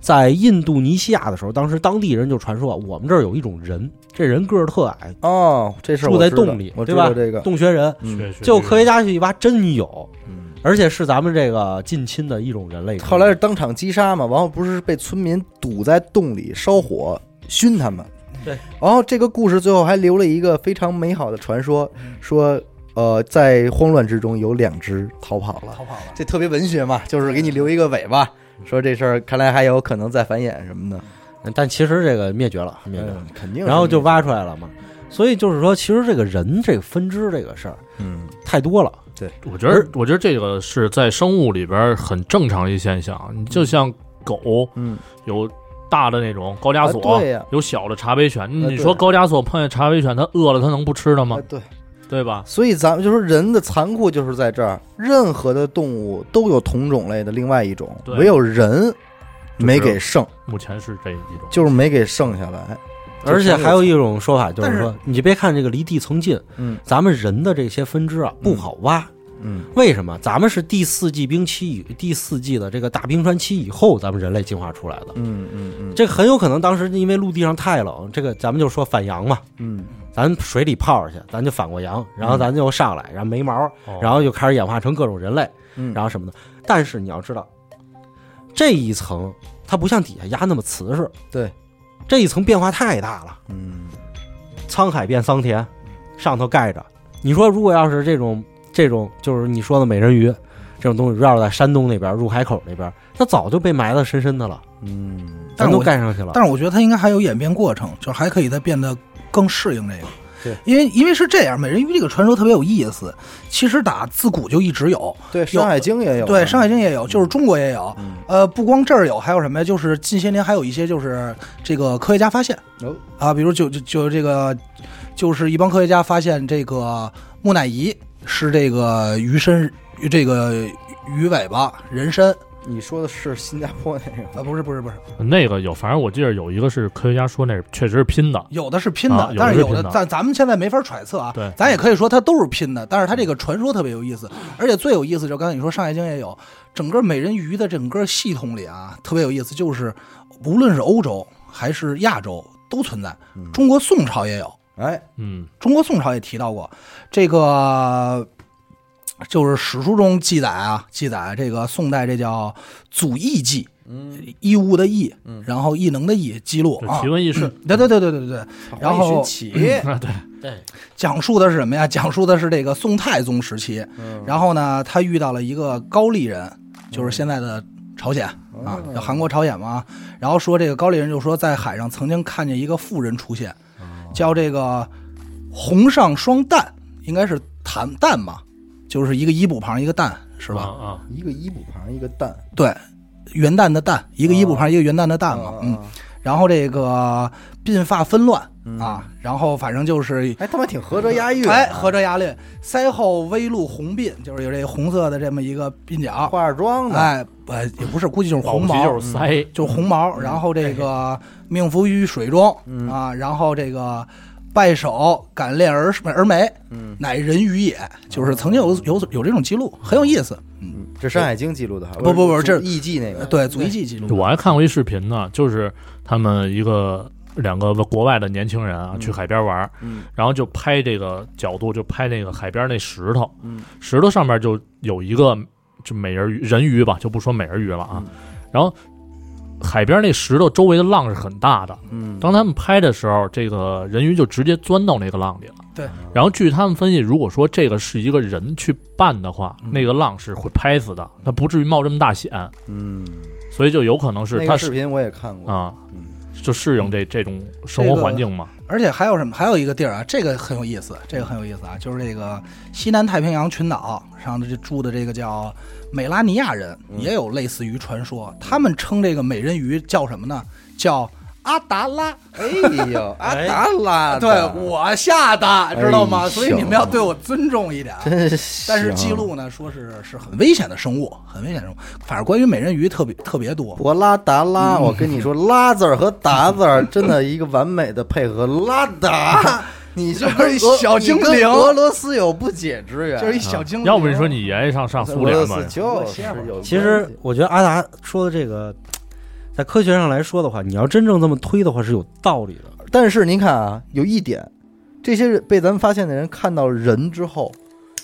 D: 在印度尼西亚的时候，当时当地人就传说啊我们这儿有一种人，这人个儿特矮，
A: 哦，这事儿
D: 住
A: 我
D: 在
A: 知道
D: 洞里
A: 我
D: 对
A: 知
D: 吧
A: 道这个，
D: 洞穴人。
A: 嗯，
C: 确实
D: 就科学家去一挖，真有，
A: 嗯
D: 而且是咱们这个近亲的一种人类。
A: 后来是当场击杀嘛，然后不是被村民堵在洞里烧火熏他们。
D: 对，
A: 然后这个故事最后还留了一个非常美好的传说，说呃，在慌乱之中有两只逃跑了，
B: 逃跑了。
A: 这特别文学嘛，就是给你留一个尾巴，说这事儿看来还有可能再繁衍什么的。
D: 但其实这个灭绝了，灭绝了。
A: 嗯，肯定。
D: 然后就，挖出来了嘛。所以就是说，其实这个人这个分支这个事儿
A: 嗯
D: 太多了。
C: 我觉得，我觉得这个是在生物里边很正常的一现象。你就像狗
A: 嗯，
C: 有大的那种高加
A: 啊
C: 索，
A: 对呀
C: 有小的茶杯犬。你
A: 对
C: 说高加索碰见茶杯犬，它饿了，它能不吃它
A: 啊？
C: 吗
A: 对，
C: 对吧？
A: 所以咱们就说人的残酷就是在这儿，任何的动物都有同种类的另外一种，
C: 对
A: 唯有人没
C: 就只有
A: 给剩。
C: 目前是这一种。
A: 就是没给剩下来。
D: 而且还有一种说法就
B: 但
D: 是
B: 是
D: 说，你别看这个离地层近，
A: 嗯
D: 咱们人的这些分支啊不好挖。
A: 嗯
D: 为什么？咱们是第四纪冰期以第四纪的这个大冰川期以后，咱们人类进化出来的。
A: 嗯嗯嗯
D: 这很有可能当时因为陆地上太冷，这个咱们就说反洋嘛，
A: 嗯
D: 咱水里泡着去，咱就反过洋，然后咱就上来，然后没毛，
C: 哦
D: 然后就开始演化成各种人类。
A: 嗯，
D: 然后什么的。但是你要知道，这一层它不像底下压那么瓷实，
A: 对，
D: 这一层变化太大了，
A: 嗯
D: 沧海变桑田，上头盖着你说如果要是这种这种就是你说的美人鱼这种东西，要是在山东那边入海口那边，那早就被埋得深深的了，
A: 嗯，
B: 但
D: 咱
B: 是
D: 都
B: 我
D: 盖上去了。
B: 但是我觉得它应该还有演变过程，就是还可以再变得更适应这个。
A: 对，
B: 因为因为是这样，美人鱼这个传说特别有意思，其实打自古就一直有，
A: 对，《山海经》也有，啊
B: 对，《山海经》也有，就是中国也有。
A: 嗯
B: 呃，不光这儿有，还有什么呀？就是近些年还有一些就是这个科学家发现
A: 哦
B: 啊，比如就就就这个，就是一帮科学家发现这个木乃伊是这个鱼身，这个鱼尾巴人参
A: 你说的是新加坡那个吗，
B: 啊，不是不是不是，
C: 那个有，反正我记得有一个是科学家说那是确实是拼的，
B: 有的是拼的，
C: 啊有的
B: 但是
C: 是
B: 有
C: 拼的
B: 咱咱们现在没法揣测啊。
C: 对
B: 咱也可以说它都是拼的，但是它这个传说特别有意思，而且最有意思就是刚才你说《山海经》也有，整个美人鱼的整个系统里啊，特别有意思，就是无论是欧洲还是亚洲都存在，中国宋朝也有，
A: 哎，
C: 嗯，
B: 中国宋朝也提到过，这个就是史书中记载啊，记载这个宋代这叫祖义记，嗯，义务的义，然后异能的义，记录
C: 嗯就
B: 啊
C: 奇。闻异事，
B: 对对对对对对对，然后嗯
A: 黄奕群起，
C: 啊， 对，
B: 讲述的是什么呀？讲述的是这个宋太宗时期，
A: 嗯
B: 然后呢，他遇到了一个高丽人，就是现在的朝鲜啊，
A: 嗯
B: 叫韩国朝鲜嘛。然后说这个高丽人就说，在海上曾经看见一个妇人出现，叫这个红上双旦，应该是旦旦嘛，就是一个衣部旁一个旦，是
C: 是吧？
B: 吧？
C: 啊，
A: 一个一补旁一个蛋，
B: 对，元旦的旦，一个衣部旁一个元旦的
A: 啊
B: 旦嘛，嗯。然后这个鬓发纷乱啊，然后反正就是
A: 哎还他妈挺合辙押韵，
B: 哎，合，着牙裂，腮后微露红鬓，就是有这红色的这么一个鬓角。
A: 化着妆呢，
B: 哎，呃，也不是，估计就是红
C: 保不齐
B: 毛
C: 哦就，是腮，
B: 就是红毛。然后这个命浮于水中啊，然后这个拜手感恋而而美，乃人鱼也，就是曾经有有有这种记录，很有意思。
A: 这《山海经》记录的哈，
B: 不不不这
A: 艺妓那个，
B: 对，足迹记记录。
C: 我还看过一视频呢，就是他们一个两个国外的年轻人啊，去海边玩，
A: 嗯
C: 然后就拍这个角度，就拍那个海边那石头，
A: 嗯
C: 石头上面就有一个就美人鱼人鱼吧，就不说美人鱼了啊，然后。海边那石头周围的浪是很大的，
A: 嗯，
C: 当他们拍的时候，这个人鱼就直接钻到那个浪里了。
B: 对，
C: 然后据他们分析，如果说这个是一个人去办的话，
B: 嗯
C: 那个浪是会拍死的，他不至于冒这么大险，
A: 嗯，
C: 所以就有可能是
A: 那
C: 他
A: 个
C: 是
A: 视频我也看过，
C: 啊
A: 嗯，
C: 就适应这这种生活环境嘛。
B: 而且还有什么？还有一个地儿啊，这个很有意思，这个很有意思啊，就是这个西南太平洋群岛上的这住的这个叫美拉尼亚人，也有类似于传说，他们称这个美人鱼叫什么呢？叫阿达拉。
A: 哎呦， 阿达拉
B: 对
A: 的，
B: 我下的，知道吗？
A: 哎呦
B: 所以你们要对我尊重一点。
A: 真行
B: 但是记录呢，说是是很危险的生物，很危险的生物。反正关于美人鱼特别特别多，
A: 博拉达拉，
B: 嗯
A: 我跟你说，拉字儿和达字 儿真的一个完美的配合，拉达，你就
B: 就是
A: 是
B: 一小精灵
A: 俄罗斯有不解之缘，
B: 就是一小精灵。
C: 啊嗯
B: 啊
C: 要不你说你爷爷上上苏
A: 俄罗
C: 联吧
A: 斯，就是有关系，
D: 其实我觉得阿达说的这个，在科学上来说的话，你要真正这么推的话是有道理的。
A: 但是您看啊，有一点，这些被咱们发现的人看到人之后，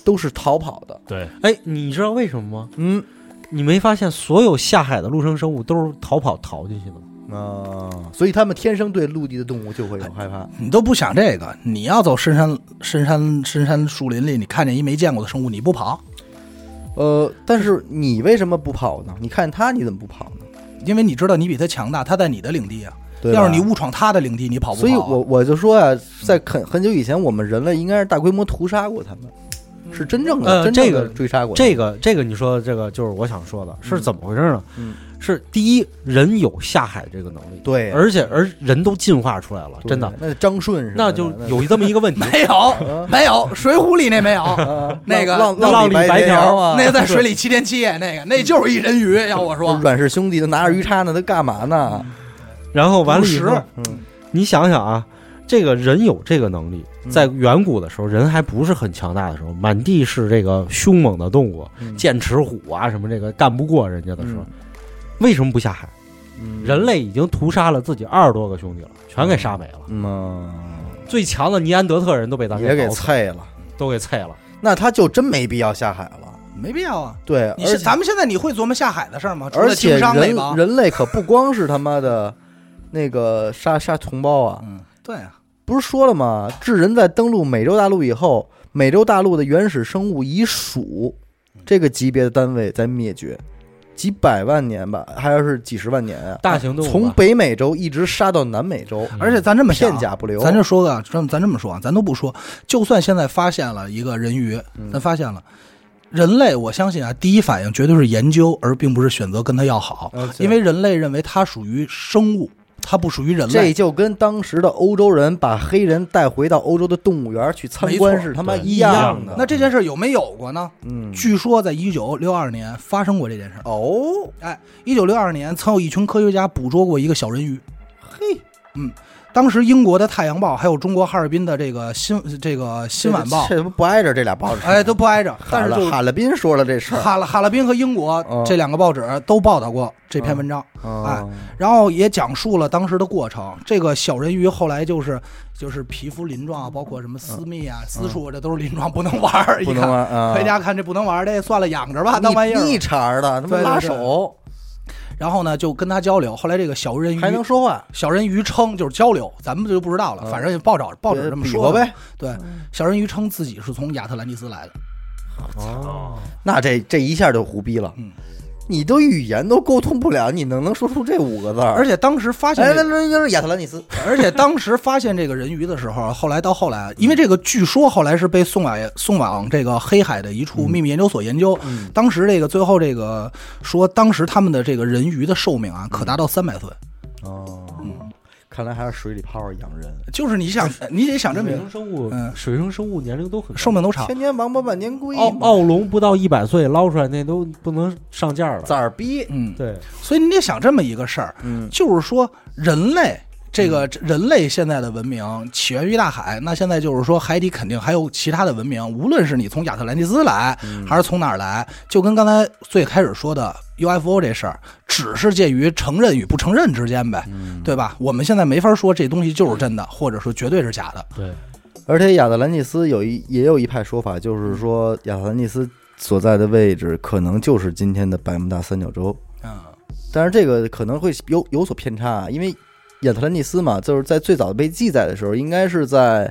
A: 都是逃跑的。
C: 对，
D: 哎，你知道为什么吗？
A: 嗯
D: 你没发现所有下海的陆生生物都是逃跑逃进去的吗？
A: 啊、所以他们天生对陆地的动物就会有害怕。
B: 你都不想这个，你要走深山、深山、深山树林里，你看见一没见过的生物，你不跑，
A: 呃，但是你为什么不跑呢？你看他，你怎么不跑呢？
B: 因为你知道你比他强大，他在你的领地啊。
A: 对吧
B: 要是你误闯他的领地，你跑不跑、。
A: 所以我我就说啊，在很很久以前，我们人类应该是大规模屠杀过他们，是真正的、
D: 呃
A: 真正
D: 这
A: 的
D: 个
A: 追杀过他们
D: 这个这个你说的这个就是我想说的，是怎么回事呢？
A: 嗯
D: 是第一，人有下海这个能力，
A: 对
D: 而且而人都进化出来了，
A: 对
D: 真的，
A: 那张顺是吧
D: 那就有这么一 个问题
B: 没有，
A: 嗯
B: 没有，《水浒》里那没有，
A: 啊
B: 那个
A: 浪
D: 浪
A: 里
D: 里白条
A: 条啊，
B: 那个在水里七天七夜，那个那就是一人鱼。要我 说，
A: 阮氏兄弟都拿着鱼叉呢，他干嘛呢？
D: 嗯然后完了以
B: 捕
D: 后
B: 食，
A: 嗯
D: 你想想啊，这个人有这个能力，
A: 嗯
D: 在远古的时候，人还不是很强大的时候，满地是这个凶猛的动物，
A: 嗯
D: 剑齿虎啊什么这个干不过人家的时候，
A: 嗯
D: 为什么不下海？
A: 嗯
D: 人类已经屠杀了自己二十多个兄弟了，全给杀没了。
A: 嗯，
D: 最强的尼安德特人都被咱
A: 也给
D: 搞死
A: 菜了，
D: 都给菜了。
A: 那他就真没必要下海了。
B: 没必要啊。
A: 对，
B: 你
A: 而
B: 是
A: 且
B: 咱们现在你会琢磨下海的事儿吗？除
A: 而
B: 了
A: 且
B: 经商那
A: 人
B: 帮，
A: 人类可不光是他妈的那个杀杀同胞啊，
B: 嗯，对啊，
A: 不是说了吗？智人在登陆美洲大陆以后，美洲大陆的原始生物以鼠这个级别的单位在灭绝，几百万年吧，还要是几十万年啊，
D: 大型动物
A: 从
D: 吧
A: 北美洲一直杀到南美洲，
B: 而且咱这么想啊
A: 片甲不留。
B: 咱就说个，咱咱这么说啊，咱都不说，就算现在发现了一个人鱼，
A: 嗯
B: 咱发现了。人类，我相信啊，第一反应绝对是研究，而并不是选择跟它要好，
A: 嗯呃
B: 因为人类认为它属于生物，它不属于人
A: 这
B: 类。
A: 就跟当时的欧洲人把黑人带回到欧洲的动物园去参观
B: 没错
A: 是他妈
C: 对
A: 一
C: 一样
A: 的
C: 的。
B: 那这件事有没有过呢？
A: 嗯，
B: 据说在一九六二年发生过这件事。哦，哎，一九六二年曾有一群科学家捕捉过一个小人鱼。嗯
A: 嘿，
B: 当时英国的《太阳报》还有中国哈尔滨的这个新这个新晚报
A: 这，这不挨着这俩报纸，
B: 哎，都不挨着，
A: 哈
B: 但是
A: 勒
B: 就是
A: 哈勒宾说了这事儿，
B: 哈拉哈拉滨和英国
A: 嗯
B: 这两个报纸都报道过这篇文章，哎
A: 啊，
B: 然后也讲述了当时的过程。这个小人鱼后来就是就是皮肤鳞状啊，包括什么私密啊、私处，这都是鳞状，不能玩儿。
A: 嗯不
B: 一
A: 能
B: 看
A: 玩啊，
B: 回家看这不能玩儿，这算了，养着吧，当玩意
A: 逆
B: 儿。
A: 茬儿的，他妈
B: 对对
A: 拉
B: 对
A: 手
B: 然后呢，就跟他交流。后来这个小人鱼
A: 还能说话，
B: 小人鱼称就是交流，咱们就不知道了，
A: 嗯
B: 反正报纸报纸这么
A: 比划
B: 说的
A: 呗。
B: 对，小人鱼称自己是从亚特兰蒂斯来的。
A: 那这这一下就胡逼了，
B: 嗯
A: 你都语言都沟通不了，你能能说出这五个字儿？
B: 而且当时发现
A: 啊哎，
B: 这个
A: 那那那是亚特兰蒂斯，
B: 而且当时发现这个人鱼的时候，后来到后来，因为这个据说后来是被送往送往这个黑海的一处秘密研究所研究。当时这个最后这个说，当时他们的这个人鱼的寿命啊，可达到三百岁。嗯
A: 哦，看来还是水里泡着养人，
B: 就是你想，你得想这么
D: 水
B: 一
D: 生
B: 个
D: 生物
B: 嗯，
D: 水生生物年龄都很高
B: 寿命都长。
A: 千年王八万年龟
B: 哦
A: 嘛，
D: 奥奥龙不到一百岁捞出来那都不能上价了。
A: 崽儿逼，
B: 嗯，
D: 对，
B: 所以你得想这么一个事儿，
A: 嗯
B: 就是说人类。这个人类现在的文明起源于大海，那现在就是说海底肯定还有其他的文明，无论是你从亚特兰蒂斯来，还是从哪儿来，就跟刚才最开始说的 UFO 这事儿，只是介于承认与不承认之间呗，对吧？我们现在没法说这东西就是真的，或者说绝对是假的。
C: 对，
A: 而且亚特兰蒂斯有一也有一派说法，就是说亚特兰蒂斯所在的位置可能就是今天的百慕大三角洲，
B: 嗯，
A: 但是这个可能会有有所偏差啊，因为亚特兰蒂斯嘛，就是在最早被记载的时候，应该是在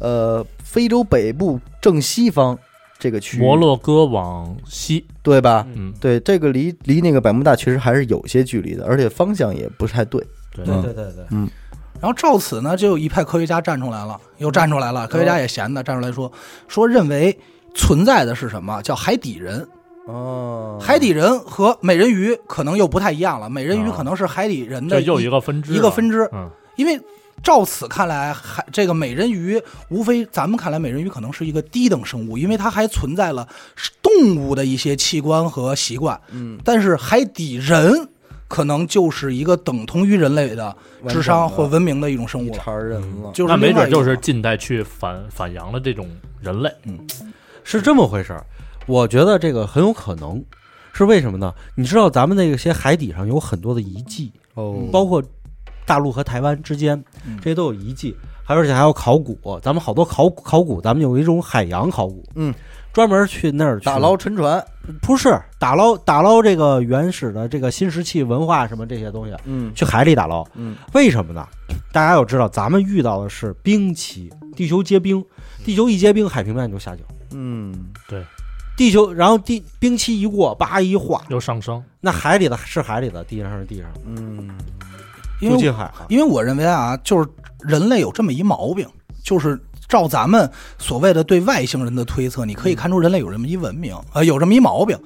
A: 呃非洲北部正西方这个区域，
C: 摩洛哥往西，
A: 对吧？
C: 嗯，
A: 对，这个离离那个百慕大确实还是有些距离的，而且方向也不太对。
C: 对
A: 嗯
C: 啊
D: 对对对对，
B: 然后照此呢，就有一派科学家站出来了，又站出来了，科学家也闲的站出来说，说认为存在的是什么叫海底人，
A: 哦
B: 海底人和美人鱼可能又不太一样了，美人鱼
C: 啊
B: 可能是海底人
C: 这
B: 的
C: 又一个分支了，
B: 一个分支，
C: 嗯，
B: 因为。照此看来，海这个美人鱼无非咱们看来，美人鱼可能是一个低等生物，因为它还存在了动物的一些器官和习惯。嗯，但是海底人可能就是一个等同于人类的
A: 完整的
B: 智商或文明的一种生
A: 一
B: 物了，
A: 茬人了，
B: 就是
C: 那没
B: 另外
C: 准
B: 一
C: 就
B: 种
C: 是近代去反反洋的这种人类，
D: 是这么回事儿。我觉得这个很有可能，是为什么呢？你知道咱们那些海底上有很多的遗迹，
A: 哦
D: 包括大陆和台湾之间，
A: 嗯
D: 这些都有遗迹，还有而且还有考古。咱们好多考古考古，咱们有一种海洋考古，
A: 嗯，
D: 专门去那儿去
A: 打捞沉船，
D: 不是打捞打捞这个原始的这个新石器文化什么这些东西，
A: 嗯
D: 去海里打捞。
A: 嗯，
D: 为什么呢？大家要知道，咱们遇到的是冰期，地球结冰，地球一结冰，海平面就下降。
A: 嗯，
D: 地球，然后地冰期一过，叭一化，
C: 又上升，
D: 那海里的是海里的，地上是地上，
A: 嗯，
B: 因
D: 就
B: 为
D: 近海了。
B: 因为我认为啊，就是人类有这么一毛病，就是照咱们所谓的对外星人的推测，你可以看出人类有这么一文明，呃，有这么一毛病。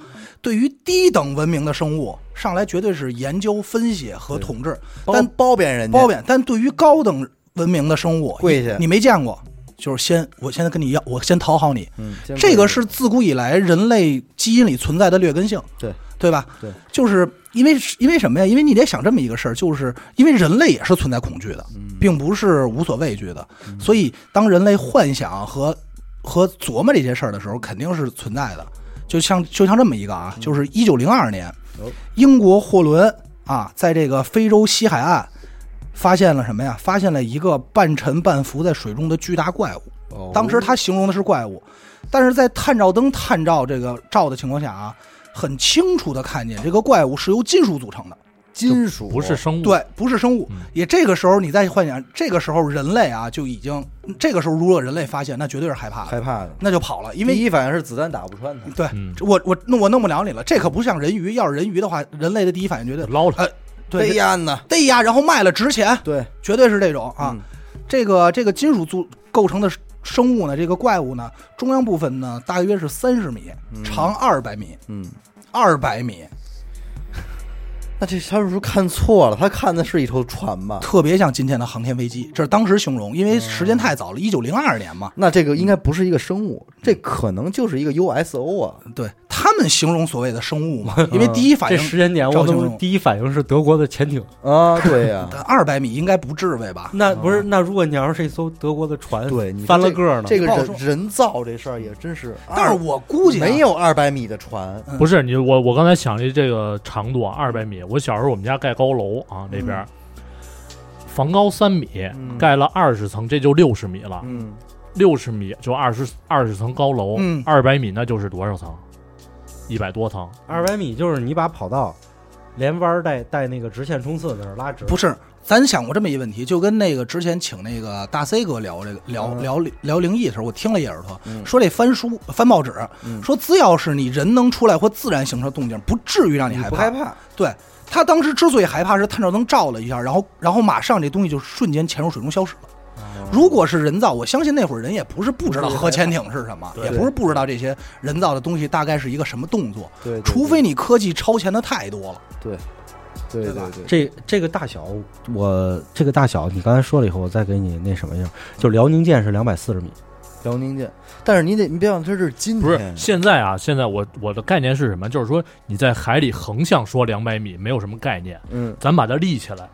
B: 对于低等文明的生物，上来绝对是研究、分析和统治，
A: 但
B: 但
A: 包庇人家，
B: 包贬。但对于高等文明的生物，
A: 跪下
B: 你没见过，就是先，我现在跟你要，我先讨好你，
A: 嗯，
B: 这个是自古以来人类基因里存在的劣根性，
A: 对
B: 对吧？
A: 对，
B: 就是因为因为什么呀？因为你得想这么一个事儿，就是因为人类也是存在恐惧的，
A: 嗯
B: 并不是无所畏惧的。所以当人类幻想和和琢磨这些事儿的时候，肯定是存在的。就像就像这么一
A: 嗯
B: 个啊，就是一九零二年，
A: 哦
B: 英国货轮啊，在这个非洲西海岸发现了什么呀？发现了一个半沉半浮在水中的巨大怪物。
A: 哦
B: 当时他形容的是怪物，但是在探照灯探照这个照的情况下啊，很清楚的看见这个怪物是由金属组成的。
A: 金属
C: 不是生物，
B: 对，不是生物
C: 嗯。
B: 也这个时候，你再幻想，这个时候人类啊就已经，这个时候如果人类发现，那绝对是害怕的，
A: 害怕的，
B: 那就跑了，因
A: 因
B: 为
A: 为第一反应是子弹打不穿它。
B: 对
C: 嗯
B: 我我弄我弄不了你了。这可不像人鱼，要是人鱼的话，人类的第一反应绝对
C: 捞了，
B: 呃，对
A: 黑暗呢？
B: 逮呀，然后卖了值钱，
A: 对
B: 绝对是这种啊。
A: 嗯
B: 这个这个金属组构成的生物呢，这个怪物呢，中央部分呢大约是三十米，长二百米，
A: 嗯，
B: 二百米，
A: 那这他是不是看错了？他看的是一艘船吧？
B: 特别像今天的航天飞机。这是当时形容，因为时间太早
D: 嗯
B: 了，一九零二年嘛。
A: 那这个应该不是一个生物，这可能就是一个 USO 啊。
B: 对他们形容所谓的生物 嘛，因为第一反
D: 这
B: 应
D: 时间点，我
B: 照
D: 怎
B: 镜
D: 么
B: 子
D: 第一反应是德国的潜艇？
A: 啊，对 呀、
B: 二百米应该不至为吧？
D: 那不是？那如果你要是一艘德国的船，
A: 对，你说
D: 翻了
A: 这
D: 个呢？
A: 这个
B: 不好
A: 人
B: 说
A: 人造这事儿也真是，
B: 但是我估计啊
A: 没有二百米的船，
C: 不是你我我刚才想这这个长度啊，二百米。我小时候我们家盖高楼啊，那边、房高三米，
A: 嗯
C: 盖了二十层，这就六十米了。
A: 嗯，
C: 六十米就二十二十层高楼
B: 嗯，
C: 二百、米那就是多少层？一百多层。
D: 二百米就是你把跑道连弯儿带带那个直线冲刺的时候拉直，
B: 不是，咱想过这么一问题，就跟那个之前请那个大 C 哥聊这个聊、
A: 嗯
B: 聊聊灵异的时候，我听了一耳朵，说这翻书翻报纸，
A: 嗯
B: 说只要是你人能出来或自然形成动静，不至于让你害
A: 不
B: 怕。
A: 害怕，
B: 对他当时之所以害怕，是探照灯照了一下，然后然后马上这东西就瞬间潜入水中消失了。
A: 哦
B: 如果是人造，我相信那会儿人也不是不知道核潜艇是什么，也不是不知道这些人造的东西大概是一个什么动作，
A: 对，对
B: 除非你科技超前的太多了。
A: 对
B: 对吧
A: 对对，
D: 这这个大小，我这个大小，你刚才说了以后，我再给你那什么一下，就辽宁舰是两百四十米，
A: 辽宁舰，但是你得你别忘，这是今
C: 不是
A: 天，
C: 现在啊，现在我我的概念是什么？就是说你在海里横向说两百米没有什么概念，
A: 嗯，
C: 咱把它立起来，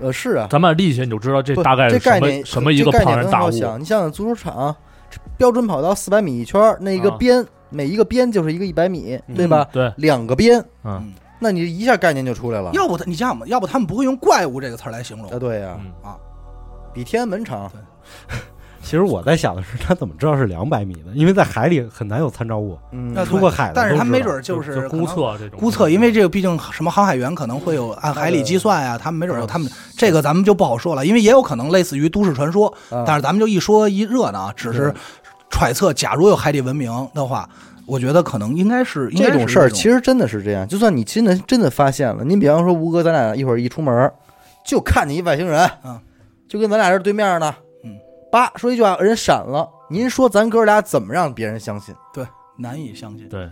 A: 呃，是啊，
C: 咱把它立起来，你就知道这
A: 不
C: 大概
A: 这
C: 是什
A: 概念
C: 么什么一个
A: 这概
C: 庞
A: 念
C: 然
A: 很
C: 大
A: 好
C: 物。啊
A: 想，你想想足球场，这标准跑道四百米一圈儿，那个
C: 啊
A: 边、每一个边就是一个一百米，
B: 嗯
A: 对吧？
C: 对，
A: 两个边，
C: 嗯，
A: 那你一下概念就出来了。
B: 要不他，你想想吧，要不他们不会用“怪物”这个词儿来形容
A: 啊，。对呀、
C: 嗯
A: 比天安门长。
D: 其实我在想的是，它怎么知道是两百米呢？因为在海里很难有参照物，
A: 嗯，
B: 那
D: 出过海的
B: 但是他
D: 都知道
B: 没准儿
C: 就是
B: 可
C: 估
B: 能
C: 测这种
B: 估测，因为这个毕竟什么航海员可能会有按海里计算呀、他们没
A: 嗯
B: 准儿有他们这个咱们就不好说了，因为也有可能类似于都市传说，
A: 啊
B: 但是咱们就一说一热闹，啊只
A: 嗯
B: 是揣测。假如有海底文明的话，我觉得可能应该是应该
A: 这
B: 是
A: 种事儿
B: 这
A: 其实真的是这样，就算你真的真的发现了，您比方说吴哥，咱俩一会儿一出门儿，就看见一外星人，
B: 嗯，
A: 就跟咱俩这对面呢，
B: 嗯，
A: 叭说一句话，人闪了。您说咱哥俩怎么让别人相信？
B: 难以相信。
C: 对，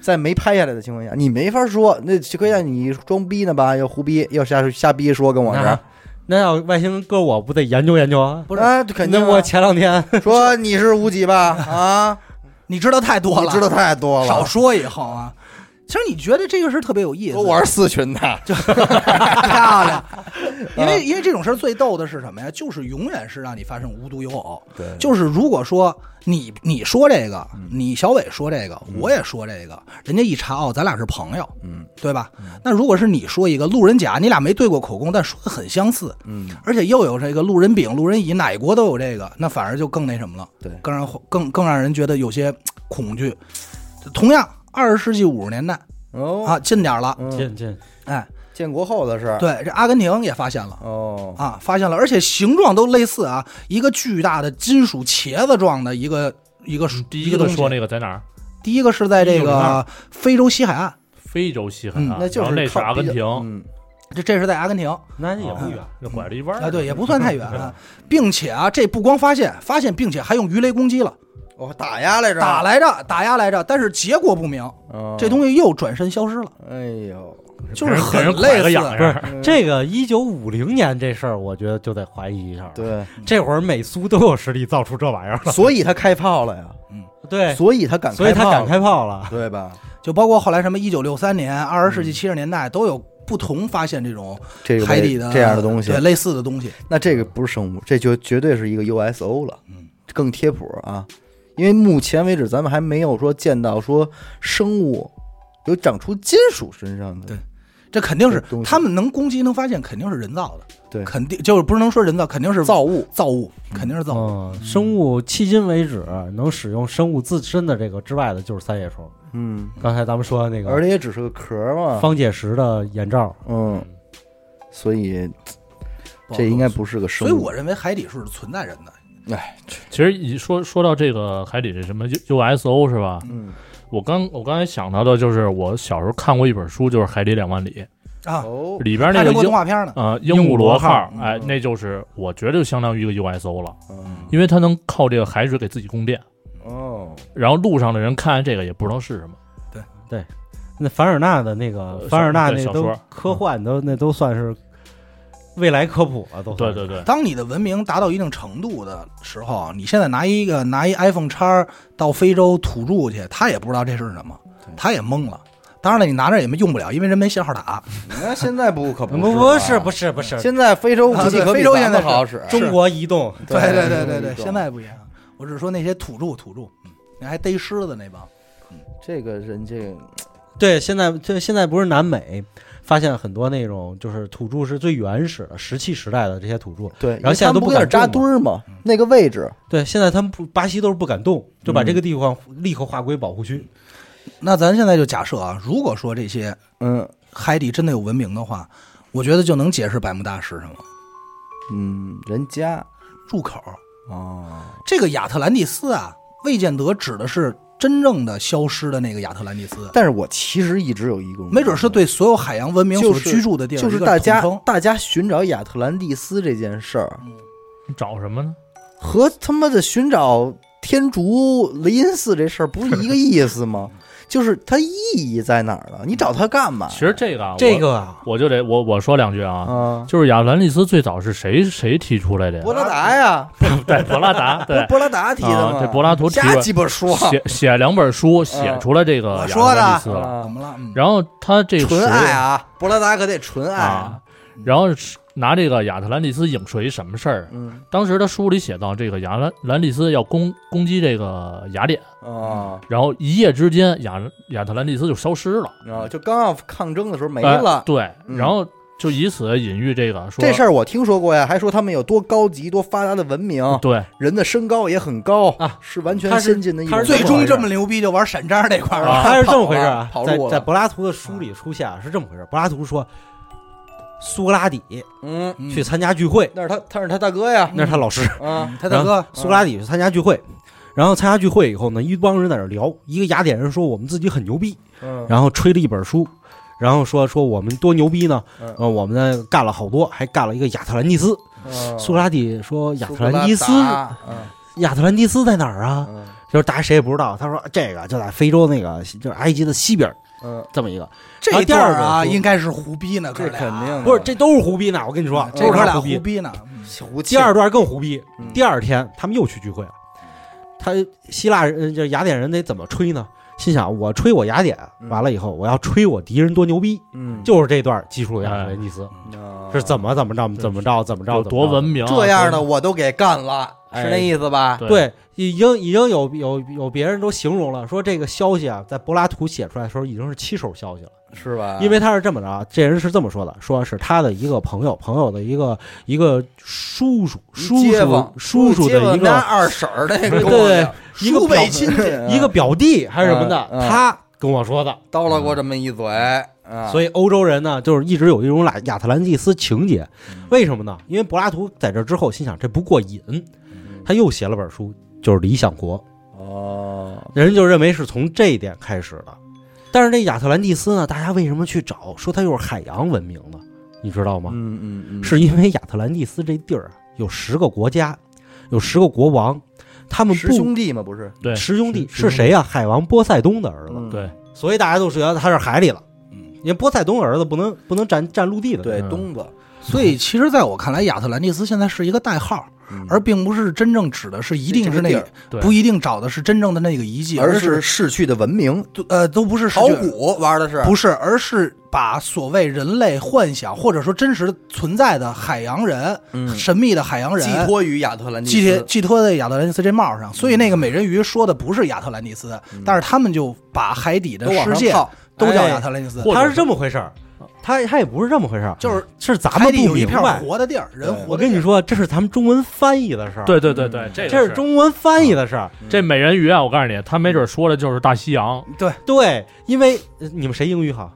A: 在没拍下来的情况下，你没法说，那就可以让你装逼呢吧，要胡逼，要瞎瞎逼说跟我这
D: 那
A: 儿，
D: 那要外星人搁我不得研究研究啊？
B: 不是
A: 啊，肯定
D: 那
A: 啊
D: 我前两天
A: 说你是无极吧？ 啊，
B: 你知道太多
A: 你
B: 了，
A: 知道太多了，
B: 少说以后啊。其实你觉得这个事儿特别有意思，
A: 说我是四群的，
B: 漂亮。因为因为这种事儿最逗的是什么呀？就是永远是让你发生无独有偶。
A: 对
B: 就是如果说你你说这个，
A: 嗯
B: 你小伟说这个，我也说这个，人家一查哦，咱俩是朋友，
A: 嗯，
B: 对吧？那如果是你说一个路人甲，你俩没对过口供，但说的很相似，
A: 嗯，
B: 而且又有这个路人丙、路人乙，哪国都有这个，那反而就更那什么了，
A: 对
B: 更让更更让人觉得有些嘖恐惧。同样，二十世纪五十年代
A: 哦，
B: 啊，近点儿了，
A: 嗯
D: 进进
B: 哎，
A: 建国后的事儿，
B: 对，这阿根廷也发现了。
A: 哦，
B: 啊，发现了，而且形状都类似啊，一个巨大的金属茄子状的一个一个
C: 嗯第
B: 一
C: 一个
B: 东西
C: 说那个在哪儿？
B: 第一个是在这
C: 1902
B: 个非洲西海岸，
C: 非洲西海
B: 嗯
C: 岸，
A: 那就
C: 然后
A: 是
C: 那是
A: 靠
C: 阿根
A: 比
C: 廷
A: 较，
B: 哦
A: 嗯，
B: 这这是在阿根廷
D: 那也不远，
C: 就拐了一弯儿
B: 啊，对，也不算太远 啊，并且啊，这不光发现发现，并且还用鱼雷攻击了，
A: 我打压
C: 啊
A: 来着，
B: 打来着，打压来着，但是结果不明，
C: 嗯
A: 哦
B: 这东西又转身消失了，
A: 哎呦，
B: 就是
C: 给人
B: 很
C: 拐
B: 类
C: 个
B: 似
C: 痒
B: 的，
C: 痒。
D: 这个一九五零年这事儿，我觉得就得怀疑一下。，
A: 对，
D: 这会儿美苏都有实力造出这玩意儿了。
A: 所以他开炮了呀，
D: 对，
A: 所以他敢，
D: 所以他敢，开炮了。
A: 对吧？
B: 就包括后来什么一九六三年、二十
C: 嗯
B: 世纪七十年代都有。不同发现这种
A: 这个
B: 海底的
A: 这样的东西啊
B: 对，类似的东西，
A: 那这个不是生物，这就绝对是一个 USO 了，
B: 嗯，
A: 更贴谱啊。因为目前为止，咱们还没有说见到说生物有长出金属身上的，
B: 对这肯定是
A: 这东西
B: 他们能攻击能发现，肯定是人造的，
A: 对
B: 肯定就是不是能说人造，肯定是
A: 造物，
B: 造物，肯定是造物。
D: 嗯，生物迄今为止能使用生物自身的这个之外的，就是三叶虫。
A: 嗯，
D: 刚才咱们说的那
A: 而
D: 个
A: 且嗯也只是个壳儿嘛，
D: 方解石的眼罩，
A: 嗯，所以
B: 不
A: 嗯
B: 好
A: 这应
B: 说
A: 该不是个生
B: 所
A: 物。
B: 以我认为海底是存在人的，
C: 其实一说说到这个海底这什么 U S O 是吧？
A: 嗯，
C: 我刚我刚才想到的就是我小时候看过一本书，就是《海底两万里
B: 啊，
A: 哦》，，
C: 里边那
B: 拍
C: 个
B: 成过
C: 鹦
B: 动画片呢。
C: 呃鹦鹉螺号，
A: 嗯
C: 哎，那就是我觉得就相当于一个 U S O 了，
A: 嗯
C: 因为它能靠这个海水给自己供电，
A: 哦，
C: 然后路上的人看这个也不知道是什么。
D: 那凡尔纳的那个
C: 呃
D: 凡尔纳
C: 小
D: 那
C: 小
D: 都
C: 说
D: 科幻都那都算是未来科普了，都
C: 对
D: 算
C: 对对，
B: 当你的文明达到一定程度的时候，啊你现在拿一个拿一 iPhone 叉到非洲土著去，他也不知道这是什么，他也懵了。当然了，你拿着也没用不了，因为人没信号打。
A: 那现在不可
D: 不不是不
A: 是
D: 是不是
A: 吧，现在非洲
B: 啊
A: 武器
B: 对
A: 可比
B: 非洲
A: 咱
B: 现
A: 们
B: 在是
A: 好使，嗯
D: 中国移动
B: 对对对对
A: 这
B: 对，
A: 种
B: 现在不一样。我只是说那些土著土著，嗯，那还逮狮子那帮，
A: 这个人这个
D: 对，现在这现在不是南美发现很多那种就是土著是最原始的石器时代的这些土著，
A: 对，
D: 然后现在都
A: 不
D: 不
A: 在那儿
D: 敢
A: 扎
D: 动
A: 堆儿嘛，
B: 嗯
A: 那个位置，
D: 对，现在他们不巴西都是不敢动，就把
A: 嗯
D: 这个地方立刻划归保护区。
B: 那咱现在就假设啊，如果说这些
A: 嗯
B: 海底真的有文明的话，我觉得就能解释百慕大是什么
A: 嗯，人家
B: 入口。
A: 哦，
B: 这个亚特兰蒂斯啊，未见得指的是真正的消失的那个亚特兰蒂斯，
A: 但是我其实一直有一个，
B: 没准是对所有海洋文明
A: 就
B: 所
A: 是
B: 居住的地儿
A: 就是
B: 一个
A: 大家
B: 统称
A: 大家寻找亚特兰蒂斯这件事儿，
C: 你找什么呢？
A: 和他妈的寻找天竺雷音寺这事儿不是一个意思 吗？就是它意义在哪儿呢？你找它干嘛？
C: 其实这个啊，
D: 这个啊，
C: 我我就得我我说两句啊，
A: 啊，
C: 就是亚特兰蒂斯最早是谁谁提出来的呀？
A: 柏拉达呀，
C: 对，柏拉达，
A: 不
C: 对
A: 是，柏拉达提的啊
C: 啊，
A: 吗？
C: 这柏拉图提出
A: 瞎
C: 来
A: 鸡巴说，嗯
C: 写写两本书，写出了这个
B: 我
C: 亚
B: 说
C: 特
B: 的
C: 兰蒂斯了。
A: 啊
B: 怎么了？嗯，
C: 然后他这个
A: 纯爱
C: 啊
A: 啊，柏拉达可得纯爱
C: 啊，然后是拿这个亚特兰蒂斯影射一什么事儿？
A: 嗯
C: 当时他书里写到，这个亚特兰蒂斯要攻攻击这个雅典，
A: 啊，
C: 然后一夜之间亚亚特兰蒂斯就消失了，
A: 然后就刚要抗争的时候没
C: 哎
A: 了。
C: 对，
A: 嗯
C: 然后就以此隐喻这个说
A: 这事儿我听说过呀，还说他们有多高级、多发达的文明，
C: 对，
A: 人的身高也很高
D: 嗯啊，
A: 是完全
D: 他是
A: 先进的一
D: 他
A: 种。
D: 是
B: 最
D: 这么
B: 终
D: 回事
B: 这么牛逼就玩闪渣那块儿了。
C: 啊
D: 他是这么回事啊
A: 跑，了跑
D: 在
A: 路了
D: 在柏拉图的书里出现啊是这么回事儿。柏拉图说，苏格拉底
A: 嗯，
B: 嗯
D: 去参加聚会，
A: 那是他，他是他大哥呀，
D: 那是嗯他老师。
A: 啊，
B: 他大哥，
D: 苏格拉底去参加聚会，然后参加聚会以后呢，一帮人在那儿聊，一个雅典人说我们自己很牛逼，
A: 嗯，
D: 然后吹了一本书，然后说说我们多牛逼呢
A: 嗯，
D: 呃，我们呢干了好多，还干了一个亚特兰蒂斯。
A: 嗯
D: 苏格拉嗯底说亚特兰蒂斯，
A: 达
D: 亚特兰蒂斯在哪儿啊？
A: 嗯
D: 就是大家谁也不知道。他说这个就在非洲那个就是埃及的西边儿
A: 嗯，
D: 这么一个，
B: 这段儿
D: 啊
B: 啊，
D: 第二本书
B: 应该是胡逼呢，
A: 这
B: 哥俩啊
A: 肯定的
D: 不是这都是胡逼呢。我跟你说，
B: 嗯这
D: 都
B: 哥
D: 是
B: 俩
D: 胡
B: 胡
D: 逼。
B: 逼呢。
A: 胡
D: 第二段更胡逼
A: 嗯。
D: 第二天他们又去聚会了，他希腊人呃就是雅典人得怎么吹呢？心想我吹我雅典，
A: 嗯
D: 完了以后我要吹我敌人多牛逼，
A: 嗯
D: 就是这段记述了亚
C: 哎
D: 特兰蒂斯。是怎
A: 么
D: 么怎么着怎么着怎么着
C: 有
D: 怎么着
C: 多文明啊
A: 这样的
C: 多
A: 我都给干了，
D: 哎
A: 是那意思吧？
C: 对
D: 对，已经已经有有有别人都形容了，说这个消息啊，在柏拉图写出来的时候已经是七手消息了，
A: 是吧？
D: 因为他是这么着啊，这人是这么说的，说是他的一个朋友，朋友的一个一个叔叔叔
A: 街
D: 叔
A: 坊
D: 叔叔的
A: 街
D: 一
A: 坊家
D: 个
A: 二婶儿那
D: 对
A: 个
D: 对
A: 跟我讲，叔
D: 对一个表
A: 辈亲戚
D: 一个表弟还是什么的，
A: 嗯嗯
D: 他跟我说的，
A: 叨唠过这么一嘴，啊，
D: 所
A: 以
D: 以欧洲人呢，就是一直有一种亚亚特兰蒂斯情节
A: 嗯，
D: 为什么呢？因为柏拉图在这之后心想这不过瘾，他又写了本书，就是《理想国》。
A: 哦，
D: 人就认为是从这一点开始的。但是这亚特兰蒂斯呢，大家为什么去找说它又是海洋文明呢？你知道吗？
A: 嗯嗯嗯，
D: 是因为亚特兰蒂斯这地儿啊，有十个国家，有十个国王，他们
A: 十
D: 不
A: 兄弟嘛，不是？
C: 对
D: 十兄弟
C: 十
D: 是谁呀、啊海王波塞冬的儿子，
A: 嗯
C: 对
D: 所以大家都觉得他是海里了。
B: 嗯，
D: 因为波塞冬儿子不能不能占占陆地的，
A: 对，
C: 嗯
A: 东子，
B: 所以其实在我看来，亚特兰蒂斯现在是一个代号，
A: 嗯
B: 而并不是真正指的是一定是那
A: 这个
B: 个
A: 地，
C: 对
B: 不一定找的是真正的那个遗迹，
A: 而
B: 而
A: 是逝去的文明，
B: 呃都不是
A: 考
B: 考古。
A: 古玩的是
B: 不是，而是把所谓人类幻想或者说真实存在的海洋人、
A: 嗯
B: 神秘的海洋人
A: 寄托于亚特兰蒂斯，
B: 寄贴寄托在亚特兰蒂斯这帽上，所以那个美人鱼说的不是亚特兰蒂斯，但是他们就把海底
A: 嗯
B: 的
A: 都往
B: 世
A: 上
B: 界
A: 靠
B: 都叫
D: 哎
B: 亚特兰蒂斯。
C: 或者
D: 他是这么回事儿。他他也不是这么回事儿，
B: 就是
D: 是咱
B: 海
D: 们
B: 底
D: 不
B: 有一
D: 明
B: 片
D: 白。
B: 活的地儿，人活
D: 我
B: 的地儿。
D: 跟你说，这是咱们中文翻译的事儿，，
C: 对对对对，这
D: 这
C: 个
D: 是中文翻译的事儿。
C: 这
A: 嗯
C: 美人鱼啊！我告诉你，他没准说的就是大西洋，
D: 对，因为呃你们谁英语好？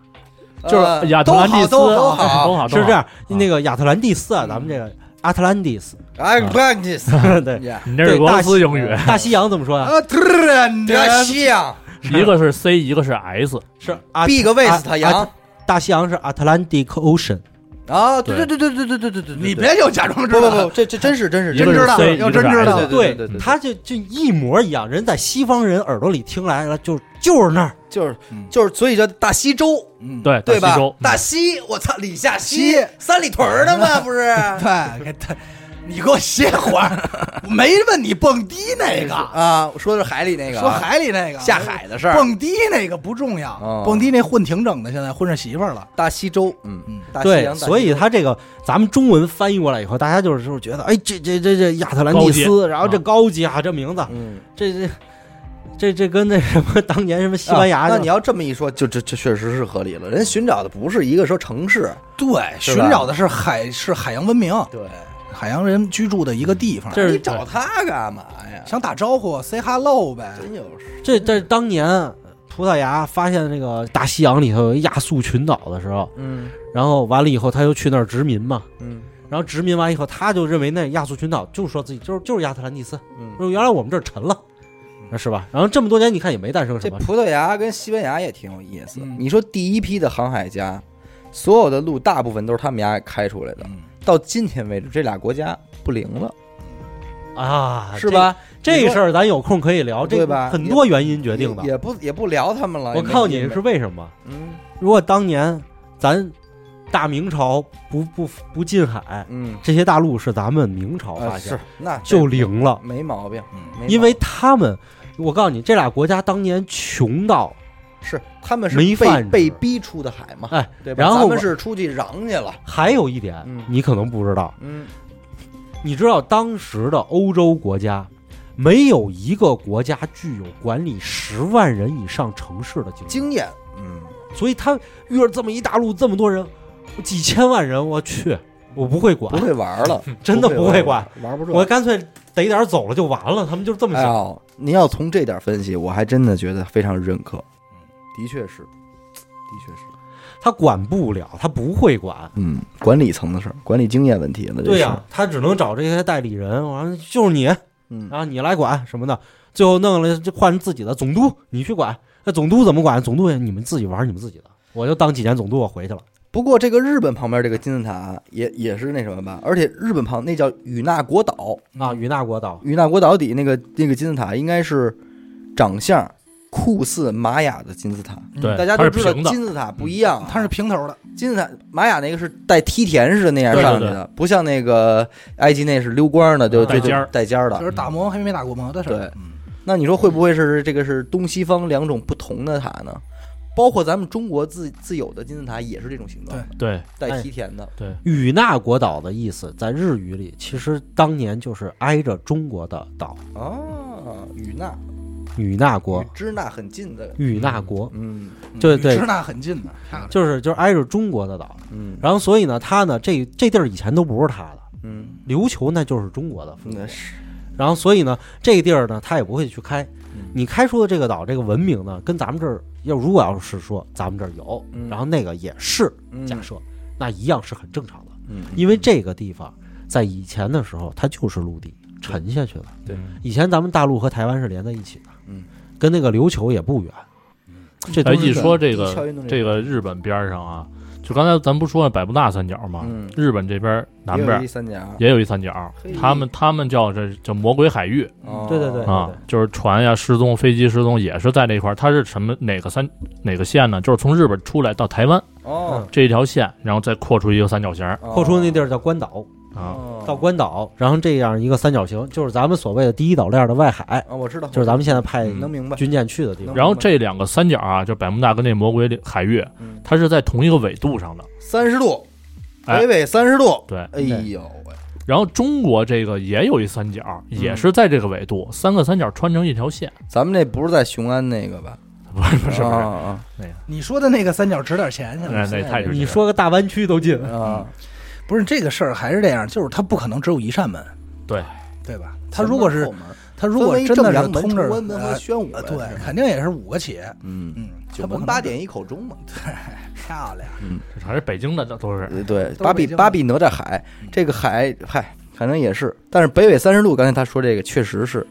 C: 就是亚特
A: 都
C: 兰蒂
A: 好，
C: 斯，
A: 都好，
C: 都好，
D: 是这样，那个亚特兰蒂
A: 嗯
D: 斯啊，咱们这个 Atlantis，
A: 哎，不让你死
D: 对，
C: 你这是俄罗斯英语，
D: 大西洋怎么说啊？
B: 啊，突然
A: 这
B: 的，
A: 西洋
C: 一个是 C，一个是 S，
D: 是啊，
A: ，Big West
D: 啊
A: 洋
D: 大西洋是 Atlantic Ocean，
A: 啊，对对对对对对对对，
B: 你别就假装知
A: 不
B: 道
A: 不不，这这真是真是
C: 一
A: 真
C: 个
A: 知
C: 是
A: 道，
C: C，一
B: 要
C: 个是
B: 真知道
C: S。
A: 对
C: 对
D: 他就就一模一样。人在西方人耳朵里听来了，就就是那儿，
A: 就是
B: 嗯
A: 就是，所以叫大西洲，
B: 嗯，
C: 对
A: 对
C: 大
A: 吧
C: 西洲？
A: 大西，我操，李下
B: 西
A: 西，三里屯儿的嘛， 不是？
B: 对，给他， 你给我歇会 儿，没问你蹦迪那个，
A: 啊，说的是海里那个啊，
B: 说海里那个
A: 下海的事儿，
B: 蹦迪那个不重要，
A: 哦
B: 蹦迪那混挺整的，现在混上媳妇儿了。
A: 大西洲，嗯
B: 嗯，
A: 大西
D: 对，
A: 洋，
D: 所以
A: 大西
D: 他这个咱们中文翻译过来以后，大家就是就是觉得，哎，这这这这亚特兰蒂
C: 高
D: 斯，然后这高级啊，这名字
A: 洲，，嗯，
D: 这这这这跟那什么 当年什么西班牙
A: 啊
D: 的，
A: 那你要这么一说，就这这确实是合理了。人寻找的不是一个说城市，
B: 对，寻找的是海，是海洋文明，
A: 对，
B: 海洋人居住的一个地方。
D: 这是
A: 你找他干嘛呀？
B: 想打招呼，say hello 呗。
A: 真有事，
D: 这这当年葡萄牙发现这个大西洋里头有一亚速群岛的时候，
A: 嗯
D: 然后完了以后他又去那儿殖民嘛，
A: 嗯
D: 然后殖民完以后，他就认为那亚速群岛就是说自己就是就是亚特兰蒂斯，
A: 嗯，
D: 说原来我们这儿沉了，是吧？然后这么多年你看也没诞生
A: 这
D: 什么，
A: 葡萄牙跟西班牙也挺有意思。
B: 嗯
A: 你说第一批的航海家，所有的路大部分都是他们家开出来的，
B: 嗯
A: 到今天为止，这俩国家不灵了，
D: 啊，
A: 是？吧？
D: 这事儿咱有空可以聊，这
A: 对吧
D: 很多原因决定的
A: 也。也不也不聊他们了。
D: 我
A: 也没
D: 告诉
A: 也
D: 你
A: 没
D: 是为什么？
A: 嗯
D: 如果当年咱大明朝不不不近海，
A: 嗯，
D: 这些大陆是咱们明朝
A: 呃
D: 发现
A: 是，那这
D: 就灵了，
A: 没毛病，
B: 嗯，
A: 没
D: 因
A: 毛
D: 为他们，我告诉你，这俩国家当年穷到，
A: 是他们是被
D: 没饭吃
A: 被逼出的海嘛，
D: 哎，
A: 对吧？
D: 然后
A: 咱们
D: 吧
A: 是出去嚷去了，
D: 还有一点
A: 嗯
D: 你可能不知道，
A: 嗯，
D: 你知道当时的欧洲国家没有一个国家具有管理十万人以上城市的经
A: 经验，嗯，
D: 历，所以他遇着这么一大陆这么多人，几千万人，我去，我不会管
A: 不，会玩了，
D: 真的
A: 不
D: 不会
A: 玩
D: 管，
A: 了，玩不
D: 我
A: 转。
D: 干脆逮点儿走了就完了，他们就这么
A: 哎
D: 想。
A: 呦，您要从这点分析，我还真的觉得非常认可，的确是，的确是，
D: 他管不了，他不会管。
A: 嗯，管理层的事儿，管理经验问题了，这
D: 对
A: 是
D: 呀、，他只能找这些代理人，完了就是你，
A: 嗯，
D: 啊，你来管什么的，最后弄了就换自己的总督，你去管。那总督怎么管？总督你们自己玩你们自己的，我就当几年总督，我回去了。
A: 不过这个日本旁边这个金字塔也也是那什么吧，而且日本旁那叫与那国岛，
D: 啊，与那国岛
A: 与那国岛底那个那个金字塔应该是长相酷似玛雅的金字塔，
B: 嗯
C: 对，
A: 大家
C: 它
A: 都
C: 是
A: 知道
C: 平的，
A: 金字塔不一样啊，
B: 它是平头的，
A: 金字塔玛雅那个是带梯田似的那样上去
C: 对
A: 的，不像那个埃及那是溜光的，就
D: 带
A: 就
C: 尖儿
A: 带尖儿
B: 就
A: 的。
B: 是打磨还没打过磨的事儿。嗯
A: 嗯那你说会不会是这个是东西方两种不同的塔呢？包括咱们中国自自有的金字塔也是这种形状的，
C: 嗯对
D: 哎
A: 带梯田的。
C: 对，
D: 与那国岛的意思，在日语里其实当年就是挨着中国的岛，
A: 哦，与那
D: 与那国
A: 与，支那很近的。
D: 与那国，
A: 嗯
B: 嗯
D: 对对
B: 与支那很近的，看着
D: 就是就是挨着中国的岛。
A: 嗯
D: 然后所以呢，他呢这这地儿以前都不是他的，
A: 嗯，
D: 琉球那就是中国的分
A: 那
D: 国。
A: 是
D: 然后所以呢，这个地儿呢，他也不会去开
A: 嗯。
D: 你开出的这个岛，这个文明呢，跟咱们这儿要如果要是说咱们这儿有，
A: 嗯
D: 然后那个也是
A: 嗯
D: 假设，那一样是很正常的，
A: 嗯
D: 因为这个地方在以前的时候它就是陆地沉下去的。
A: 对
D: 以前咱们大陆和台湾是连在一起的，
A: 嗯，
D: 跟那个琉球也不远。这
C: 哎，
D: 都
C: 一
D: 是
C: 说这
A: 地壳运
C: 个
A: 动这
C: 这个日本边上啊，就刚才咱不说了百慕大三角
D: 啊
C: 嘛，
A: 嗯
C: 日本这边南
A: 也有一
C: 边
A: 三角。
C: 也有一三角
A: 嘿，
C: 他们他们叫这叫魔鬼海域
A: 哦
D: 对对对
C: 啊，就是船呀失踪、飞机失踪也是在这一块儿。它是什么哪个三哪个线呢？就是从日本出来到台湾
A: 哦，
C: 这一条线，然后再扩出一个三角形儿
D: 嗯扩出那地儿叫关岛，
A: 哦
C: 啊。
D: 到关岛，然后这样一个三角形，就是咱们所谓的第一岛链的外海，
A: 啊，我知道，哎
D: 就是咱们现在派
A: 嗯能明白。
D: 军舰去的地方。
C: 然后这两个三角啊，就百慕大跟这魔鬼海域
A: 嗯，
C: 它是在同一个纬度上的。
A: 三十度，
C: 哎
A: 北纬三十度。
C: 对，
A: 哎呦喂，
C: 然后中国这个也有一三
A: 嗯
C: 角，也是在这个纬度，三个三角穿成一条线。
A: 咱们这不是在雄安那个吧？
C: 不是不是不
E: 啊
A: 哦
C: 是，
E: 啊
B: 你说的那个三角值点钱去
C: 那
B: 了，
C: 那太
D: 你说个大湾区都进，
E: 啊啊！
B: 不是这个事儿还是这样，就是它不可能只有一扇门，
C: 对
B: 对吧？它如果是
E: 前门后门
B: 它如果真的是通着
E: 分为正阳门崇文门和
B: 呃
E: 宣武门
B: 呃对，肯定也是五个起，
E: 嗯，
B: 嗯，
E: 九
B: 它不可
E: 门
B: 能
E: 八点一口钟嘛，
B: 漂亮，
C: 这还是北京的，这都是
A: 呃对，
B: 都
A: 八
B: 北
A: 比
B: 京
A: 八
B: 的
A: 比哪吒海，
E: 嗯
A: 这个海，嗨，反正也是。但是北纬三十度，刚才他说这个确实是，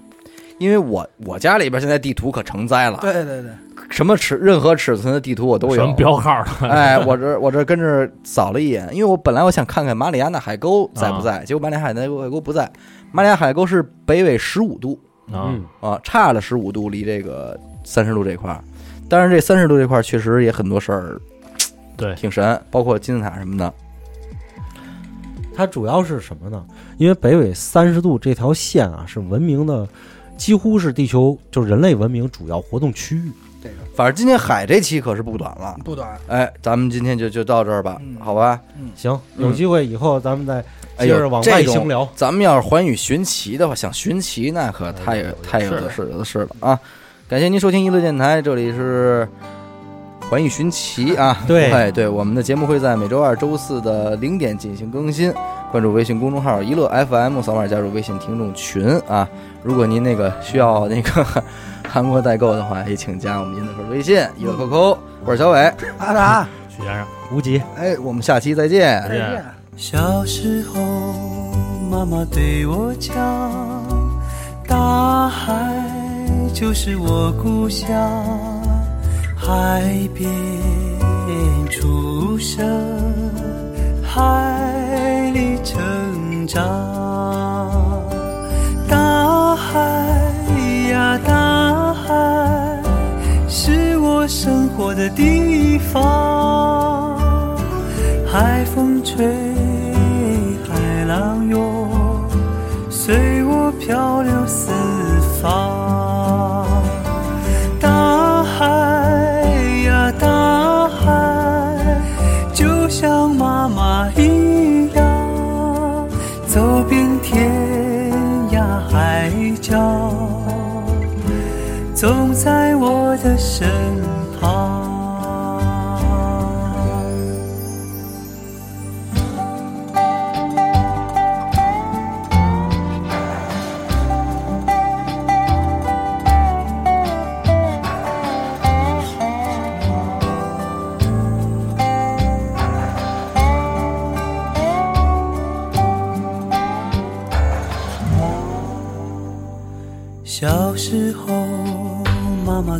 A: 因为我我家里边现在地图可成灾了，
B: 对对对，
E: 啊
A: 什么尺任何尺寸的地图我都
C: 什
A: 有
C: 么。标号的，
A: 哎，我这我这跟着扫了一眼，因为我本来我想看看马里亚纳海沟在
C: 啊
A: 不在，结果马里亚海沟不在，马里亚海沟是北纬十五度
C: 啊，
D: 嗯
A: 啊，差了十五度离这个三十度这块儿。但是这三十度这块儿确实也很多事儿
C: 对，
A: 挺神，包括金字塔什么的。
D: 它主要是什么呢？因为北纬三十度这条线啊，是文明的，几乎是地球就是人类文明主要活动区域。
A: 反正今天海这期可是不短了，
B: 不短，
A: 哎，咱们今天就就到这儿吧
B: 嗯，
A: 好吧？
D: 行，有机会以后咱们再
A: 嗯哎
D: 接着
A: 呦，
D: 往
A: 这
D: 外
A: 种
D: 星聊。
A: 咱们要是环宇寻奇的话，想寻奇那可太有太有的是有的是了啊！感谢您收听一乐电台，这里是环宇寻奇啊。
D: 对
A: 哎对，我们的节目会在每周二、周四的零点进行更新。关注微信公众号“一乐 FM”，扫码加入微信听众群啊。如果您那个需要那个韩国代购的话，也请加我们您的微信“一乐 QQ”。我是小伟，
B: 阿达，
C: 许先生，
D: 无极。
A: 哎，我们下期再见。
B: 再见。
I: 小时候，妈妈对我讲，大海就是我故乡，海边出生，海里成长，大海呀大海，是我生活的地方。海风吹，海浪涌，随我漂流四方。大海呀，大海，就像妈妈一样，走遍天涯海角，总在我的身旁。小时候，妈妈